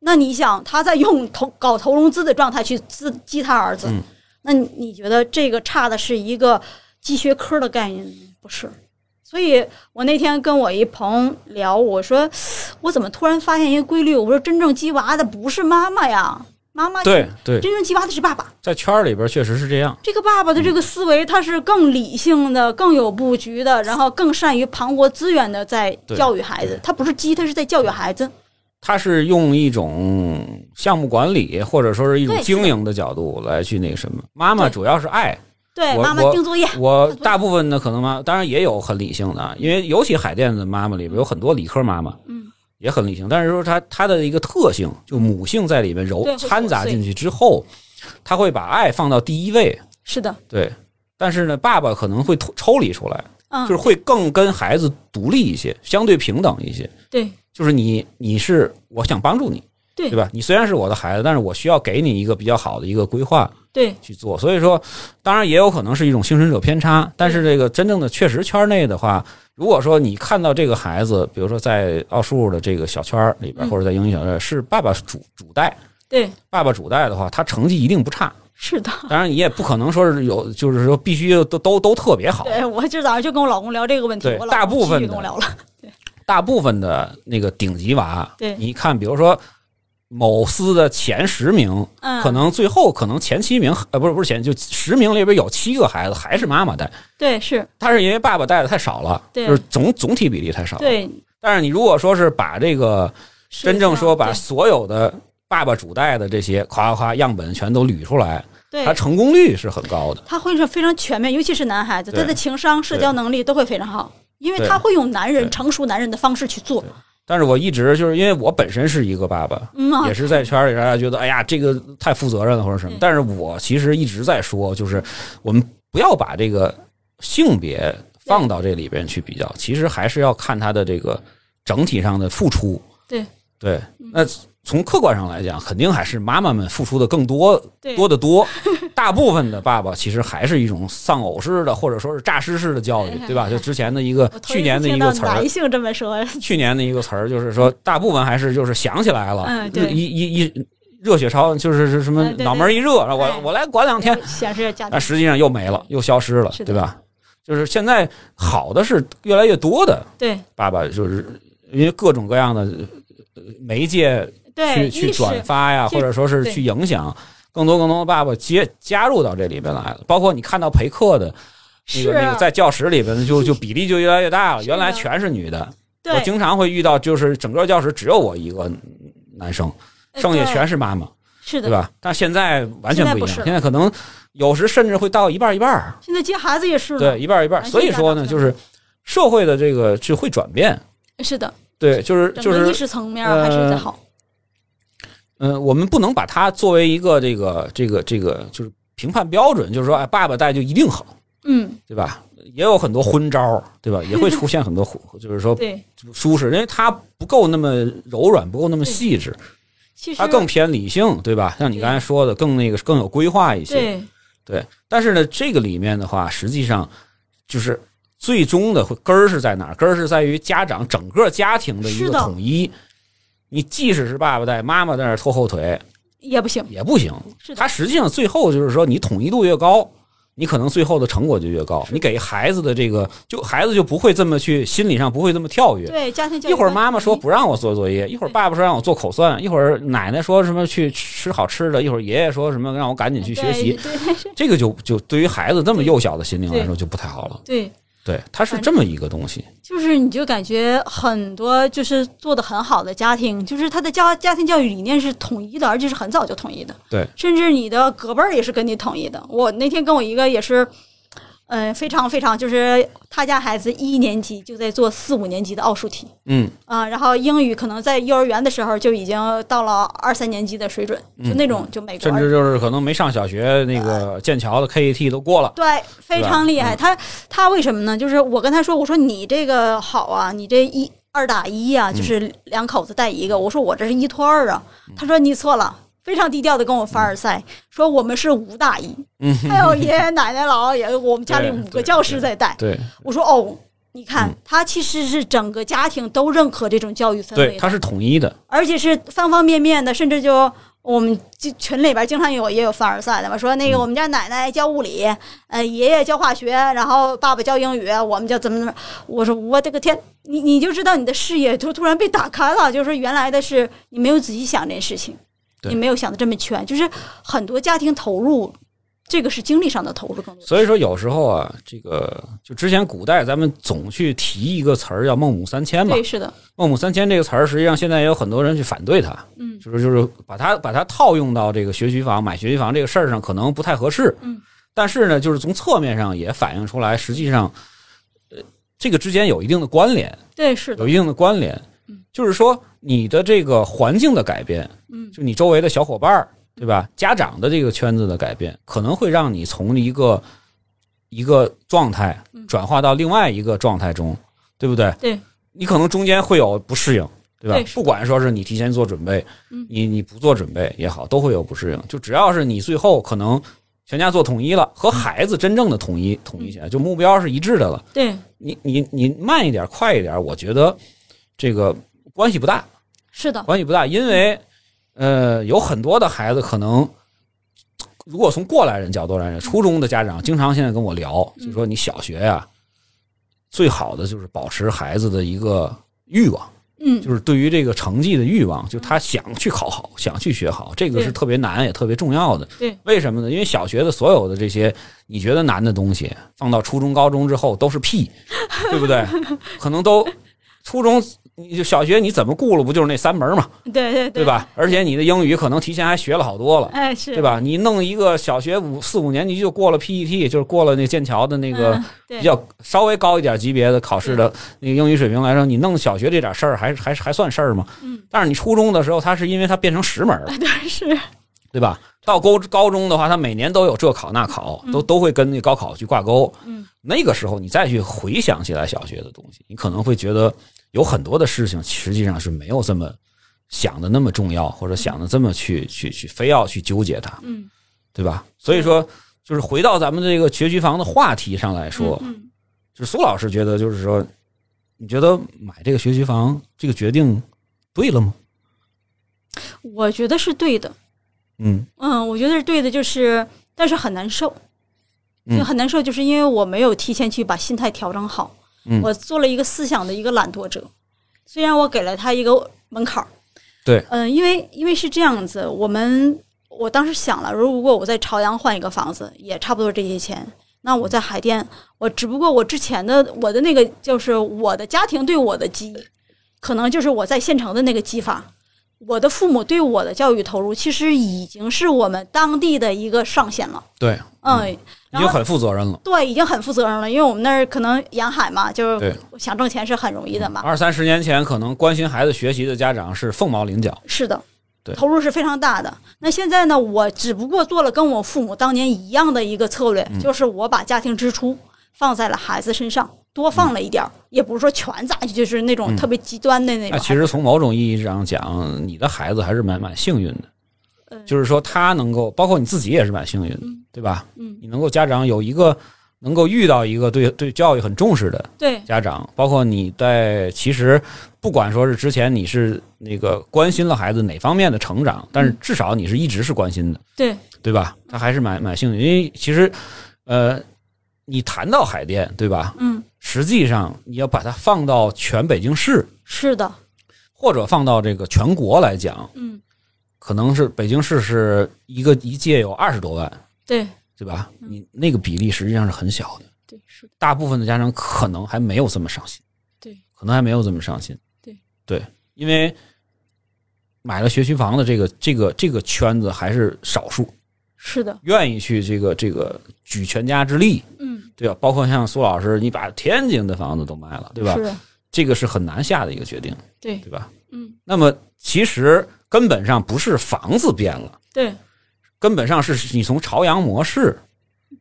C: 那你想，他在用投搞投融资的状态去资激他儿子，
B: 嗯
C: 那你你觉得这个差的是一个机学科的概念吗？不是。所以我那天跟我一朋友聊，我说我怎么突然发现一个规律？我说真正激娃的不是妈妈呀，妈妈
B: 对对，
C: 真正激娃的是爸爸。
B: 在圈儿里边确实是这样。
C: 这个爸爸的这个思维，他是更理性的、更有布局的，然后更善于盘活资源的，在
B: 对
C: 教育孩子。他不是激，他是在教育孩子。
B: 他是用一种项目管理或者说是一种
C: 对
B: 经营的角度来去那个什么。妈妈
C: 对
B: 主要是爱，
C: 对，
B: 我
C: 妈妈
B: 我
C: 定作业，
B: 我
C: 对
B: 大部分的可能妈，当然也有很理性的啊，因为尤其海淀的妈妈里边有很多理科妈妈，
C: 嗯，
B: 也很理性，但是说她她的一个特性，就母性在里面揉
C: 对会
B: 掺杂
C: 琐碎
B: 进去之后，她会把爱放到第一位，
C: 是的，
B: 对。但是呢，爸爸可能会抽抽离出来，
C: 嗯，
B: 就是会更跟孩子独立一些，相对平等一些。
C: 对
B: 就是你你是我想帮助你，
C: 对
B: 对吧？你虽然是我的孩子，但是我需要给你一个比较好的一个规划
C: 对
B: 去做。所以说，当然也有可能是一种幸存者偏差，但是这个真正的确实圈内的话，如果说你看到这个孩子，比如说在奥数的这个小圈儿里边，
C: 嗯
B: 或者在英语小圈儿是爸爸主主带，
C: 对，
B: 爸爸主带的话，他成绩一定不差。
C: 是的。
B: 当然，你也不可能说是有，就是说必须都都都特别好。
C: 对，我今儿早上就跟我老公聊这个问题，
B: 对
C: 我老
B: 大
C: 公
B: 部
C: 继
B: 分
C: 续
B: 的
C: 跟我聊了。
B: 大部分的那个顶级娃，
C: 对
B: 你看，比如说某司的前十名，
C: 嗯，
B: 可能最后可能前七名，呃，不是不是前，就十名里边有七个孩子还是妈妈带，
C: 对是，
B: 但是因为爸爸带的太少了，
C: 对
B: 就是总总体比例太少。，
C: 对，
B: 但是你如果说是把这个
C: 是
B: 真正
C: 这
B: 说
C: 样
B: 把所有的爸爸主带的这些夸夸样本全都捋出来，
C: 对
B: 它
C: 对，
B: 成功率是很高的。
C: 他会是非常全面，尤其是男孩子，
B: 对
C: 他的情商、社交能力都会非常好，因为
B: 对
C: 他会用男
B: 对
C: 人成熟男人的方式去做。
B: 但是我一直就是因为我本身是一个爸爸，
C: 嗯啊嗯
B: 也，是在圈儿里，大家觉得哎呀，这个太负责任了或者什么
C: 对。
B: 但是我其实一直在说，就是我们不要把这个性别放到这里边去比较，其实还是要看它的这个整体上的付出。
C: 对嗯
B: 对，那从客观上来讲，肯定还是妈妈们付出的更多
C: 对
B: 多得多。 大部分的爸爸其实还是一种丧偶式的，或者说是诈尸式的教育，对吧？就之前的一个
C: 我头一
B: 去
C: 次
B: 年的一
C: 听
B: 个
C: 到
B: 词儿
C: 男，性这么说，
B: 去年的一个词儿就是说，大部分还是就是想起来了，
C: 嗯对
B: 一一一热血烧，就是是什么
C: 嗯对对
B: 脑门一热，我
C: 哎
B: 我来管两天，
C: 显示家
B: 但实际上又没了，又消失了，
C: 是的
B: 对吧？就是现在好的是越来越多的，
C: 对
B: 爸爸就是因为各种各样的呃媒介去
C: 对
B: 去转发呀，
C: 去
B: 或者说是
C: 对
B: 去影响更多更多的爸爸接加入到这里边来了。包括你看到陪课的那
C: 是啊
B: 个那个在教室里边 就就比例就越来越大了，
C: 是的
B: 原来全是女的，我
C: 对
B: 经常会遇到就是整个教室只有我一个男生，剩下全是妈妈，
C: 是
B: 对
C: 的。
B: 吧？但现在完全不一
C: 呃现在不是
B: 样，
C: 了
B: 现在可能有时甚至会到一半一半儿，
C: 现在接孩子也是
B: 对，一半儿一半儿。
C: 完全
B: 所以说呢，
C: 家长
B: 就是社会的这个是会转变，
C: 是的，
B: 对，就是
C: 整
B: 就
C: 个
B: 是
C: 意识层面还是在好。
B: 嗯，我们不能把它作为一个这个这个这个就是评判标准，就是说，哎，爸爸带就一定好，
C: 嗯，
B: 对吧？也有很多昏招儿，对吧？也会出现很多混， 就是说
C: 对，
B: 不舒适，因为它不够那么柔软，不够那么细致，
C: 其实
B: 它更偏理性，对吧？像你刚才说的，更那个更有规划一些。
C: 对
B: 但是呢，这个里面的话，实际上就是最终的会根儿是在哪儿？根儿是在于家长整个家庭的一
C: 是
B: 个
C: 的
B: 统一。你即使是爸爸带，妈妈在那儿拖后腿
C: 也不行。
B: 也不行，
C: 是的
B: 它，实际上最后就是说，你统一度越高，你可能最后的成果就越高。你给孩子的这个，就孩子就不会这么去心理上不会这么跳跃。
C: 对家庭教育
B: 一会儿
C: 观
B: 妈妈说
C: 统
B: 不让我做作业，一会儿爸爸说让我做口算，一会儿奶奶说什么去吃好吃的，一会儿爷爷说什么让我赶紧
C: 一
B: 去学习，
C: 对对是
B: 这个就就对于孩子这么幼小的心灵来说就不太好了。
C: 对，
B: 对，它是这么一个东西。
C: 就是你就感觉很多就是做的很好的家庭，就是他的家家庭教育理念是统一的，而且是很早就统一的。
B: 对，
C: 甚至你的隔辈儿也是跟你统一的。我那天跟我一个也是，嗯、非常非常就是他家孩子一年级就在做四五年级的奥数题
B: 嗯，
C: 啊、然后英语可能在幼儿园的时候就已经到了二三年级的水准，就那种就美国
B: 嗯甚至就是可能没上小学，那个剑桥的 KAT 都过了。
C: 对，非常厉害。
B: 嗯
C: 他他为什么呢？就是我跟他说，我说你这个好啊，你这一二打一啊，
B: 嗯
C: 就是两口子带一个。我说我这是一拖二啊。他说你错了。非常低调的跟我凡尔赛，说我们是五打一，
B: 嗯，
C: 还有爷爷奶奶、姥姥爷，爷，我们家里
B: 对
C: 五
B: 对
C: 个教师在带。
B: 对
C: 我说哦，你看
B: 嗯
C: 他其实是整个家庭都认可这种教育氛围
B: 对，
C: 的，
B: 它是统一的。
C: 而且是方方面面的，甚至就我们就群里边经常有也有凡尔赛的嘛，说那个
B: 嗯
C: 我们家奶奶教物理，呃，爷爷教化学，然后爸爸教英语，我们就怎么怎么。我说我的个天，你你就知道你的视野就突然被打开了，就是原来的是你没有仔细想这件事情，
B: 对
C: 你没有想的这么全，就是很多家庭投入，这个是精力上的投入更多。
B: 所以说，有时候啊，这个就之前古代咱们总去提一个词儿叫“孟母三迁”嘛
C: 对，，“是的，
B: 孟母三迁”这个词儿，实际上现在也有很多人去反对它，
C: 嗯，
B: 就是就是把它把它套用到这个学区房、买学区房这个事儿上，可能不太合适。
C: 嗯，
B: 但是呢，就是从侧面上也反映出来，实际上，呃，这个之间有一定的关联，
C: 对，是的
B: 有，一定的关联
C: 嗯。
B: 就是说，你的这个环境的改变，
C: 嗯，
B: 就你周围的小伙伴儿，对吧？家长的这个圈子的改变，可能会让你从一个一个状态
C: 嗯
B: 转化到另外一个状态中，对不对？
C: 对，
B: 你可能中间会有不适应，对吧？
C: 对是
B: 不管说是你提前做准备，
C: 嗯
B: 你你不做准备也好，都会有不适应。就只要是你最后可能全家做统一了，和孩子真正的统一统一起来，就目标是一致的了。
C: 对，
B: 你你你慢一点，快一点，我觉得这个关系不大。
C: 是的，
B: 关系不大，因为呃，有很多的孩子可能，如果从过来人角度来讲，初中的家长经常现在跟我聊，就说你小学呀、最好的就是保持孩子的一个欲望，
C: 嗯，
B: 就是对于这个成绩的欲望，就他想去考好，想去学好，这个是
C: 对
B: 特别难也特别重要的。
C: 对，
B: 为什么呢？因为小学的所有的这些你觉得难的东西，放到初中、高中之后都是屁，对不对？ 可能都初中。你就小学你怎么顾了，不就是那三门嘛，
C: 对对
B: 对？吧？而且你的英语可能提前还学了好多了，
C: 哎，是
B: 对？吧？你弄一个小学五四五年级就过了 PET，就是过了那剑桥的那个
C: 嗯对
B: 比较稍微高一点级别的考试的那个英语水平来说，你弄小学这点事儿还还还算事儿吗？
C: 嗯，
B: 但是你初中的时候，它是因为它变成十门儿了，
C: 对是，
B: 对吧？到高高中的话，他每年都有这考那考，都都会跟那高考去挂钩。
C: 嗯，
B: 那个时候你再去回想起来小学的东西，你可能会觉得有很多的事情实际上是没有这么想的那么重要，或者想的这么去去去非要去纠结它，
C: 嗯，
B: 对吧？所以说，就是回到咱们这个学区房的话题上来说，
C: 嗯
B: 就是苏老师觉得，就是说，你觉得买这个学区房这个决定对了吗？
C: 嗯我觉得是对的，
B: 嗯
C: 嗯，我觉得是对的，就是但是很难受，
B: 嗯
C: 就很难受，就是因为我没有提前去把心态调整好，
B: 嗯
C: 我做了一个思想的一个懒惰者，虽然我给了他一个门槛儿，
B: 对
C: 嗯、因为因为是这样子，我们我当时想了，如果我在朝阳换一个房子，也差不多这些钱。那我在海淀，我只不过我之前的我的那个就是我的家庭对我的激，可能就是我在县城的那个激发，我的父母对我的教育投入，其实已经是我们当地的一个上限了。
B: 对，
C: 嗯，
B: 已
C: 然
B: 经
C: 后
B: 很负责任了，
C: 对，已经很负责任了，因为我们那儿可能沿海嘛，就
B: 对
C: 是想挣钱是很容易的嘛。
B: 二三十年前，可能关心孩子学习的家长是凤毛麟角。
C: 是的
B: 对，
C: 投入是非常大的。那现在呢，我只不过做了跟我父母当年一样的一个策略，
B: 嗯
C: 就是我把家庭支出放在了孩子身上，多放了一点儿，也不是说全砸下去，就是那种
B: 嗯
C: 特别极端的那种。
B: 那其实从某种意义上讲，你的孩子还是蛮蛮幸运的，
C: 嗯
B: 就是说他能够，包括你自己也是蛮幸运的，对吧？
C: 嗯，
B: 你能够家长有一个能够遇到一个对对教育很重视的
C: 对
B: 家长，包括你在其实不管说是之前你是那个关心了孩子哪方面的成长，但是至少你是一直是关心的，
C: 对，
B: 对吧？他还是蛮蛮幸运，因为其实呃，你谈到海淀，对吧？
C: 嗯，
B: 实际上你要把它放到全北京市
C: 是的，
B: 或者放到这个全国来讲，
C: 嗯，
B: 可能是北京市是一个一届有二十多万，
C: 对
B: 对吧？
C: 嗯
B: 你那个比例实际上是很小的，
C: 对是的，
B: 大部分的家长可能还没有这么上心。
C: 对
B: 可能还没有这么上心。
C: 对
B: 因为买了学区房的这个这个这个圈子还是少数，
C: 是的，
B: 愿意去这个这个举全家之力，
C: 嗯，
B: 对吧？包括像苏老师，你把天津的房子都卖了，对吧
C: 是？的，
B: 这个是很难下的一个决定，
C: 对，
B: 对吧？
C: 嗯，
B: 那么其实根本上不是房子变了，
C: 对，
B: 根本上是你从朝阳模式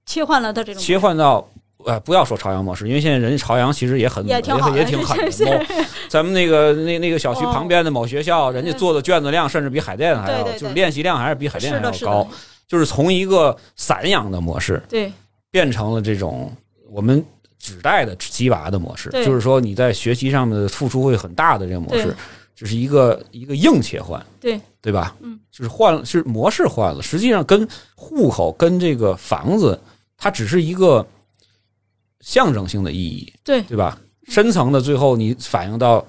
C: 切换了的这种
B: 切换到。呃，不要说朝阳模式，因为现在人家朝阳其实也很
C: 也挺好的
B: 也挺狠的。
C: 是是哦
B: 某咱们那个那那个小区旁边的某学校，人家做的卷子量甚至比海淀还要，
C: 嗯对对对
B: 就是练习量还是比海淀还
C: 是的，
B: 要
C: 是
B: 高
C: 的。，
B: 就是从一个散养的模式
C: 对
B: 变成了这种我们指代的鸡娃的模式，
C: 对
B: 就是说你在学习上面的付出会很大的这个模式
C: 对，
B: 这是一个一个硬切换，
C: 对
B: 对吧？
C: 嗯，
B: 就是换了，是模式换了，实际上跟户口跟这个房子，它只是一个象征性的意义，
C: 对
B: 对吧？深层的，最后你反映到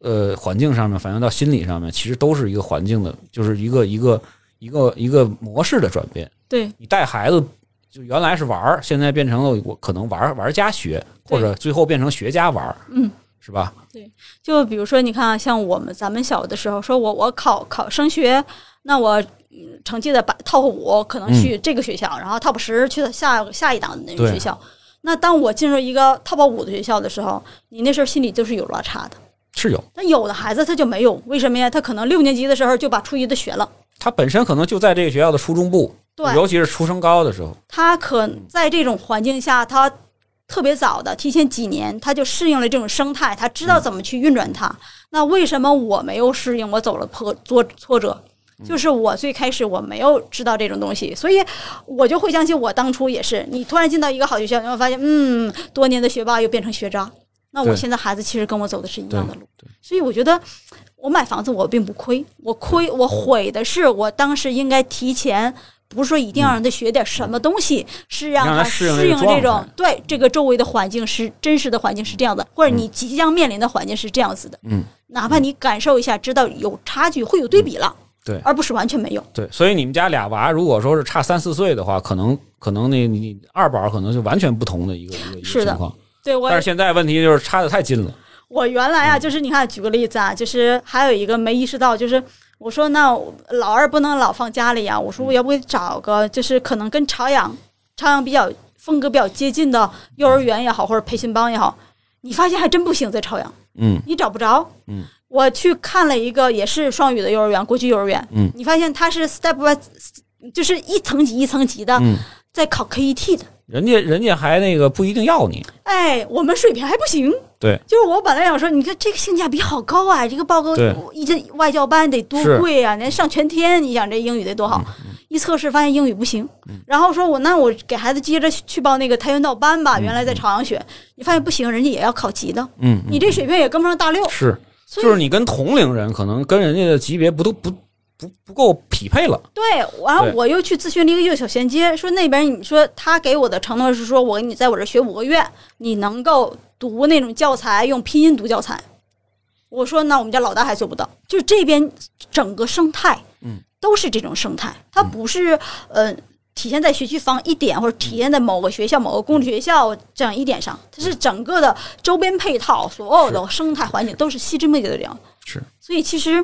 B: 呃环境上面，反映到心理上面，其实都是一个环境的，就是一个一个一个一个模式的转变。
C: 对
B: 你带孩子，就原来是玩儿，现在变成了我可能玩儿玩儿加学，
C: 对
B: 或者最后变成学加玩儿，
C: 嗯，
B: 是吧？
C: 就比如说，你看啊，像我们咱们小的时候，说我我考考升学，那我嗯成绩的把 top 五可能去这个学校，然后 top 十去下下一档的那个
B: 对
C: 学校。那当我进入一个 top 五的学校的时候，你那时候心里就是有落差的。
B: 是有，
C: 但有的孩子他就没有，为什么呀？他可能六年级的时候就把初一的学了，
B: 他本身可能就在这个学校的初中部，
C: 对
B: 尤其是初升高的时候，
C: 他可在这种环境下，他特别早的提前几年他就适应了这种生态，他知道怎么去运转它。那为什么我没有适应？我走了破挫挫折，就是我最开始我没有知道这种东西，所以我就回想起我当初也是，你突然进到一个好学校，你会发现，嗯，多年的学霸又变成学渣。那我
B: 对
C: 现在孩子其实跟我走的是一
B: 对
C: 样的路，所以我觉得我买房子我并不亏，我亏
B: 嗯
C: 我悔的是我当时应该提前，不是说一定要让他学点什么东西，是让
B: 嗯让
C: 他
B: 他适
C: 适
B: 应这个
C: 应这
B: 状
C: 种
B: 态
C: 对这个周围的环境是真实的环境是这样的，或者你即将面临的环境是这样子的，
B: 嗯，
C: 哪怕你感受一下，知道有差距会有对比了，
B: 嗯对
C: 而不是完全没有，
B: 对，所以你们家俩娃如果说是差三四岁的话，可能可能那你你二宝可能就完全不同的一个一个一个
C: 是的
B: 情况。
C: 对我
B: 但是现在问题就是差的太近了，
C: 我原
B: 嗯
C: 来啊，就是你看，举个例子啊，就是还有一个没意识到，就是我说那我老二不能老放家里啊，我
B: 嗯
C: 说我要不找个就是可能跟朝阳、朝阳比较风格比较接近的幼儿园也好，或者培训班也好，你发现还真不行，在朝阳
B: 嗯
C: 你找不着。
B: 嗯，
C: 我去看了一个也是双语的幼儿园，国际幼儿园。
B: 嗯，
C: 你发现它是 step by 就是一层级一层级的
B: 嗯，
C: 在考 KET 的。
B: 人家人家还那个不一定要你，
C: 哎，我们水平还不行。
B: 对，
C: 就是我本来想说，你看这个性价比好高啊，这个报告
B: 对
C: 一这外教班得多
B: 是
C: 贵啊，人家上全天，你想这英语得多好？
B: 嗯
C: 一测试发现英语不行，然后说我那我给孩子接着去报那个跆拳道班吧，原来在朝阳学，你发现不行，人家也要考级的，
B: 嗯，
C: 你这水平也跟不上大六，
B: 是，
C: 所
B: 就是
C: 以
B: 你跟同龄人可能跟人家的级别不都不不不够匹配了，
C: 对，然后
B: 对
C: 我又去咨询了一个月小衔接，说那边你说他给我的承诺是说我你在我这学五个月，你能够读那种教材，用拼音读教材。我说那我们家老大还做不到，就是这边整个生态，
B: 嗯，
C: 都是这种生态，它不是呃体现在学区房一点，或者体现在某个学校、某个公立学校这样一点上，它是整个的周边配套，所有的生态环境都是细枝末节的这样。
B: 是，
C: 所以其实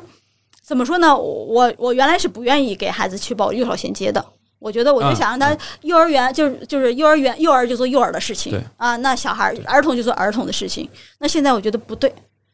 C: 怎么说呢？我我我原来是不愿意给孩子去报幼小衔接的。我觉得我就
B: 嗯
C: 想让他幼儿园就是就是幼儿园幼儿就做幼儿的事情
B: 对
C: 啊，那小孩儿儿童就做儿童的事情。那现在我觉得不对，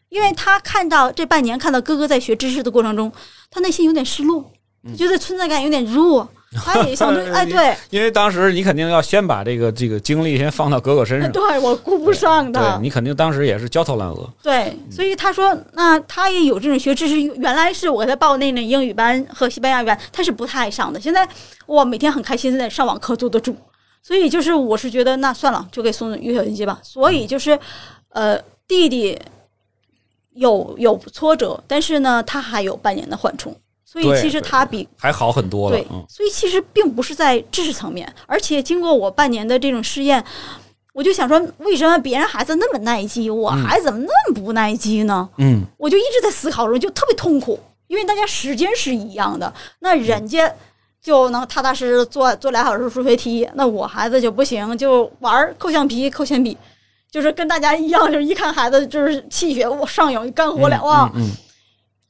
C: 因为他看到这半年看到哥哥在学知识的过程中，他内心有点失落，
B: 嗯
C: 他觉得存在感有点弱， 他也相对哎对
B: 因为当时你肯定要先把这个这个精力先放到哥哥身上，
C: 对，我顾不上的
B: 对。你肯定当时也是焦头烂额，
C: 对，
B: 嗯
C: 所以他说，那他也有这种学知识。原来是我给他报那种英语班和西班牙语班，他是不太爱上的。现在我每天很开心的上网课坐得住，所以就是我是觉得那算了，就给送幼小衔接吧。所以就是，呃，弟弟有有挫折，但是呢，他还有半年的缓冲，所以
B: 对
C: 其实
B: 对
C: 他比
B: 还好很多了
C: 对，，
B: 嗯，
C: 所以其实并不是在知识层面，而且经过我半年的这种试验，我就想说，为什么别人孩子那么耐激，我
B: 嗯
C: 孩子怎么那么不耐激呢？
B: 嗯，
C: 我就一直在思考中，就特别痛苦，因为大家时间是一样的，那人家就能踏踏实实做做俩小时数学题，那我孩子就不行，就玩儿扣橡皮、扣铅笔，就是跟大家一样，就是一看孩子就是气血上涌，干活了啊。
B: 嗯，嗯，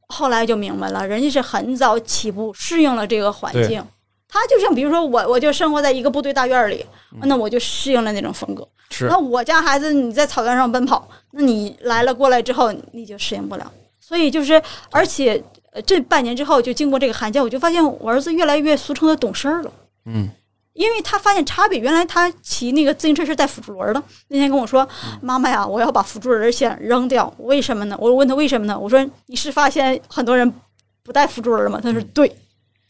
C: 后来就明白了，人家是很早起步适应了这个环境
B: 对。
C: 他就像比如说我，我就生活在一个部队大院儿里，那我就适应了那种风格。
B: 是
C: 那我家孩子你在草原上奔跑，那你来了过来之后你就适应不了。所以就是，而且呃这半年之后，就经过这个寒假，我就发现我儿子越来越俗称的懂事儿了。
B: 嗯，
C: 因为他发现差别，原来他骑那个自行车是带辅助轮儿的。那天跟我说：“
B: 嗯
C: 妈妈呀，我要把辅助轮儿先扔掉，为什么呢？”我问他为什么呢？我说：“你是发现很多人不带辅助轮儿了吗？”他说：“对。”
B: 嗯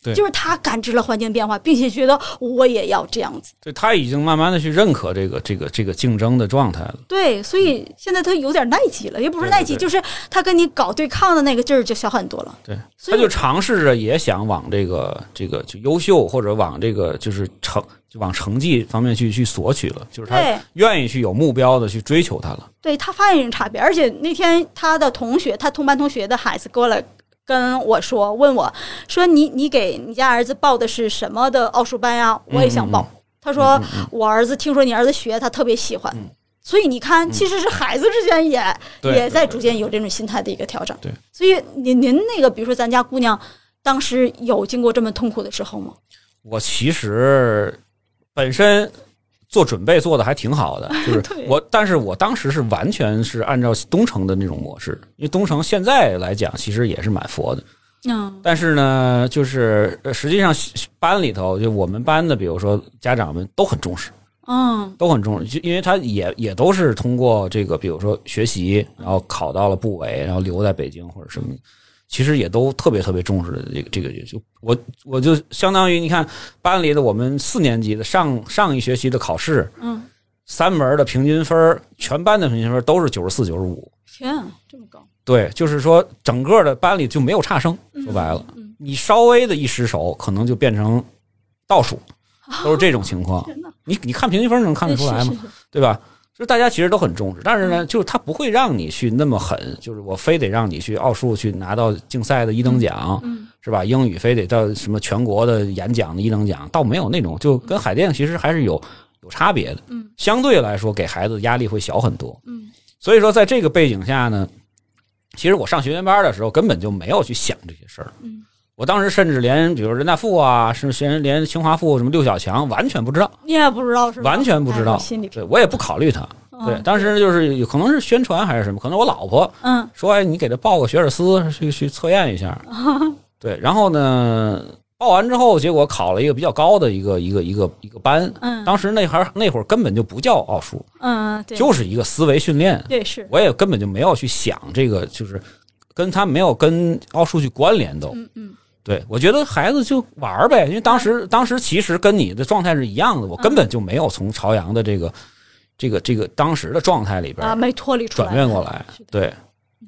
B: 对
C: 就是他感知了环境变化，并且觉得我也要这样子。
B: 对他已经慢慢的去认可这个这个这个竞争的状态了，
C: 对，所以现在他有点耐激了，也不是
B: 嗯对
C: 耐
B: 对
C: 激，
B: 对
C: 就是他跟你搞对抗的那个劲儿就小很多了。
B: 对，
C: 所
B: 他
C: 以
B: 就尝试着也想往这个这个就优秀或者往这个就是成就往成绩方面去去索取了，就是他
C: 对
B: 愿意去有目标的去追求它了，
C: 对他发现这种差别，而且那天他的同学，他同班同学的孩子过来跟我说，问我说你你给你家儿子报的是什么的奥数班呀、我也想
B: 嗯
C: 报。他说、我儿子听说你儿子学，他特别喜欢。所以你看，其实是孩子之间也、
B: 嗯对
C: 也在
B: 对
C: 逐渐有这种心态的一个调整。
B: 对，
C: 所以您您那个，比如说咱家姑娘，当时有经过这么痛苦的时候吗？
B: 我其实本身做准备做的还挺好 的，就是
C: 对
B: 我，但是我当时是完全是按照东城的那种模式，因为东城现在来讲其实也是蛮佛的，
C: 嗯
B: 但是呢，就是呃实际上班里头就我们班的，比如说家长们都很重视，
C: 嗯
B: 都很重视，就因为他也也都是通过这个，比如说学习，然后考到了部委，然后留在北京或者什么，其实也都特别特别重视的这个这个就我我就相当于你看班里的我们四年级的上上一学期的考试，
C: 嗯，
B: 三门的平均分儿，全班的平均分儿都是九十四九十五，
C: 天啊，这么高！
B: 对，就是说整个的班里就没有差生，说白了，
C: 嗯，
B: 你稍微的一失手，可能就变成倒 数，都是这种情况。
C: 天哪，
B: 你你看平均分儿能嗯看得出来
C: 嗯是
B: 吗？？
C: 是是
B: 对吧？就是大家其实都很重视，但是呢，就是他不会让你去那么狠，就是我非得让你去奥数去拿到竞赛的一等奖，
C: 嗯
B: 是吧？英语非得到什么全国的演讲的一等奖，倒没有那种，就跟海淀其实还是有有差别的。
C: 嗯，
B: 相对来说给孩子压力会小很多。
C: 嗯
B: 所以说，在这个背景下呢，其实我上学前班的时候根本就没有去想这些事儿。
C: 嗯，
B: 我当时甚至连比如人大附啊，甚至连清华附什么六小强完全不知道，
C: 你也不知道是吧？
B: 完全不知
C: 哎
B: 道
C: 我，心里
B: 对我也不考虑它。
C: 嗯
B: 对，当时就是有可能是宣传还是什么，可能我老婆
C: 嗯哦
B: 说：“哎，你给他报个学而思，去去测验一下。”对，然后呢，报报完之后，结果考了一个比较高的一个一个一个一个班。
C: 嗯
B: 当时那会儿那会儿根本就不叫奥数，
C: 嗯，对，
B: 就是一个思维训练。
C: 对是，
B: 我也根本就没有去想这个，就是跟他没有跟奥数去关联都。
C: 嗯嗯
B: 对我觉得孩子就玩儿呗，因为当时当时其实跟你的状态是一样的，
C: 嗯
B: 我根本就没有从朝阳的这个这个这个当时的状态里边
C: 啊，没脱离出来，
B: 转变过来
C: 是的。
B: 对，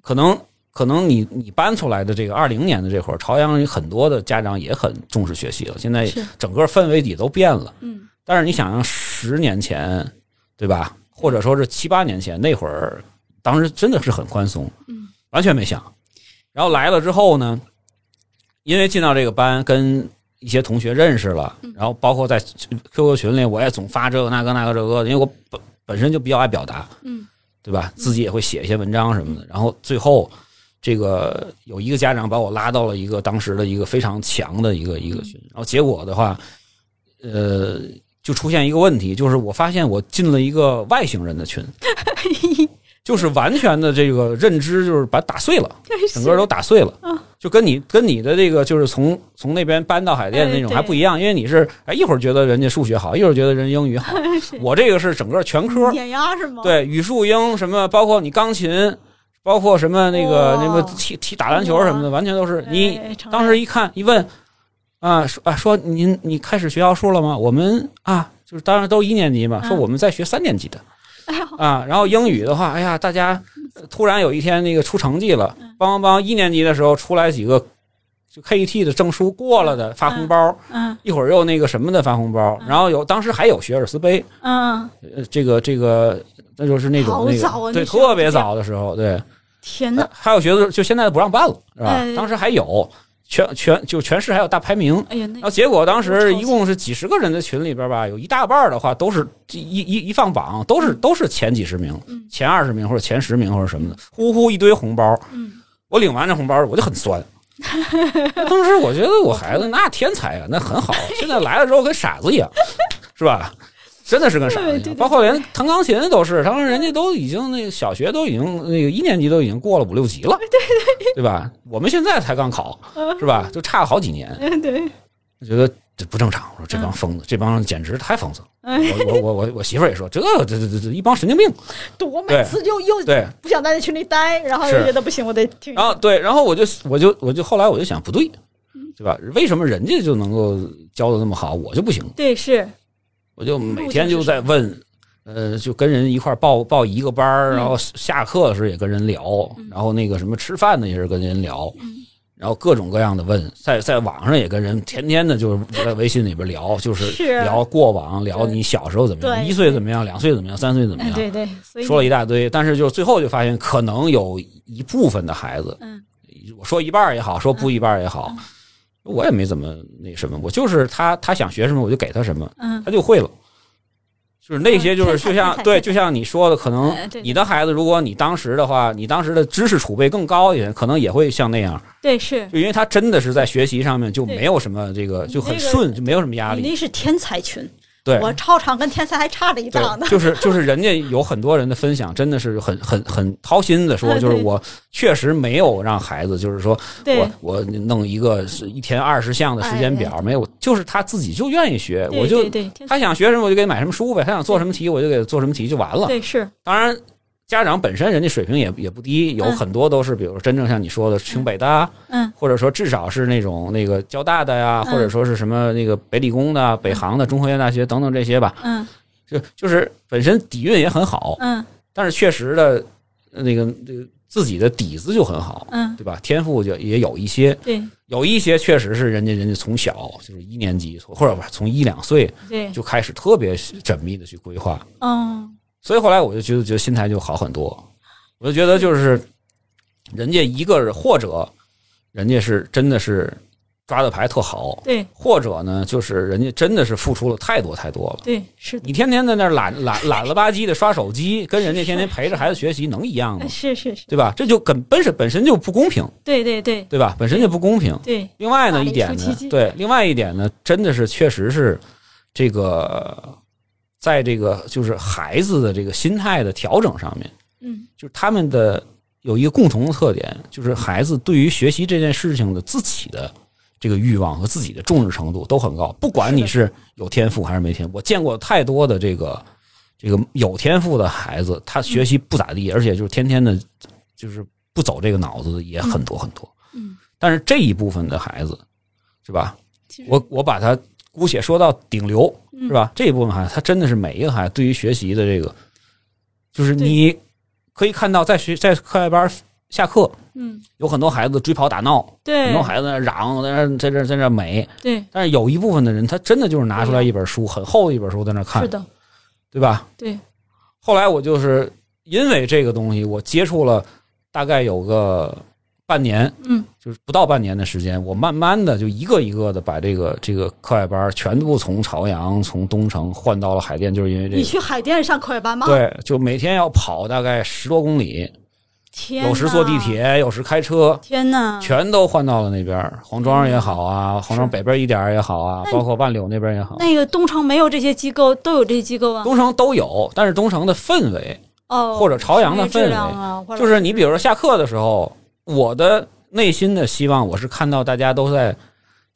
B: 可能可能你你搬出来的这个二零年的这会儿，朝阳很多的家长也很重视学习了，现在
C: 是
B: 整个氛围也都变了。
C: 嗯
B: 但是你想想，十年前，对吧？或者说是七八年前那会儿，当时真的是很宽松，
C: 嗯，
B: 完全没想。然后来了之后呢，因为进到这个班，跟一些同学认识了，然后包括在 QQ 群里，我也总发这个那个那个这个，因为我本本身就比较爱表达，
C: 嗯
B: 对吧？自己也会写一些文章什么的。然后最后，这个有一个家长把我拉到了一个当时的一个非常强的一个一
C: 嗯
B: 个群，然后结果的话，呃，就出现一个问题，就是我发现我进了一个外星人的 群，就是完全的这个认知就是把它打碎了，整个都打碎了，
C: 嗯
B: 就跟你跟你的这个就是从从那边搬到海淀的那种
C: 哎对
B: 还不一样，因为你是哎一会儿觉得人家数学好，一会儿觉得人家英语 好，我这个是整个全科，
C: 碾压是吗？，
B: 对，语数英什么，包括你钢琴，包括什么那个、
C: 哇
B: 那么踢踢打篮球什么的，完全都是你
C: 哦哎成
B: 当时一看一问啊说啊说您你开始学奥数了吗？我们啊就是当然都一年级嘛，说
C: 嗯
B: 我们在学三年级的。
C: 哎呦
B: 啊，然后英语的话，哎呀，大家呃突然有一天那个出成绩了，
C: 嗯
B: 帮帮帮！一年级的时候出来几个就 KET 的证书过了的发红包，
C: 嗯
B: 一会儿又那个什么的发红包，然后有当时还有学而思杯，
C: 嗯，
B: 呃，这个这个，那就是那种
C: 好
B: 那个
C: 早啊
B: 对，
C: 那时候
B: 特别早的时候，对，
C: 天哪，
B: 还有觉得就现在不让办了，是吧？
C: 哎
B: 当时还有全全就全市还有大排名，
C: 哎呀，那
B: 然后结果当时
C: 超级
B: 一共是几十个人的群里边吧，有一大半的话都是一一一放榜都是都是前几十名
C: 嗯，
B: 前二十名或者前十名或者什么的，呼呼一堆红包，
C: 嗯，
B: 我领完这红包我就很 酸。当时我觉得我孩子那天才啊，那很好。现在来了之后跟傻子一样，是吧？真的是跟傻子
C: 对
B: 一
C: 对
B: 样，
C: 对
B: 包括连弹钢琴都是，当时人家都已经那个小学都已经那个一年级都已经过了五六级了，对对对吧？我们现在才刚考，
C: 嗯
B: 是吧？就差了好几年，
C: 哎对，
B: 我觉得这不正常。我说这帮疯子，这帮人简直太疯子了。
C: 哎，
B: 我我我我我媳妇儿也说，这这这这这一帮神经病，
C: 我每
B: 对
C: 次就又
B: 对。
C: 不想待在群里待，然后又
B: 是
C: 觉得不行，我得听。
B: 然后啊对，然后我就我就我就后来我就想不对，对吧？为什么人家就能够教的那么好，我就不行？
C: 对，是
B: 我就每天就在问，呃，就跟人一块儿报报一个班儿，
C: 嗯
B: 然后下课的时候也跟人聊，然后那个什么吃饭的也是跟人聊，
C: 嗯
B: 然后各种各样的问，在在网上也跟人天天的就是在微信里边聊，就是
C: 是
B: 聊过往，聊
C: 对
B: 你小时候怎么样，
C: 对
B: 一岁怎么样，两岁怎么样，三岁怎么
C: 哎，
B: 样，
C: 对对，所
B: 嗯
C: 以
B: 说了一大堆，但是就最后就发现，可能有一部分的孩子，
C: 嗯，
B: 我说一半儿也好，说不一半儿也好，我也没怎么那什么，我就是他他想学什么我就给他什么，
C: 嗯
B: 他就会了。就是那些，就是
C: 嗯天才
B: 就像
C: 天才
B: 对，
C: 天才
B: 就像你说的，可能
C: 呃对
B: 你的孩子，如果你当时的话，你当时的知识储备更高一点，可能也会像那样，
C: 对是，
B: 就因为他真的是在学习上面就
C: 对
B: 没有什么这个，就很
C: 那个
B: 顺，就没有什么压
C: 你
B: 力。
C: 那是天才群，
B: 对，
C: 我超常跟天才还差着一档呢
B: 对，。就是就是人家有很多人的分享，真的是很很很掏心的说，
C: 嗯
B: 就是
C: 对
B: 我确实没有让孩子，就是说
C: 对哎
B: 我我弄一个是一天二十项的时间表，没有，就是他自己就愿意学，
C: 对
B: 我就
C: 对对 天才
B: 他想学什么我就给买什么书呗，他想做什么题我就给做什么题就完了。
C: 对是，
B: 当然，家长本身人家水平也也不低，有
C: 嗯
B: 很多都是，比如说真正像你说的清北大，
C: 嗯
B: 或者说至少是那种那个交大的呀，
C: 嗯
B: 或者说是什么那个北理工的、北航的、中科院大学等等这些吧，
C: 嗯
B: 就就是本身底蕴也很好，
C: 嗯
B: 但是确实的，呃那个这个自己的底子就很好，
C: 嗯，
B: 对吧？天赋就也有一些，
C: 对
B: 有一些确实是人家人家从小就是一年级或者不是从一两岁
C: 对，
B: 就开始特别缜密的去规划，
C: 嗯
B: 所以后来我就觉得觉得心态就好很多，我就觉得就是人家一个人或者人家是真的是抓的牌特好，
C: 对
B: 或者呢就是人家真的是付出了太多太多了。
C: 对是的，
B: 你天天在那儿懒懒懒了吧唧的刷手机，跟人家天天陪着孩子学习能一样吗
C: 哎？是是是，
B: 对吧？这就根本身本身就不公平，
C: 对对对
B: 对吧？本身就不公平。
C: 对，
B: 另外
C: 法
B: 呢，
C: 律
B: 一点
C: 出奇
B: 呢
C: 迹，
B: 对，另外一点呢，真的是确实是这个，在这个就是孩子的这个心态的调整上面，
C: 嗯
B: 就是他们的有一个共同的特点，就是孩子对于学习这件事情的自己的这个欲望和自己的重视程度都很高。不管你是有天赋还是没天赋，我见过太多的这个这个有天赋的孩子，他学习不咋地，而且就是天天的，就是不走这个脑子的也很多很多。
C: 嗯，
B: 但是这一部分的孩子，是吧？
C: 其实
B: 我我把它姑且说到顶流，
C: 嗯
B: 是吧？这一部分孩子，他真的是每一个孩子对于学习的这个，就是
C: 对
B: 你可以看到，在学在课外班下课，
C: 嗯，
B: 有很多孩子追跑打闹，很
C: 对
B: 多孩子在那嚷，在那在这在这美。
C: 对，
B: 但是有一部分的人，他真的就是拿出来一本书，很厚的一本书，在那看
C: 是，的，
B: 对吧？
C: 对，
B: 后来我就是因为这个东西，我接触了大概有个半年，
C: 嗯，
B: 就是不到半年的时间，我慢慢的就一个一个的把这个这个课外班儿全部从朝阳、从东城换到了海淀，就是因为这
C: 你
B: 个。
C: 去海淀上课外班吗？，
B: 对，就每天要跑大概十多公里，
C: 天，嗯
B: 有时坐地，铁，有时开车，
C: 天哪，
B: 全都换到了那边儿，黄庄也好啊，黄庄北边一点儿也好啊，
C: 那
B: 包括万柳那边也好，
C: 那个东城没有这些机构，都有这些机构啊。
B: 东城都有，但是东城的氛围
C: 哦，
B: 或者朝阳的
C: 什
B: 氛
C: 么质
B: 围
C: 量啊，或者
B: 就是你比如说下课的时候，我的内心的希望，我是看到大家都在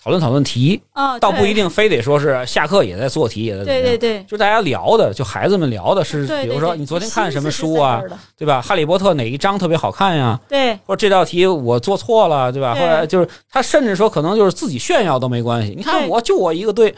B: 讨论讨论题，
C: 啊，
B: 倒不
C: 对
B: 一，定非得说是下课也在做题，也在怎么
C: 对
B: 样。
C: 对对，
B: 就大家聊的，就孩子们聊的是，
C: 对
B: 比如
C: 对
B: 说
C: 对
B: 你昨天
C: 心
B: 看
C: 思
B: 什么
C: 是
B: 书
C: 在
B: 啊
C: 这，儿的
B: 对吧？《哈利波特》哪一章特别好看呀？
C: 对
B: 或者这道题我做错了，对吧？或
C: 对
B: 者就是他甚至说可能就是自己炫耀都没关系。你看
C: 对
B: 我就我一个队，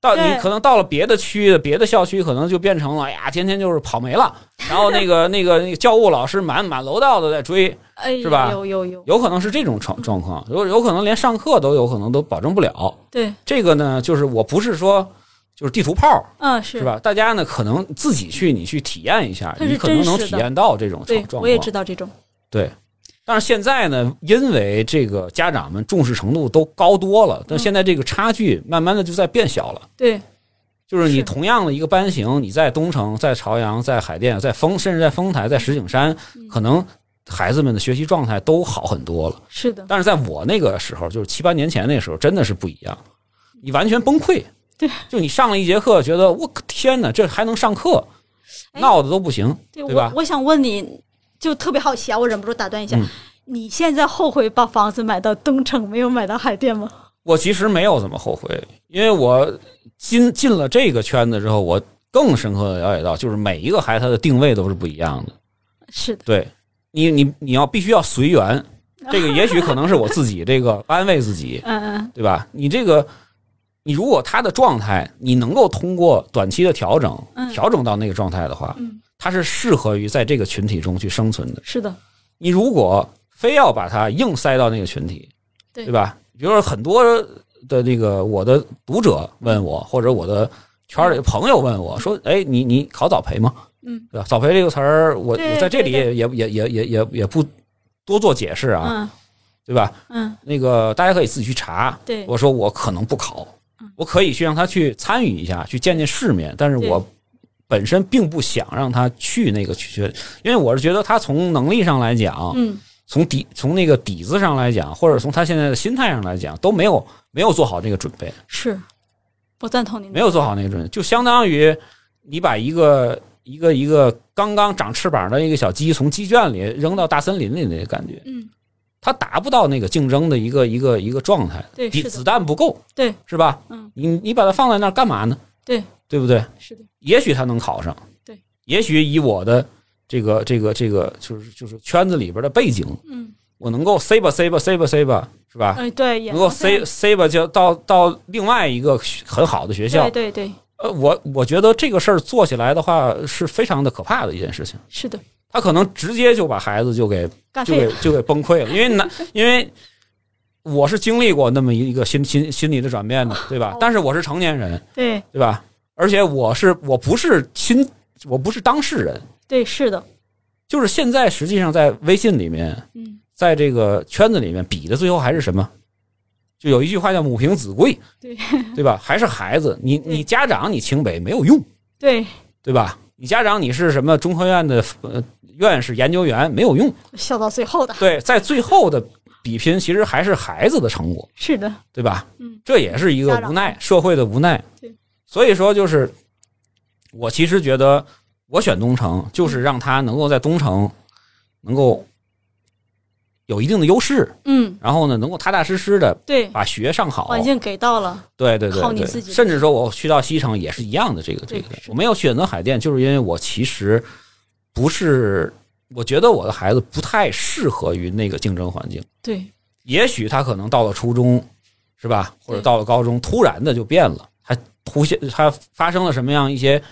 B: 到你
C: 对
B: 可能到了别的区、别的校区，可能就变成了哎呀，天天就是跑没了。然后那个那个那个教务老师满满楼道的在追，
C: 哎，
B: 是吧
C: 有有有，
B: 有可能是这种状状况，有有可能连上课都有可能都保证不了。
C: 对，
B: 这个呢，就是我不是说就是地图炮，
C: 嗯，是
B: 是？吧？大家呢可能自己去你去体验一下，
C: 它是
B: 你可能
C: 真
B: 能
C: 实
B: 体
C: 的
B: 验到这种状
C: 对，
B: 状
C: 我也
B: 况
C: 知。道这种，
B: 但是现在呢，因为这个家长们重视程度都高多了，但
C: 嗯
B: 现在这个差距慢慢的就在变小了。
C: 对
B: 就是你
C: 是
B: 同样的一个班型，你在东城、在朝阳、在海淀、在丰，甚至在丰台、在石景山，
C: 嗯
B: 可能孩子们的学习状态都好很多了。
C: 是的，
B: 但是在我那个时候，就是七八年前那时候，真的是不一样，你完全崩溃。
C: 对，
B: 就你上了一节课，觉得我天哪，这还能上课，
C: 哎
B: 闹得都不行。
C: 对
B: 对吧
C: 我我想问你，就特别好奇啊，我忍不住打断一下
B: 嗯，
C: 你现在后悔把房子买到东城，没有买到海淀吗？
B: 我其实没有怎么后悔，因为我进进了这个圈子之后，我更深刻的了解到，就是每一个孩子他的定位都是不一样的。
C: 是的，
B: 对你，你你要必须要随 缘，这个也许可能是我自己这个安慰自己，
C: 嗯嗯，
B: 对吧？你这个，你如果他的状态，你能够通过短期的调整
C: 嗯，
B: 调整到那个状态的话
C: 嗯，
B: 他是适合于在这个群体中去生存的。
C: 是的，
B: 你如果非要把它硬塞到那个群体，
C: 对
B: 吧？比如说很多的这个我的读者问我，或者我的圈里的朋友问我说：“哎，你你考早培吗？”
C: 嗯，
B: 对吧？早培这个词儿，我
C: 对
B: 我在这里
C: 对
B: 也也也也也也也不多做解释啊，
C: 嗯
B: 对吧？
C: 嗯，
B: 那个大家可以自己去查。
C: 对，
B: 我说我可能不考
C: 嗯，
B: 我可以去让他去参与一下，去见见世面，但是
C: 对
B: 我本身并不想让他去那个去，因为我是觉得他从能力上来讲，
C: 嗯，
B: 从底从那个底子上来讲，或者从他现在的心态上来讲，都没有没有做好这个准备，
C: 是，我赞同您的，
B: 没有做好那个准备，就相当于你把一个一个一个刚刚长翅膀的一个小鸡从鸡圈里扔到大森林里那个感觉，
C: 嗯，
B: 它达不到那个竞争的一个一个一个状态，
C: 对，
B: 你
C: 是
B: 子
C: 的，
B: 弹不够，
C: 对，
B: 是吧？
C: 嗯，
B: 你你把它放在那儿干嘛呢？
C: 对，
B: 对不对？
C: 是的，
B: 也许他能考上，
C: 对，
B: 也许以我的这个这个这个就是就是圈子里边的背景，
C: 嗯，
B: 我能够塞吧塞吧塞吧塞吧，是吧？
C: 哎，对，也
B: 能够
C: 能这
B: C
C: 样
B: C 吧，就到到另外一个学很好的学校
C: 对。对对，
B: 呃，我我觉得这个事儿做起来的话是非常的可怕的一件事情，
C: 是的，
B: 他可能直接就把孩子就给
C: 干
B: 就
C: 废
B: 给
C: 了，
B: 就给崩溃了，因为难，因为我是经历过那么一个心心心理的转变的，对吧
C: 哦？
B: 但是我是成年人，
C: 对
B: 对吧？而且我是我不是亲，我不是当事人，
C: 对，是的，
B: 就是现在实际上在微信里面
C: 嗯，
B: 在这个圈子里面比的最后还是什么？就有一句话叫“母凭子贵”，
C: 对
B: 对吧？还是孩子，你
C: 对
B: 你家长你清北没有用，
C: 对，
B: 对吧？你家长你是什么中科院的呃院士、研究员没有用，
C: 笑到最后的，
B: 对，在最后的比拼其实还是孩子的成果，
C: 是的，
B: 对吧？
C: 嗯，
B: 这也是一个
C: 家长
B: 无奈，社会的无奈
C: 对。
B: 所以说，就是我其实觉得，
C: 嗯
B: 我选东城就是让他能够在东城能够有一定的优势，
C: 嗯，
B: 然后呢，能够踏踏实实的
C: 对，
B: 把学上好。
C: 环境给到了，
B: 对对对
C: 靠你
B: 对
C: 自己，的
B: 甚至说我去到西城也是一样的，这个这
C: 对
B: 个
C: 是，
B: 我没有选择海淀，就是因为我其实不是，我觉得我的孩子不太适合于那个竞争环境。
C: 对，
B: 也许他可能到了初中，是吧？或者到了高中，突然的就变了，他突现他发生了什么样一些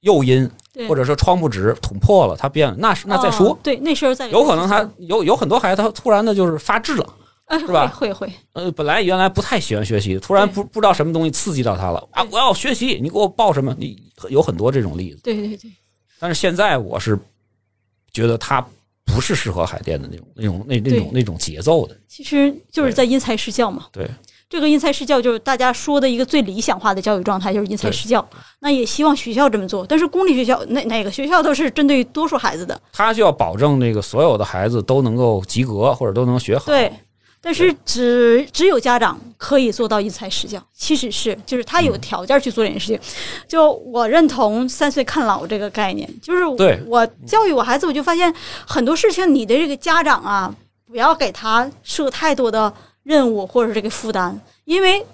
B: 诱因，
C: 对
B: 或者说窗户纸捅破了，他变了，那是那再说。
C: 哦对，那时候再
B: 有可能他有有很多孩子，他突然的就是发智了，
C: 哎
B: 是吧
C: 会会会，
B: 呃，本来原来不太喜欢学习，突然不不知道什么东西刺激到他了啊！
C: 对
B: 我要学习，你给我报什么？你有很多这种例子，
C: 对对对，
B: 但是现在我是觉得他不是适合海淀的那种那种那那种
C: 对
B: 那种节奏的，
C: 其实就是在因材施教嘛。
B: 对，
C: 这个因材施教就是大家说的一个最理想化的教育状态，就是因材
B: 对
C: 施教。那也希望学校这么做，但是公立学校哪哪个学校都是针对多数孩子的，
B: 他就要保证这个所有的孩子都能够及格或者都能学好。
C: 对。但是只只有家长可以做到因材施教，其实是就是他
B: 嗯
C: 有条件去做这件事情。就我认同“三岁看老”这个概念，就是我
B: 对
C: 我教育我孩子，我就发现很多事情，你的这个家长啊，不要给他设太多的任务或者是这个负担，因为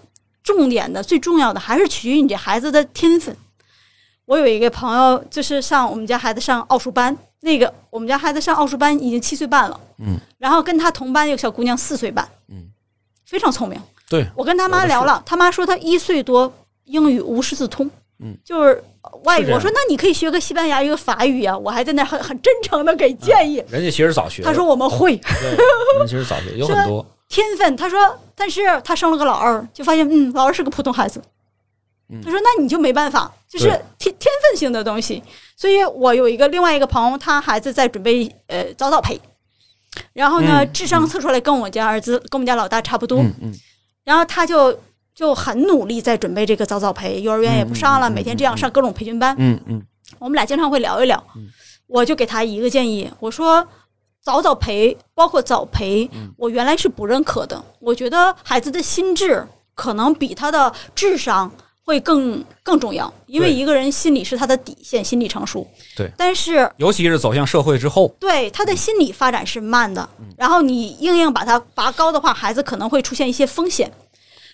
C: 重点的最重要的还是取决于你这孩子的天分。我有一个朋友，就是上我们家孩子上奥数班，那个我们家孩子上奥数班已经七岁半了，
B: 嗯，
C: 然后跟他同班有个小姑娘四岁半，
B: 嗯，
C: 非常聪明。
B: 对，
C: 我跟他
B: 我
C: 妈
B: 的
C: 聊
B: 是
C: 了，他妈说他一岁多英语无师自通，
B: 嗯，
C: 就是外
B: 是
C: 语。
B: 这样
C: 我说那你可以学个西班牙语、一个法语啊，我还在那很 很真诚的给建议。
B: 人家其实早学了，
C: 他说我们会
B: 对，人家其实早学有
C: 是
B: 很多，
C: 天分，他说但是他生了个老二，就发现嗯老二是个普通孩子
B: 嗯。
C: 他说：“那你就没办法，就是
B: 对
C: 天天分性的东西。所以我有一个另外一个朋友，他孩子在准备呃早早培，然后呢，
B: 嗯
C: 智商测出来跟我家儿子、跟我们家老大差不多。
B: 嗯嗯，
C: 然后他就就很努力在准备这个早早培，幼儿园也不上了，每天这样上各种培训班。
B: 嗯嗯，
C: 我们俩经常会聊一聊，我就给他一个建议，我说。早早培，包括早培，
B: 嗯
C: 我原来是不认可的。我觉得孩子的心智可能比他的智商会更更重要，因为
B: 对
C: 一个人心理是他的底线，心理成熟。
B: 对
C: 但是
B: 尤其是走向社会之后，
C: 对他的心理发展是慢的，
B: 嗯
C: 然后你硬硬把他拔高的话，孩子可能会出现一些风险。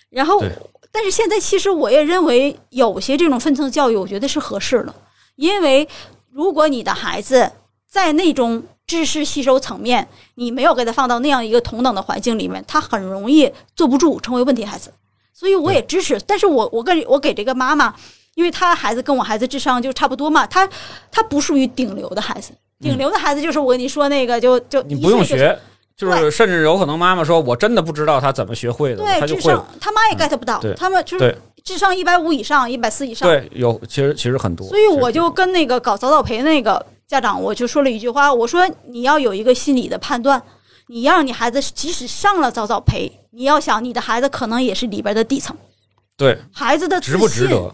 C: 然后
B: 对，
C: 但是现在其实我也认为有些这种分层教育，我觉得是合适的，因为如果你的孩子在那种知识吸收层面，你没有给他放到那样一个同等的环境里面，他很容易坐不住，成为问题孩子。所以我也支持，但是我我跟我给这个妈妈，因为她孩子跟我孩子智商就差不多嘛，她她不属于顶流的孩子，顶流的孩子就是我跟你说那个就就
B: 嗯你
C: 一
B: 不用
C: 岁就
B: 学，就是甚至有可能妈妈说我真的不知道他怎么学会的，
C: 对
B: 他就
C: 智
B: 会
C: 商
B: 了。，
C: 他妈也 get 不到
B: 对，
C: 他们就
B: 对
C: 是智商一百五以上，一百四以上，
B: 对，有其实其实很多，
C: 所以我
B: 其实
C: 就跟那个搞早早培那个家长，我就说了一句话，我说你要有一个心理的判断，你要让你孩子即使上了早早培，你要想你的孩子可能也是里边的底层，
B: 对
C: 孩子的
B: 值
C: 自
B: 不值
C: 信
B: 得？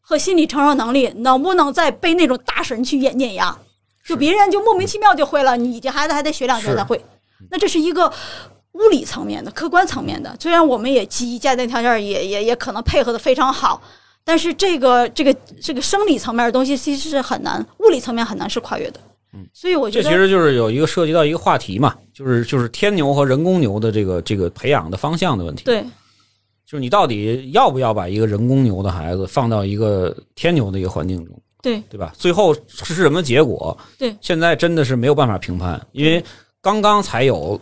C: 和心理承受能力能不能再被那种大神去碾碾压，就别人就莫名其妙就会了，你这孩子还得学两
B: 是
C: 天才会，那这是一个。物理层面的、客观层面的，虽然我们也基于家庭条件也也也可能配合的非常好，但是这个这个这个生理层面的东西其实是很难，物理层面很难是跨越的。嗯，所以我觉
B: 这
C: 得
B: 其实就是有一个涉及到一个话题嘛，就是就是天牛和人工牛的这个这个培养的方向的问题。
C: 对
B: 就是你到底要不要把一个人工牛的孩子放到一个天牛的一个环境中，
C: 对
B: 对吧？最后是什么结果？
C: 对
B: 现在真的是没有办法评判，因为刚刚才有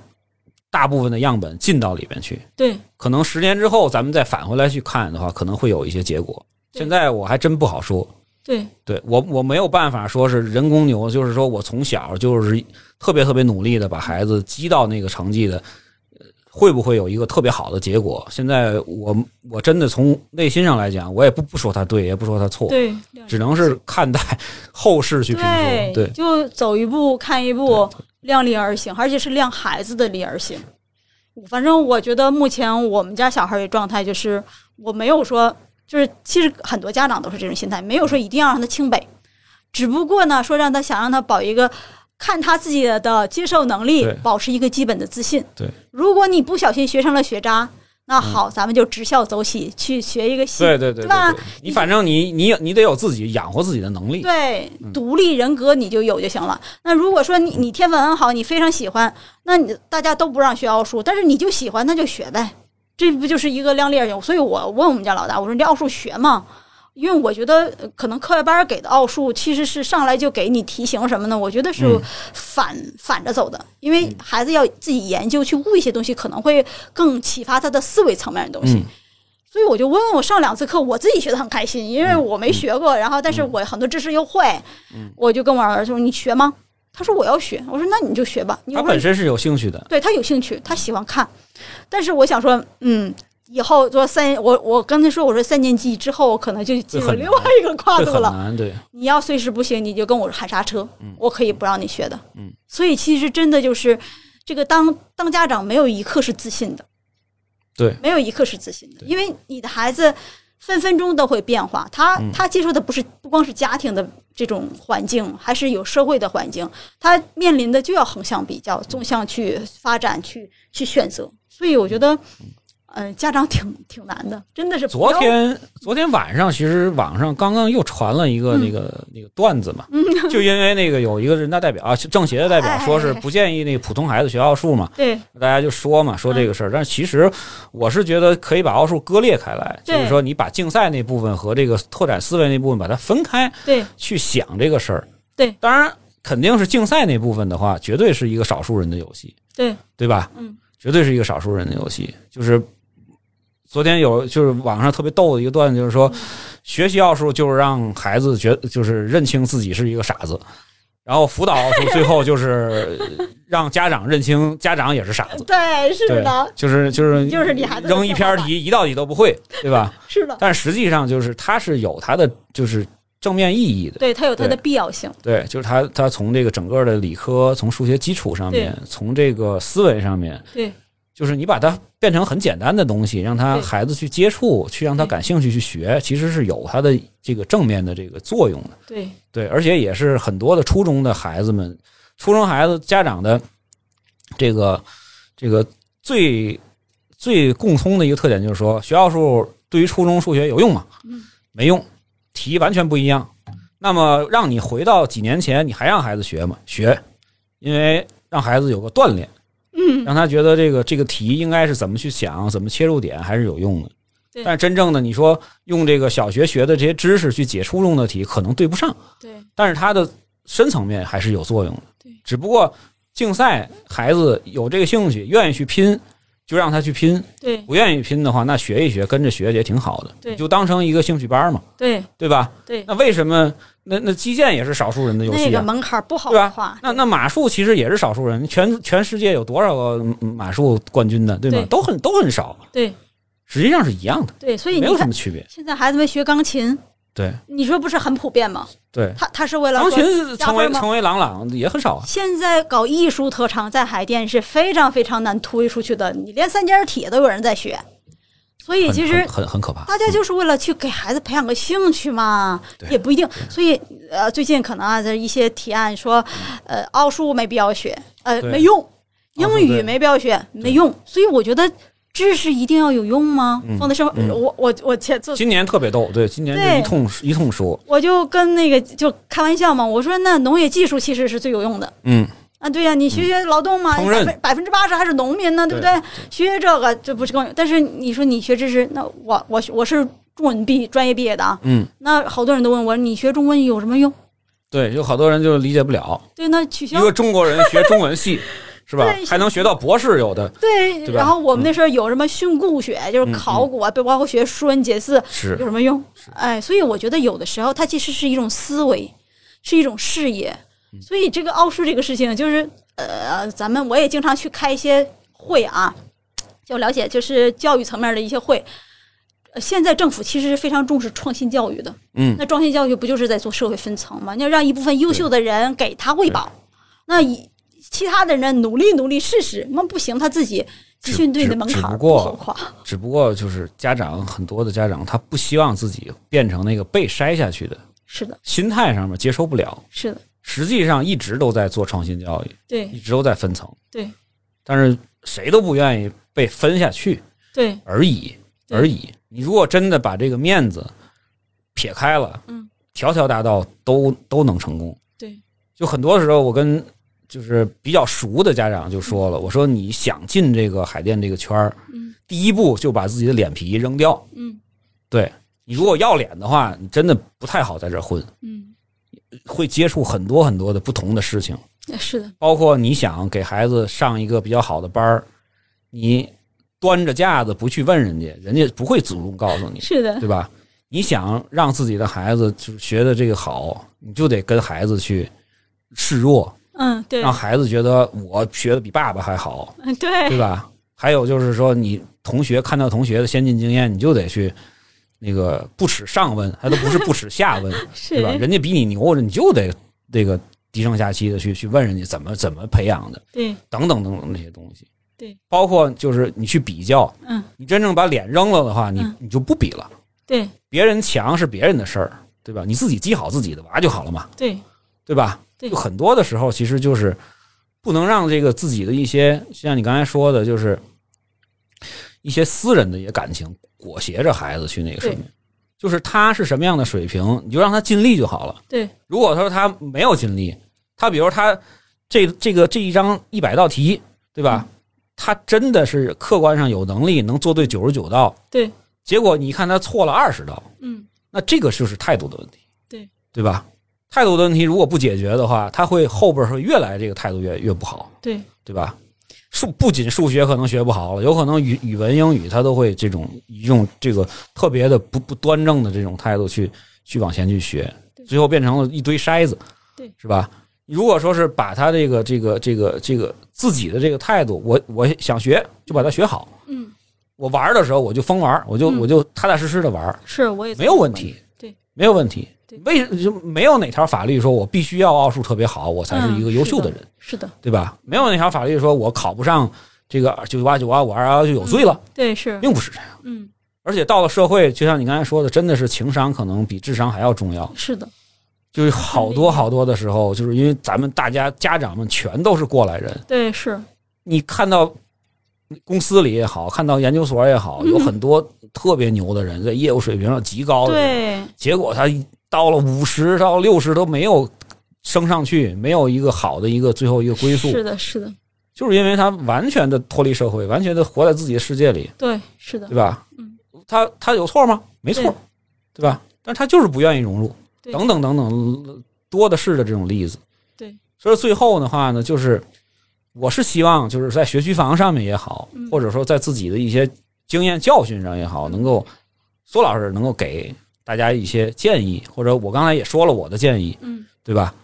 B: 大部分的样本进到里边去，
C: 对
B: 可能十年之后咱们再返回来去看的话，可能会有一些结果。
C: 对
B: 现在我还真不好说，
C: 对
B: 对我我没有办法说是人工牛，就是说我从小就是特别特别努力的把孩子激到那个成绩的，呃会不会有一个特别好的结果？现在我我真的从内心上来讲，我也不不说他对，也不说他错，
C: 对，
B: 只能是看待后世去评
C: 对
B: 说。对，
C: 就走一步看一步，量力而行，而且是量孩子的力而行。反正我觉得目前我们家小孩的状态就是，我没有说，就是其实很多家长都是这种心态，没有说一定要让他清北，只不过呢，说让他想让他保一个。看他自己的接受能力
B: 对，
C: 保持一个基本的自信。
B: 对，嗯
C: 如果你不小心学成了学渣，那好，咱们就直校走起，去学一个新
B: 对对对
C: 对吧
B: 对你反正你你你得有自己养活自己的能力。
C: 对，独立人格你就有就行了。那如果说你你天分很好，你非常喜欢，那你大家都不让学奥数，但是你就喜欢，那就学呗。这不就是一个量力而行？所以我问我们家老大，我说你这奥数学吗？因为我觉得呃可能课外班给的奥数其实是上来就给你题型什么的，我觉得是
B: 嗯
C: 反、反着走的，因为孩子要自己研究去悟一些东西，可能会更启发他的思维层面的东西。
B: 嗯
C: 所以我就问问我上两次课，我自己学的很开心，因为
B: 嗯
C: 我没学过，然后但是我很多知识又会，我就跟我儿子说：“你学吗？”他说：“我要学。”我说：“那你就学吧。你
B: 他
C: 要不
B: 本
C: 然”
B: 身是有兴趣的，
C: 对他有兴趣，他喜欢看，但是我想说，嗯。以后说三，我我刚才说，我说三年级之后可能就进入
B: 会很
C: 另
B: 难
C: 外一个跨
B: 这
C: 度
B: 很
C: 了。
B: 难。对，
C: 你要随时不行，你就跟我喊刹车，
B: 嗯
C: 我可以不让你学的。
B: 嗯，
C: 所以其实真的就是，这个当当家长没有一刻是自信的，
B: 对，
C: 没有一刻是自信的，
B: 对
C: 因为你的孩子分分钟都会变化，他、
B: 嗯
C: 他接受的不是不光是家庭的这种环境，还是有社会的环境，他面临的就要横向比较，纵向去发展，去去选择。所以我觉得，嗯、家长挺挺难的，真的是不
B: 昨
C: 要
B: 天昨天晚上，其实网上刚刚又传了一个
C: 嗯
B: 那个、那个段子嘛， 就因为那个有一个人大代表啊，政协的代表
C: 哎
B: 说是不建议那个普通孩子学奥数嘛，
C: 对
B: 大家就说嘛，说这个事儿。但是其实我是觉得可以把奥数割裂开来，就
C: 对
B: 是说你把竞赛那部分和这个拓展思维那部分把它分开
C: 对
B: 去想这个事儿。
C: 对
B: 当然肯定是竞赛那部分的话，绝对是一个少数人的游戏，
C: 对，
B: 对吧？
C: 嗯，
B: 绝对是一个少数人的游戏。就是昨天有就是网上特别逗的一个段子，就是
C: 嗯
B: 说、学习奥数就是让孩子觉就是认清自己是一个傻子。然后辅导奥数，最后就是 让家长认清家长也是傻子。
C: 对，是
B: 对
C: 的，
B: 就是就是
C: 就是你孩子的
B: 扔一篇
C: 想法
B: 题一道题都不会，对吧？
C: 是的。
B: 但实际上就是它是有它的就是正面意义的，
C: 对，它有它
B: 对
C: 的必要性。
B: 对，就是它它从这个整个的理科，从数学基础上面，从这个思维上面，
C: 对，
B: 就是你把它变成很简单的东西，让他
C: 对
B: 孩子去接触，去让他
C: 对
B: 感兴趣去学，其实是有它的这个正面的这个作用的。
C: 对，
B: 对，而且也是很多的初中的孩子们，初中孩子家长的这个这个最最共通的一个特点就是说，学奥数对于初中数学有用吗？
C: 嗯，
B: 没用，题完全不一样。那么让你回到几年前，你还让孩子学吗？学，因为让孩子有个锻炼，
C: 嗯，
B: 让他觉得这个这个题应该是怎么去想，怎么切入点还是有用的。
C: 对
B: 但真正的你说用这个小学学的这些知识去解初中的题，可能对不上。
C: 对，
B: 但是它的深层面还是有作用的
C: 对。
B: 只不过竞赛孩子有这个兴趣，愿意去拼，就让他去拼；
C: 对，
B: 不愿意拼的话，那学一学，跟着学也挺好的。
C: 对
B: 你就当成一个兴趣班嘛，
C: 对，
B: 对吧？
C: 对，
B: 那为什么那那击剑也是少数人的游
C: 那
B: 戏
C: 个
B: 啊？
C: 门槛不好
B: 对吧
C: 跨。
B: 那那马术其实也是少数人，全全世界有多少个嗯马术冠军呢？对吗？
C: 对
B: 都很都很少，
C: 对
B: 实际上是一样的，
C: 对，所以
B: 没
C: 你
B: 有什
C: 看
B: 么，区别。
C: 现在孩子们学钢琴，
B: 对
C: 你说不是很普遍吗？
B: 对，
C: 他他是为了
B: 钢
C: 说
B: 琴成为
C: 加分吗
B: 成为朗朗也很少啊。
C: 现在搞艺术特长在海淀是非常非常难突围出去的，你连三角铁都有人在学，所以
B: 很
C: 其
B: 很
C: 实
B: 很很可怕，
C: 大家就是为了去给孩子培养个兴趣嘛，
B: 对
C: 也不一定。所以呃，最近可能啊，这一些提案说，呃，奥数没必要学，呃，
B: 对
C: 没用，
B: 奥数
C: 英语
B: 对
C: 没必要学，没用。所以我觉得知识一定要有用吗？
B: 嗯
C: 放在生活，
B: 嗯
C: 我我我前做。
B: 今年特别逗，对，今年就
C: 对
B: 一通一通说，
C: 我就跟那个就开玩笑嘛，我说那农业技术其实是最有用的
B: 嗯，
C: 啊，对呀、你学学劳动嘛，
B: 烹
C: 百
B: 饪
C: 分百分之八十还是农民呢，对不对？学学这个这不是更有？但是你说你学知识，那我我我是中文毕专业毕业的啊，
B: 嗯，
C: 那好多人都问我，你学中文有什么用？
B: 对，有好多人就理解不了，
C: 对，那取
B: 一
C: 消
B: 个中国人学中文 系是吧
C: 对，
B: 还能学到博士，有的
C: 对。
B: 对吧嗯
C: 然后我们那时候有什么训诂学，就是考古啊，包括学说文解字，
B: 是
C: 有什么用？哎，所以我觉得有的时候它其实是一种思维，是一种视野。
B: 嗯
C: 所以这个奥数这个事情，就是呃，咱们我也经常去开一些会啊，就了解就是教育层面的一些会。呃现在政府其实是非常重视创新教育的，
B: 嗯
C: 那创新教育不就是在做社会分层吗？你要让一部分优秀的人给他喂饱，那以其他的人努力努力试试，那不行，他自己集训队的门
B: 只
C: 槛
B: 不
C: 儿
B: 过
C: 好跨。
B: 只不过就是家长很多的家长他不希望自己变成那个被筛下去的，
C: 是的，
B: 心态上面接受不了，
C: 是的，
B: 实际上一直都在做创新教育，
C: 对
B: 一直都在分层，
C: 对，
B: 但是谁都不愿意被分下去，
C: 对，
B: 而已
C: 对
B: 而已。你如果真的把这个面子撇开了，
C: 嗯，
B: 条条大道都都能成功。
C: 对，
B: 就很多时候我跟就是比较熟的家长就说了，我说你想进这个海淀这个圈儿，
C: 嗯
B: 第一步就把自己的脸皮扔掉。
C: 嗯
B: 你如果要脸的话，你真的不太好在这儿混，
C: 嗯，
B: 会接触很多很多的不同的事情。
C: 是的，
B: 包括你想给孩子上一个比较好的班儿，你端着架子不去问人家，人家不会主动告诉你，
C: 是的，
B: 对吧？你想让自己的孩子就是学的这个好，你就得跟孩子去示弱，
C: 嗯，对，
B: 让孩子觉得我学的比爸爸还好，
C: 嗯对
B: 对吧？还有就是说，你同学看到同学的先进经验，你就得去那个不耻上问，他都不是不耻下问，
C: 是
B: 对吧？人家比你牛，你就得这个低声下气的去去问人家怎么怎么培养的。
C: 对
B: 等等等等那些东西。
C: 对，
B: 包括就是你去比较，
C: 嗯，
B: 你真正把脸扔了的话，你
C: 嗯
B: 你就不比了。
C: 对
B: 别人强是别人的事儿，对吧？你自己记好自己的娃就好了嘛，
C: 对
B: 对吧？
C: 对
B: 就很多的时候其实就是不能让这个自己的一些，像你刚才说的，就是一些私人的一些感情裹挟着孩子去那个水平。就是他是什么样的水平，你就让他尽力就好了。
C: 对，
B: 如果他说他没有尽力，他比如他这这个这一张一百道题，对吧？他真的是客观上有能力能做对九十九道，
C: 对。
B: 结果你看他错了二十道，
C: 嗯
B: 那这个就是态度的问题，
C: 对
B: 对吧？态度的问题如果不解决的话，他会后边会越来这个态度越越不好，
C: 对
B: 对吧？数不仅数学可能学不好了，有可能语语文、英语他都会这种以这种这个特别的不不端正的这种态度去去往前去学，
C: 对
B: 最后变成了一堆筛子，
C: 对，
B: 是吧？如果说是把他这个这个这个这个自己的这个态度，我我想学就把它学好，
C: 嗯
B: 我玩儿的时候我就疯玩儿，我就、
C: 嗯
B: 我就踏踏实实的玩儿，
C: 是我也
B: 没有问题，
C: 对，
B: 没有问题
C: 对。
B: 为就没有哪条法律说我必须要奥数特别好，我才是一个
C: 嗯
B: 优秀
C: 是
B: 的
C: 的
B: 人，
C: 是的
B: 对吧？没有那条法律说我考不上这个九九八九八五二幺幺就有罪了，
C: 对是
B: 并不是这样。
C: 嗯
B: 而且到了社会，就像你刚才说的，真的是情商可能比智商还要重要。
C: 是的
B: 就是好多好多的时候，就是因为咱们大家家长们全都是过来人，
C: 对是
B: 你看到公司里也好，看到研究所也好，
C: 嗯
B: 有很多特别牛的人，在业务水平上极高的人，
C: 对
B: 结果他到了五十到六十都没有升上去，没有一个好的一个最后一个归宿，
C: 是的是的
B: 就是因为他完全的脱离社会，完全的活在自己的世界里，
C: 对是的
B: 对吧？
C: 嗯，
B: 他他有错吗？没错，
C: 对
B: 对吧？但是他就是不愿意融入，
C: 对
B: 等等等等，多的是的这种例子。
C: 对，
B: 所以最后的话呢，就是我是希望就是在学区房上面也好，
C: 嗯
B: 或者说在自己的一些经验教训上也好，能够苏老师能够给大家一些建议，或者我刚才也说了我的建议，
C: 嗯
B: 对吧？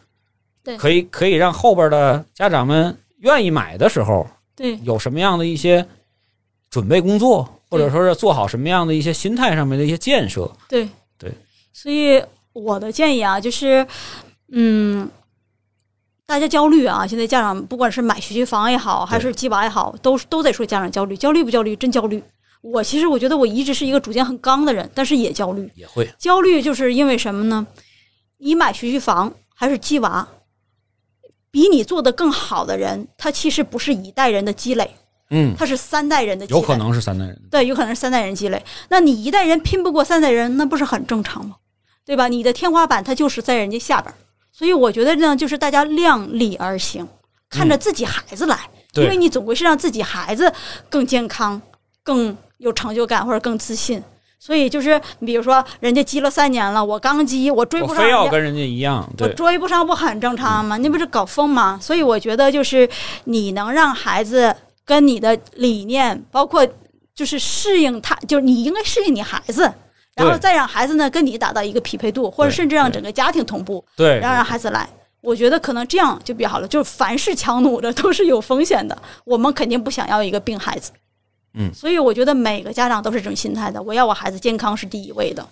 C: 对
B: 可以可以让后边的家长们愿意买的时候，
C: 对
B: 有什么样的一些准备工作，或者
C: 对
B: 说是做好什么样的一些心态上面的一些建设。
C: 对
B: 对，
C: 所以我的建议啊，就是嗯。大家焦虑啊！现在家长不管是买学区房也好，还是鸡娃也好，都是都得说家长焦虑，焦虑不焦虑？真焦虑！我其实我觉得我一直是一个主见很刚的人，但是也焦虑。
B: 也会
C: 焦虑就是因为什么呢？你买学区房还是鸡娃，比你做的更好的人，他其实不是一代人的积累，
B: 嗯，
C: 他是三代人的积累。
B: 有可能是三代人，
C: 对，有可能是三代人积累。那你一代人拼不过三代人，那不是很正常吗？对吧？你的天花板它就是在人家下边儿，所以我觉得呢，就是大家量力而行，看着自己孩子来，
B: 嗯对
C: 因为你总归是让自己孩子更健康、更有成就感或者更自信。所以就是，你比如说，人家积了三年了，我刚积，我追
B: 我
C: 不上
B: 非
C: 人
B: 要
C: 家
B: 跟人家一样，
C: 我
B: 对，嗯
C: 追不上不很正常吗？那不是搞疯吗？所以我觉得就是你能让孩子跟你的理念，包括就是适应他，就是你应该适应你孩子。然后
B: 对
C: 再让孩子呢跟你达到一个匹配度，或者
B: 对
C: 甚至让
B: 对
C: 整个家庭同步，
B: 对，
C: 然后让孩子来。我觉得可能这样就比较好了。就是凡事强弩着都是有风险的，我们肯定不想要一个病孩子。
B: 嗯
C: 所以我觉得每个家长都是这种心态的。我要我孩子健康是第一位的，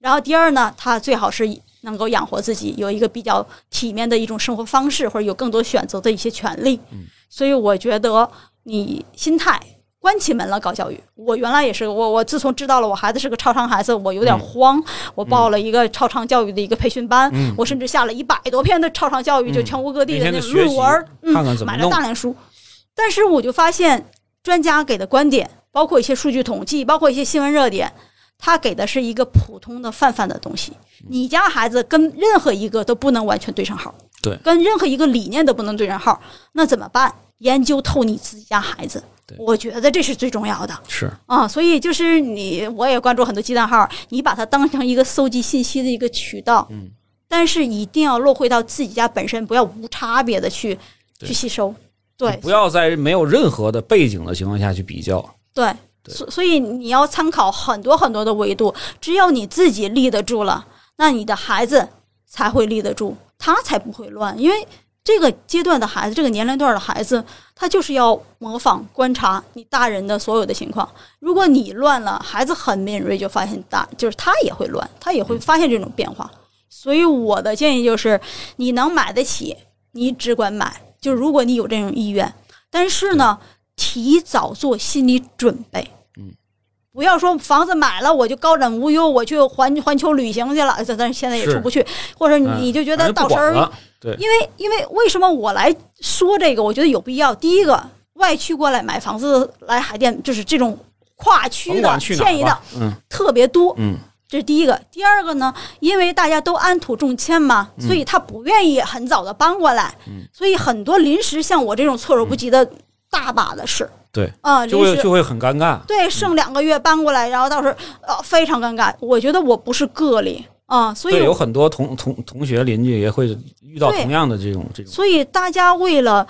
C: 然后第二呢，他最好是能够养活自己，有一个比较体面的一种生活方式，或者有更多选择的一些权利。
B: 嗯
C: 所以我觉得你心态。关起门来搞教育，我原来也是，我我自从知道了我孩子是个超常孩子，我有点
B: 嗯
C: 慌，我报了一个超常教育的一个培训班，
B: 嗯
C: 我甚至下了一百多篇的超常教育，
B: 嗯
C: 就全国各地
B: 每天
C: 的那
B: 得
C: 种
B: 学习
C: 论文儿，嗯，
B: 看看怎么
C: 买了
B: 弄
C: 大量书。但是我就发现，专家给的观点包括一些数据统计，包括一些新闻热点，它给的是一个普通的泛泛的东西。
B: 嗯
C: 你家孩子跟任何一个都不能完全对上号，
B: 对
C: 跟任何一个理念都不能对上号，那怎么办？研究透你自己家孩子
B: 对，
C: 我觉得这是最重要的。
B: 是
C: 啊，所以就是你，我也关注很多鸡蛋号，你把它当成一个搜集信息的一个渠道，
B: 嗯，
C: 但是一定要落回到自己家本身，不要无差别的去
B: 对
C: 去吸收，对
B: 不要在没有任何的背景的情况下去比较。
C: 对，
B: 对
C: 所所以你要参考很多很多的维度，只有你自己立得住了，那你的孩子才会立得住，他才不会乱，因为。这个阶段的孩子，这个年龄段的孩子，他就是要模仿、观察你大人的所有的情况。如果你乱了，孩子很敏锐，就发现大就是他也会乱，他也会发现这种变化。所以我的建议就是，你能买得起，你只管买。就如果你有这种意愿，但是呢，提早做心理准备。
B: 嗯，
C: 不要说房子买了我就高枕无忧，我去环环球旅行去了，但但是现在也
B: 是
C: 出不去，或者
B: 嗯
C: 你就觉
B: 咱就
C: 得到
B: 不
C: 时
B: 管
C: 候
B: 了，
C: 因为因为为什么我来说这个？我觉得有必要。第一个，外区过来买房子来海淀，就是这种跨区
B: 甭
C: 的
B: 管去哪
C: 迁移
B: 儿
C: 的
B: 吧，嗯
C: 特别多，
B: 嗯，
C: 这是第一个。第二个呢，因为大家都安土重迁嘛，所以他不愿意很早的搬过来，
B: 嗯
C: 所以很多临时像我这种措手不及的大把的事。
B: 对，
C: 啊、
B: 就
C: 临
B: 会
C: 时
B: 就会很尴尬。
C: 对，剩两个月搬过来，然后到时候呃非常尴尬。我觉得我不是个例啊、所以
B: 对，有很多同同同学邻居也会遇到
C: 对
B: 同样的这种这种。
C: 所以大家为了。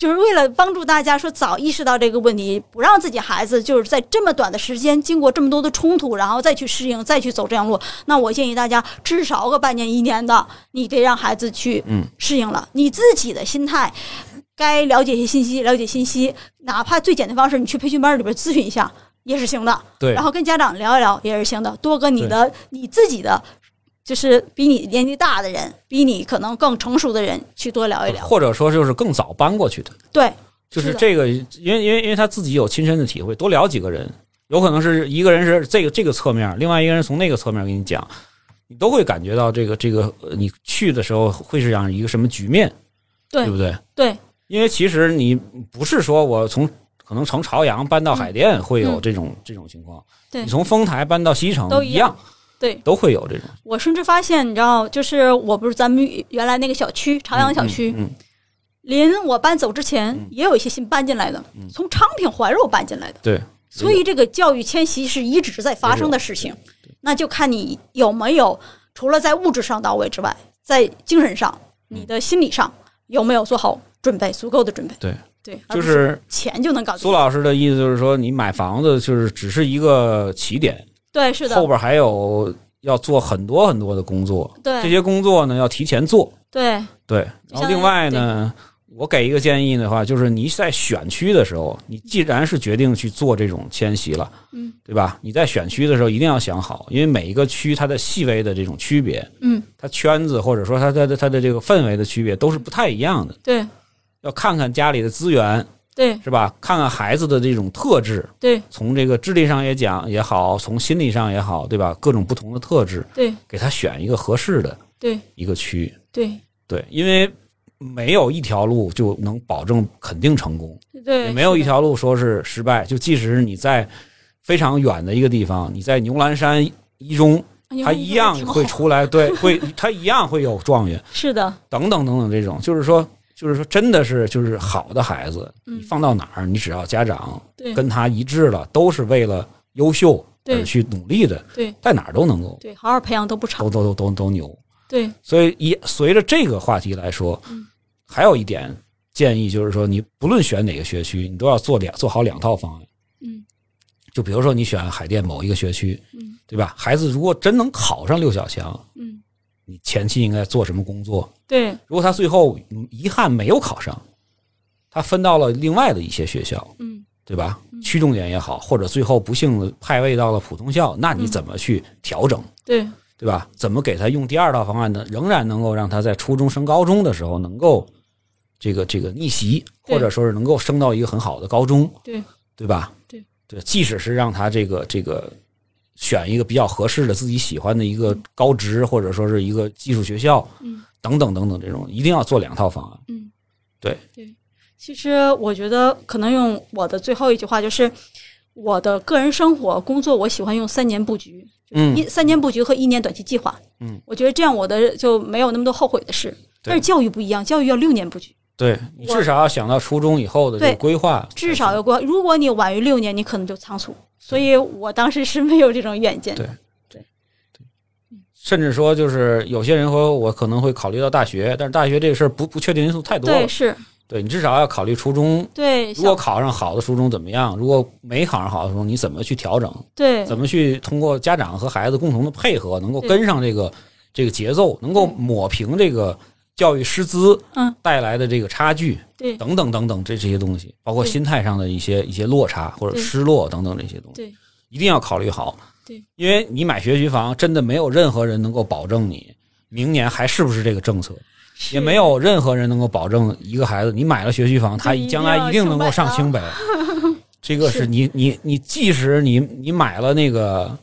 C: 就是为了帮助大家说早意识到这个问题，不让自己孩子就是在这么短的时间经过这么多的冲突，然后再去适应，再去走这样路。那我建议大家至少个半年一年的，你得让孩子去
B: 嗯
C: 适应了。你自己的心态，该了解一些信息，了解信息，哪怕最简单的方式，你去培训班里边咨询一下也是行的。
B: 对
C: 然，后跟家长聊一聊也是行的，多跟你的你自己的，就是比你年纪大的人，比你可能更成熟的人去多聊一聊。
B: 或者说就是更早搬过去的，
C: 对，
B: 就是
C: 是的
B: 这个，因为因为因为他自己有亲身的体会，多聊几个人，有可能是一个人是这个这个侧面，另外一个人从那个侧面给你讲，你都会感觉到这个这个呃你去的时候会是这样一个什么局面，
C: 对
B: 不对？
C: 对，
B: 因为其实你不是说我从可能从朝阳搬到海淀会有
C: 嗯
B: 这种、这种情况，
C: 对
B: 你从丰台搬到西城
C: 都
B: 一
C: 一
B: 样
C: 样，对
B: 都会有这种
C: 我甚至发现，你知道，就是我不是咱们原来那个小区朝阳小区，
B: 嗯，嗯
C: 临我搬走之前
B: 嗯，
C: 也有一些新搬进来的，
B: 嗯
C: 从昌平怀柔搬进来的。
B: 对，
C: 所以这个教育迁徙是一直在发生的事情，那就看你有没有除了在物质上到位之外，在精神上、你的心理上有没有做好准备，足够的准备。
B: 对
C: 对，而
B: 就
C: 不
B: 是
C: 钱就能搞定
B: 苏。老师的意思就是说，你买房子就是只是一个起点，
C: 对，是的
B: 后，边还有要做很多很多的工作，这
C: 对
B: 些工作呢要提前做。
C: 对
B: 对，然
C: 就相
B: 后
C: 当于
B: 另外呢，我给一个建议的话，就是你在选区的时候，你既然是决定去做这种迁徙了，
C: 嗯，
B: 对吧？你在选区的时候一定要想好，因为每一个区它的细微的这种区别，
C: 嗯，
B: 它圈子或者说它它的它的这个氛围的区别都是不太一样的，
C: 对
B: 要看看家里的资源
C: 对
B: 是吧？看看孩子的这种特质，
C: 对
B: 从这个智力上也讲也好，从心理上也好，对吧？各种不同的特质，
C: 对
B: 给他选一个合适的
C: 对
B: 一个区。
C: 对
B: 对，因为没有一条路就能保证肯定成功，
C: 对
B: 也，没有一条路说是失败。就即使是你在非常远的一个地方，你在牛栏山一中，
C: 是的，
B: 它一样会
C: 出，
B: 出来，对，会它一样会有状元，
C: 是的，
B: 等等等等这种，就是说。就是说，真的是就是好的孩子，
C: 嗯
B: 你放到哪儿，你只要家长
C: 对
B: 跟他一致了，都是为了优秀而
C: 对
B: 去努力的，
C: 对
B: 在哪儿都能够，
C: 对，好好培养都不
B: 都
C: 长，
B: 都都都都牛。
C: 对
B: 所以也随着这个话题来说
C: 嗯，
B: 还有一点建议就是说，你不论选哪个学区，你都要做两做好两套方案。
C: 嗯，
B: 就比如说你选海淀某一个学区，
C: 嗯
B: 对吧？孩子如果真能考上六小强，
C: 嗯，
B: 你前期应该做什么工作？
C: 对
B: 如果他最后嗯遗憾没有考上，他分到了另外的一些学校，
C: 嗯
B: 对吧？
C: 嗯
B: 区重点也好，或者最后不幸的派位到了普通校，那你
C: 嗯
B: 怎么去调整，
C: 对
B: 对吧？怎么给他用第二套方案呢？仍然能够让他在初中升高中的时候能够这个这个逆袭，
C: 对
B: 或者说是能够升到一个很好的高中，
C: 对
B: 对吧？
C: 对
B: 对，即使是让他这个这个选一个比较合适的自己喜欢的一个高职，或者说是一个技术学校
C: 嗯。
B: 等等等等这种，一定要做两套方案。
C: 其实我觉得，可能用我的最后一句话就是，我的个人生活、工作，我喜欢用三年布局，
B: 嗯
C: 一三年布局和一年短期计划。
B: 嗯，
C: 我觉得这样我的就没有那么多后悔的事。但是教育不一样，教育要六年布局，
B: 对你至少要想到初中以后的这
C: 对
B: 个规划，
C: 至少要过。如果你晚于六年，你可能就仓促。所以我当时是没有这种远见。
B: 对甚至说就是有些人会我可能会考虑到大学，但是大学这个事儿不不确定因素太多
C: 对，
B: 了，
C: 是，
B: 对你至少要考虑初中。
C: 对，
B: 如果
C: 像
B: 考上好的初中怎么样？如果没考上好的初中，你怎么去调整？
C: 对，
B: 怎么去通过家长和孩子共同的配合，能够
C: 对
B: 跟上这个这个节奏，能够抹平这个教育师资
C: 嗯
B: 带来的这个差距，
C: 对
B: 等等等等这这些东西，包括
C: 对
B: 心态上的一些一些落差或者
C: 对
B: 失落等等这些东西，
C: 对，
B: 一定要考虑好。
C: 对，
B: 因为你买学区房，真的没有任何人能够保证你明年还是不是这个政策，也没有任何人能够保证一个孩子，你买了学区房，他
C: 一定
B: 将来一定能够上清北。 这个啊是
C: 是
B: 你你你，即使你你买了那个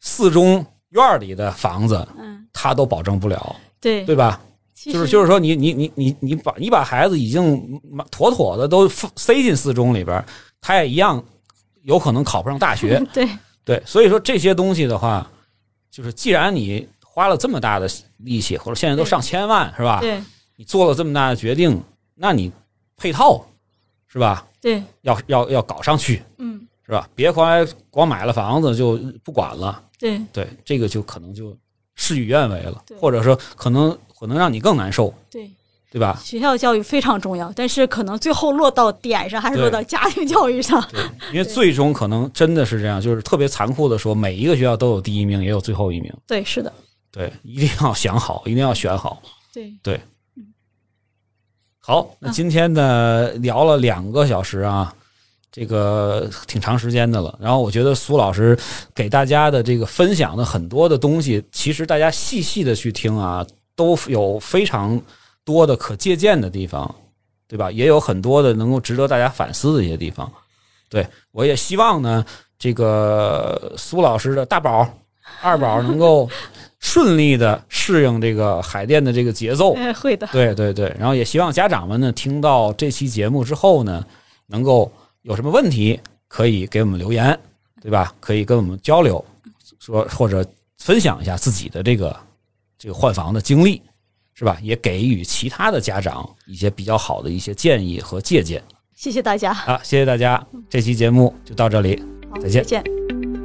B: 四中院里的房子，
C: 嗯，
B: 他都保证不了，
C: 对，
B: 对吧？
C: 其
B: 就是
C: 实
B: 就是说你，你你你你把你把孩子已经妥妥的都塞进四中里边儿，他也一样有可能考不上大学。
C: 嗯对
B: 对，所以说这些东西的话，就是既然你花了这么大的力气，或者现在都
C: 对
B: 上千万是吧？
C: 对
B: 你做了这么大的决定，那你配套是吧？
C: 对，
B: 要要要搞上去
C: 嗯，
B: 是吧？别光光买了房子就不管了，
C: 对
B: 对，这个就可能就事与愿违了
C: 对，
B: 或者说可能可能让你更难受，
C: 对，
B: 对吧？
C: 学校教育非常重要，但是可能最后落到点上还是
B: 对
C: 落到家庭教育上。
B: 对，因为最终可能真的是这样，就是特别残酷的说，每一个学校都有第一名，也有最后一名，
C: 对，是的，
B: 对，一定要想好，一定要选好。
C: 对，
B: 好，那今天呢、聊了两个小时啊，这个挺长时间的了。然后我觉得苏老师给大家的这个分享的很多的东西，其实大家细细的去听啊，都有非常多的可借鉴的地方，对吧？也有很多的能够值得大家反思的一些地方。对我也希望呢，这个苏老师的大宝、二宝能够顺利的适应这个海淀的这个节 奏，
C: 哎，会的，
B: 对对对，然后也希望家长们呢，听到这期节目之后呢，能够有什么问题可以给我们留言，对吧？可以跟我们交流，说或者分享一下自己的这个这个换房的经历，是吧？也给予其他的家长一些比较好的一些建议和借鉴
C: 谢谢大家，
B: 啊！谢谢大家，这期节目就到这里。
C: 好
B: 再见
C: 再见。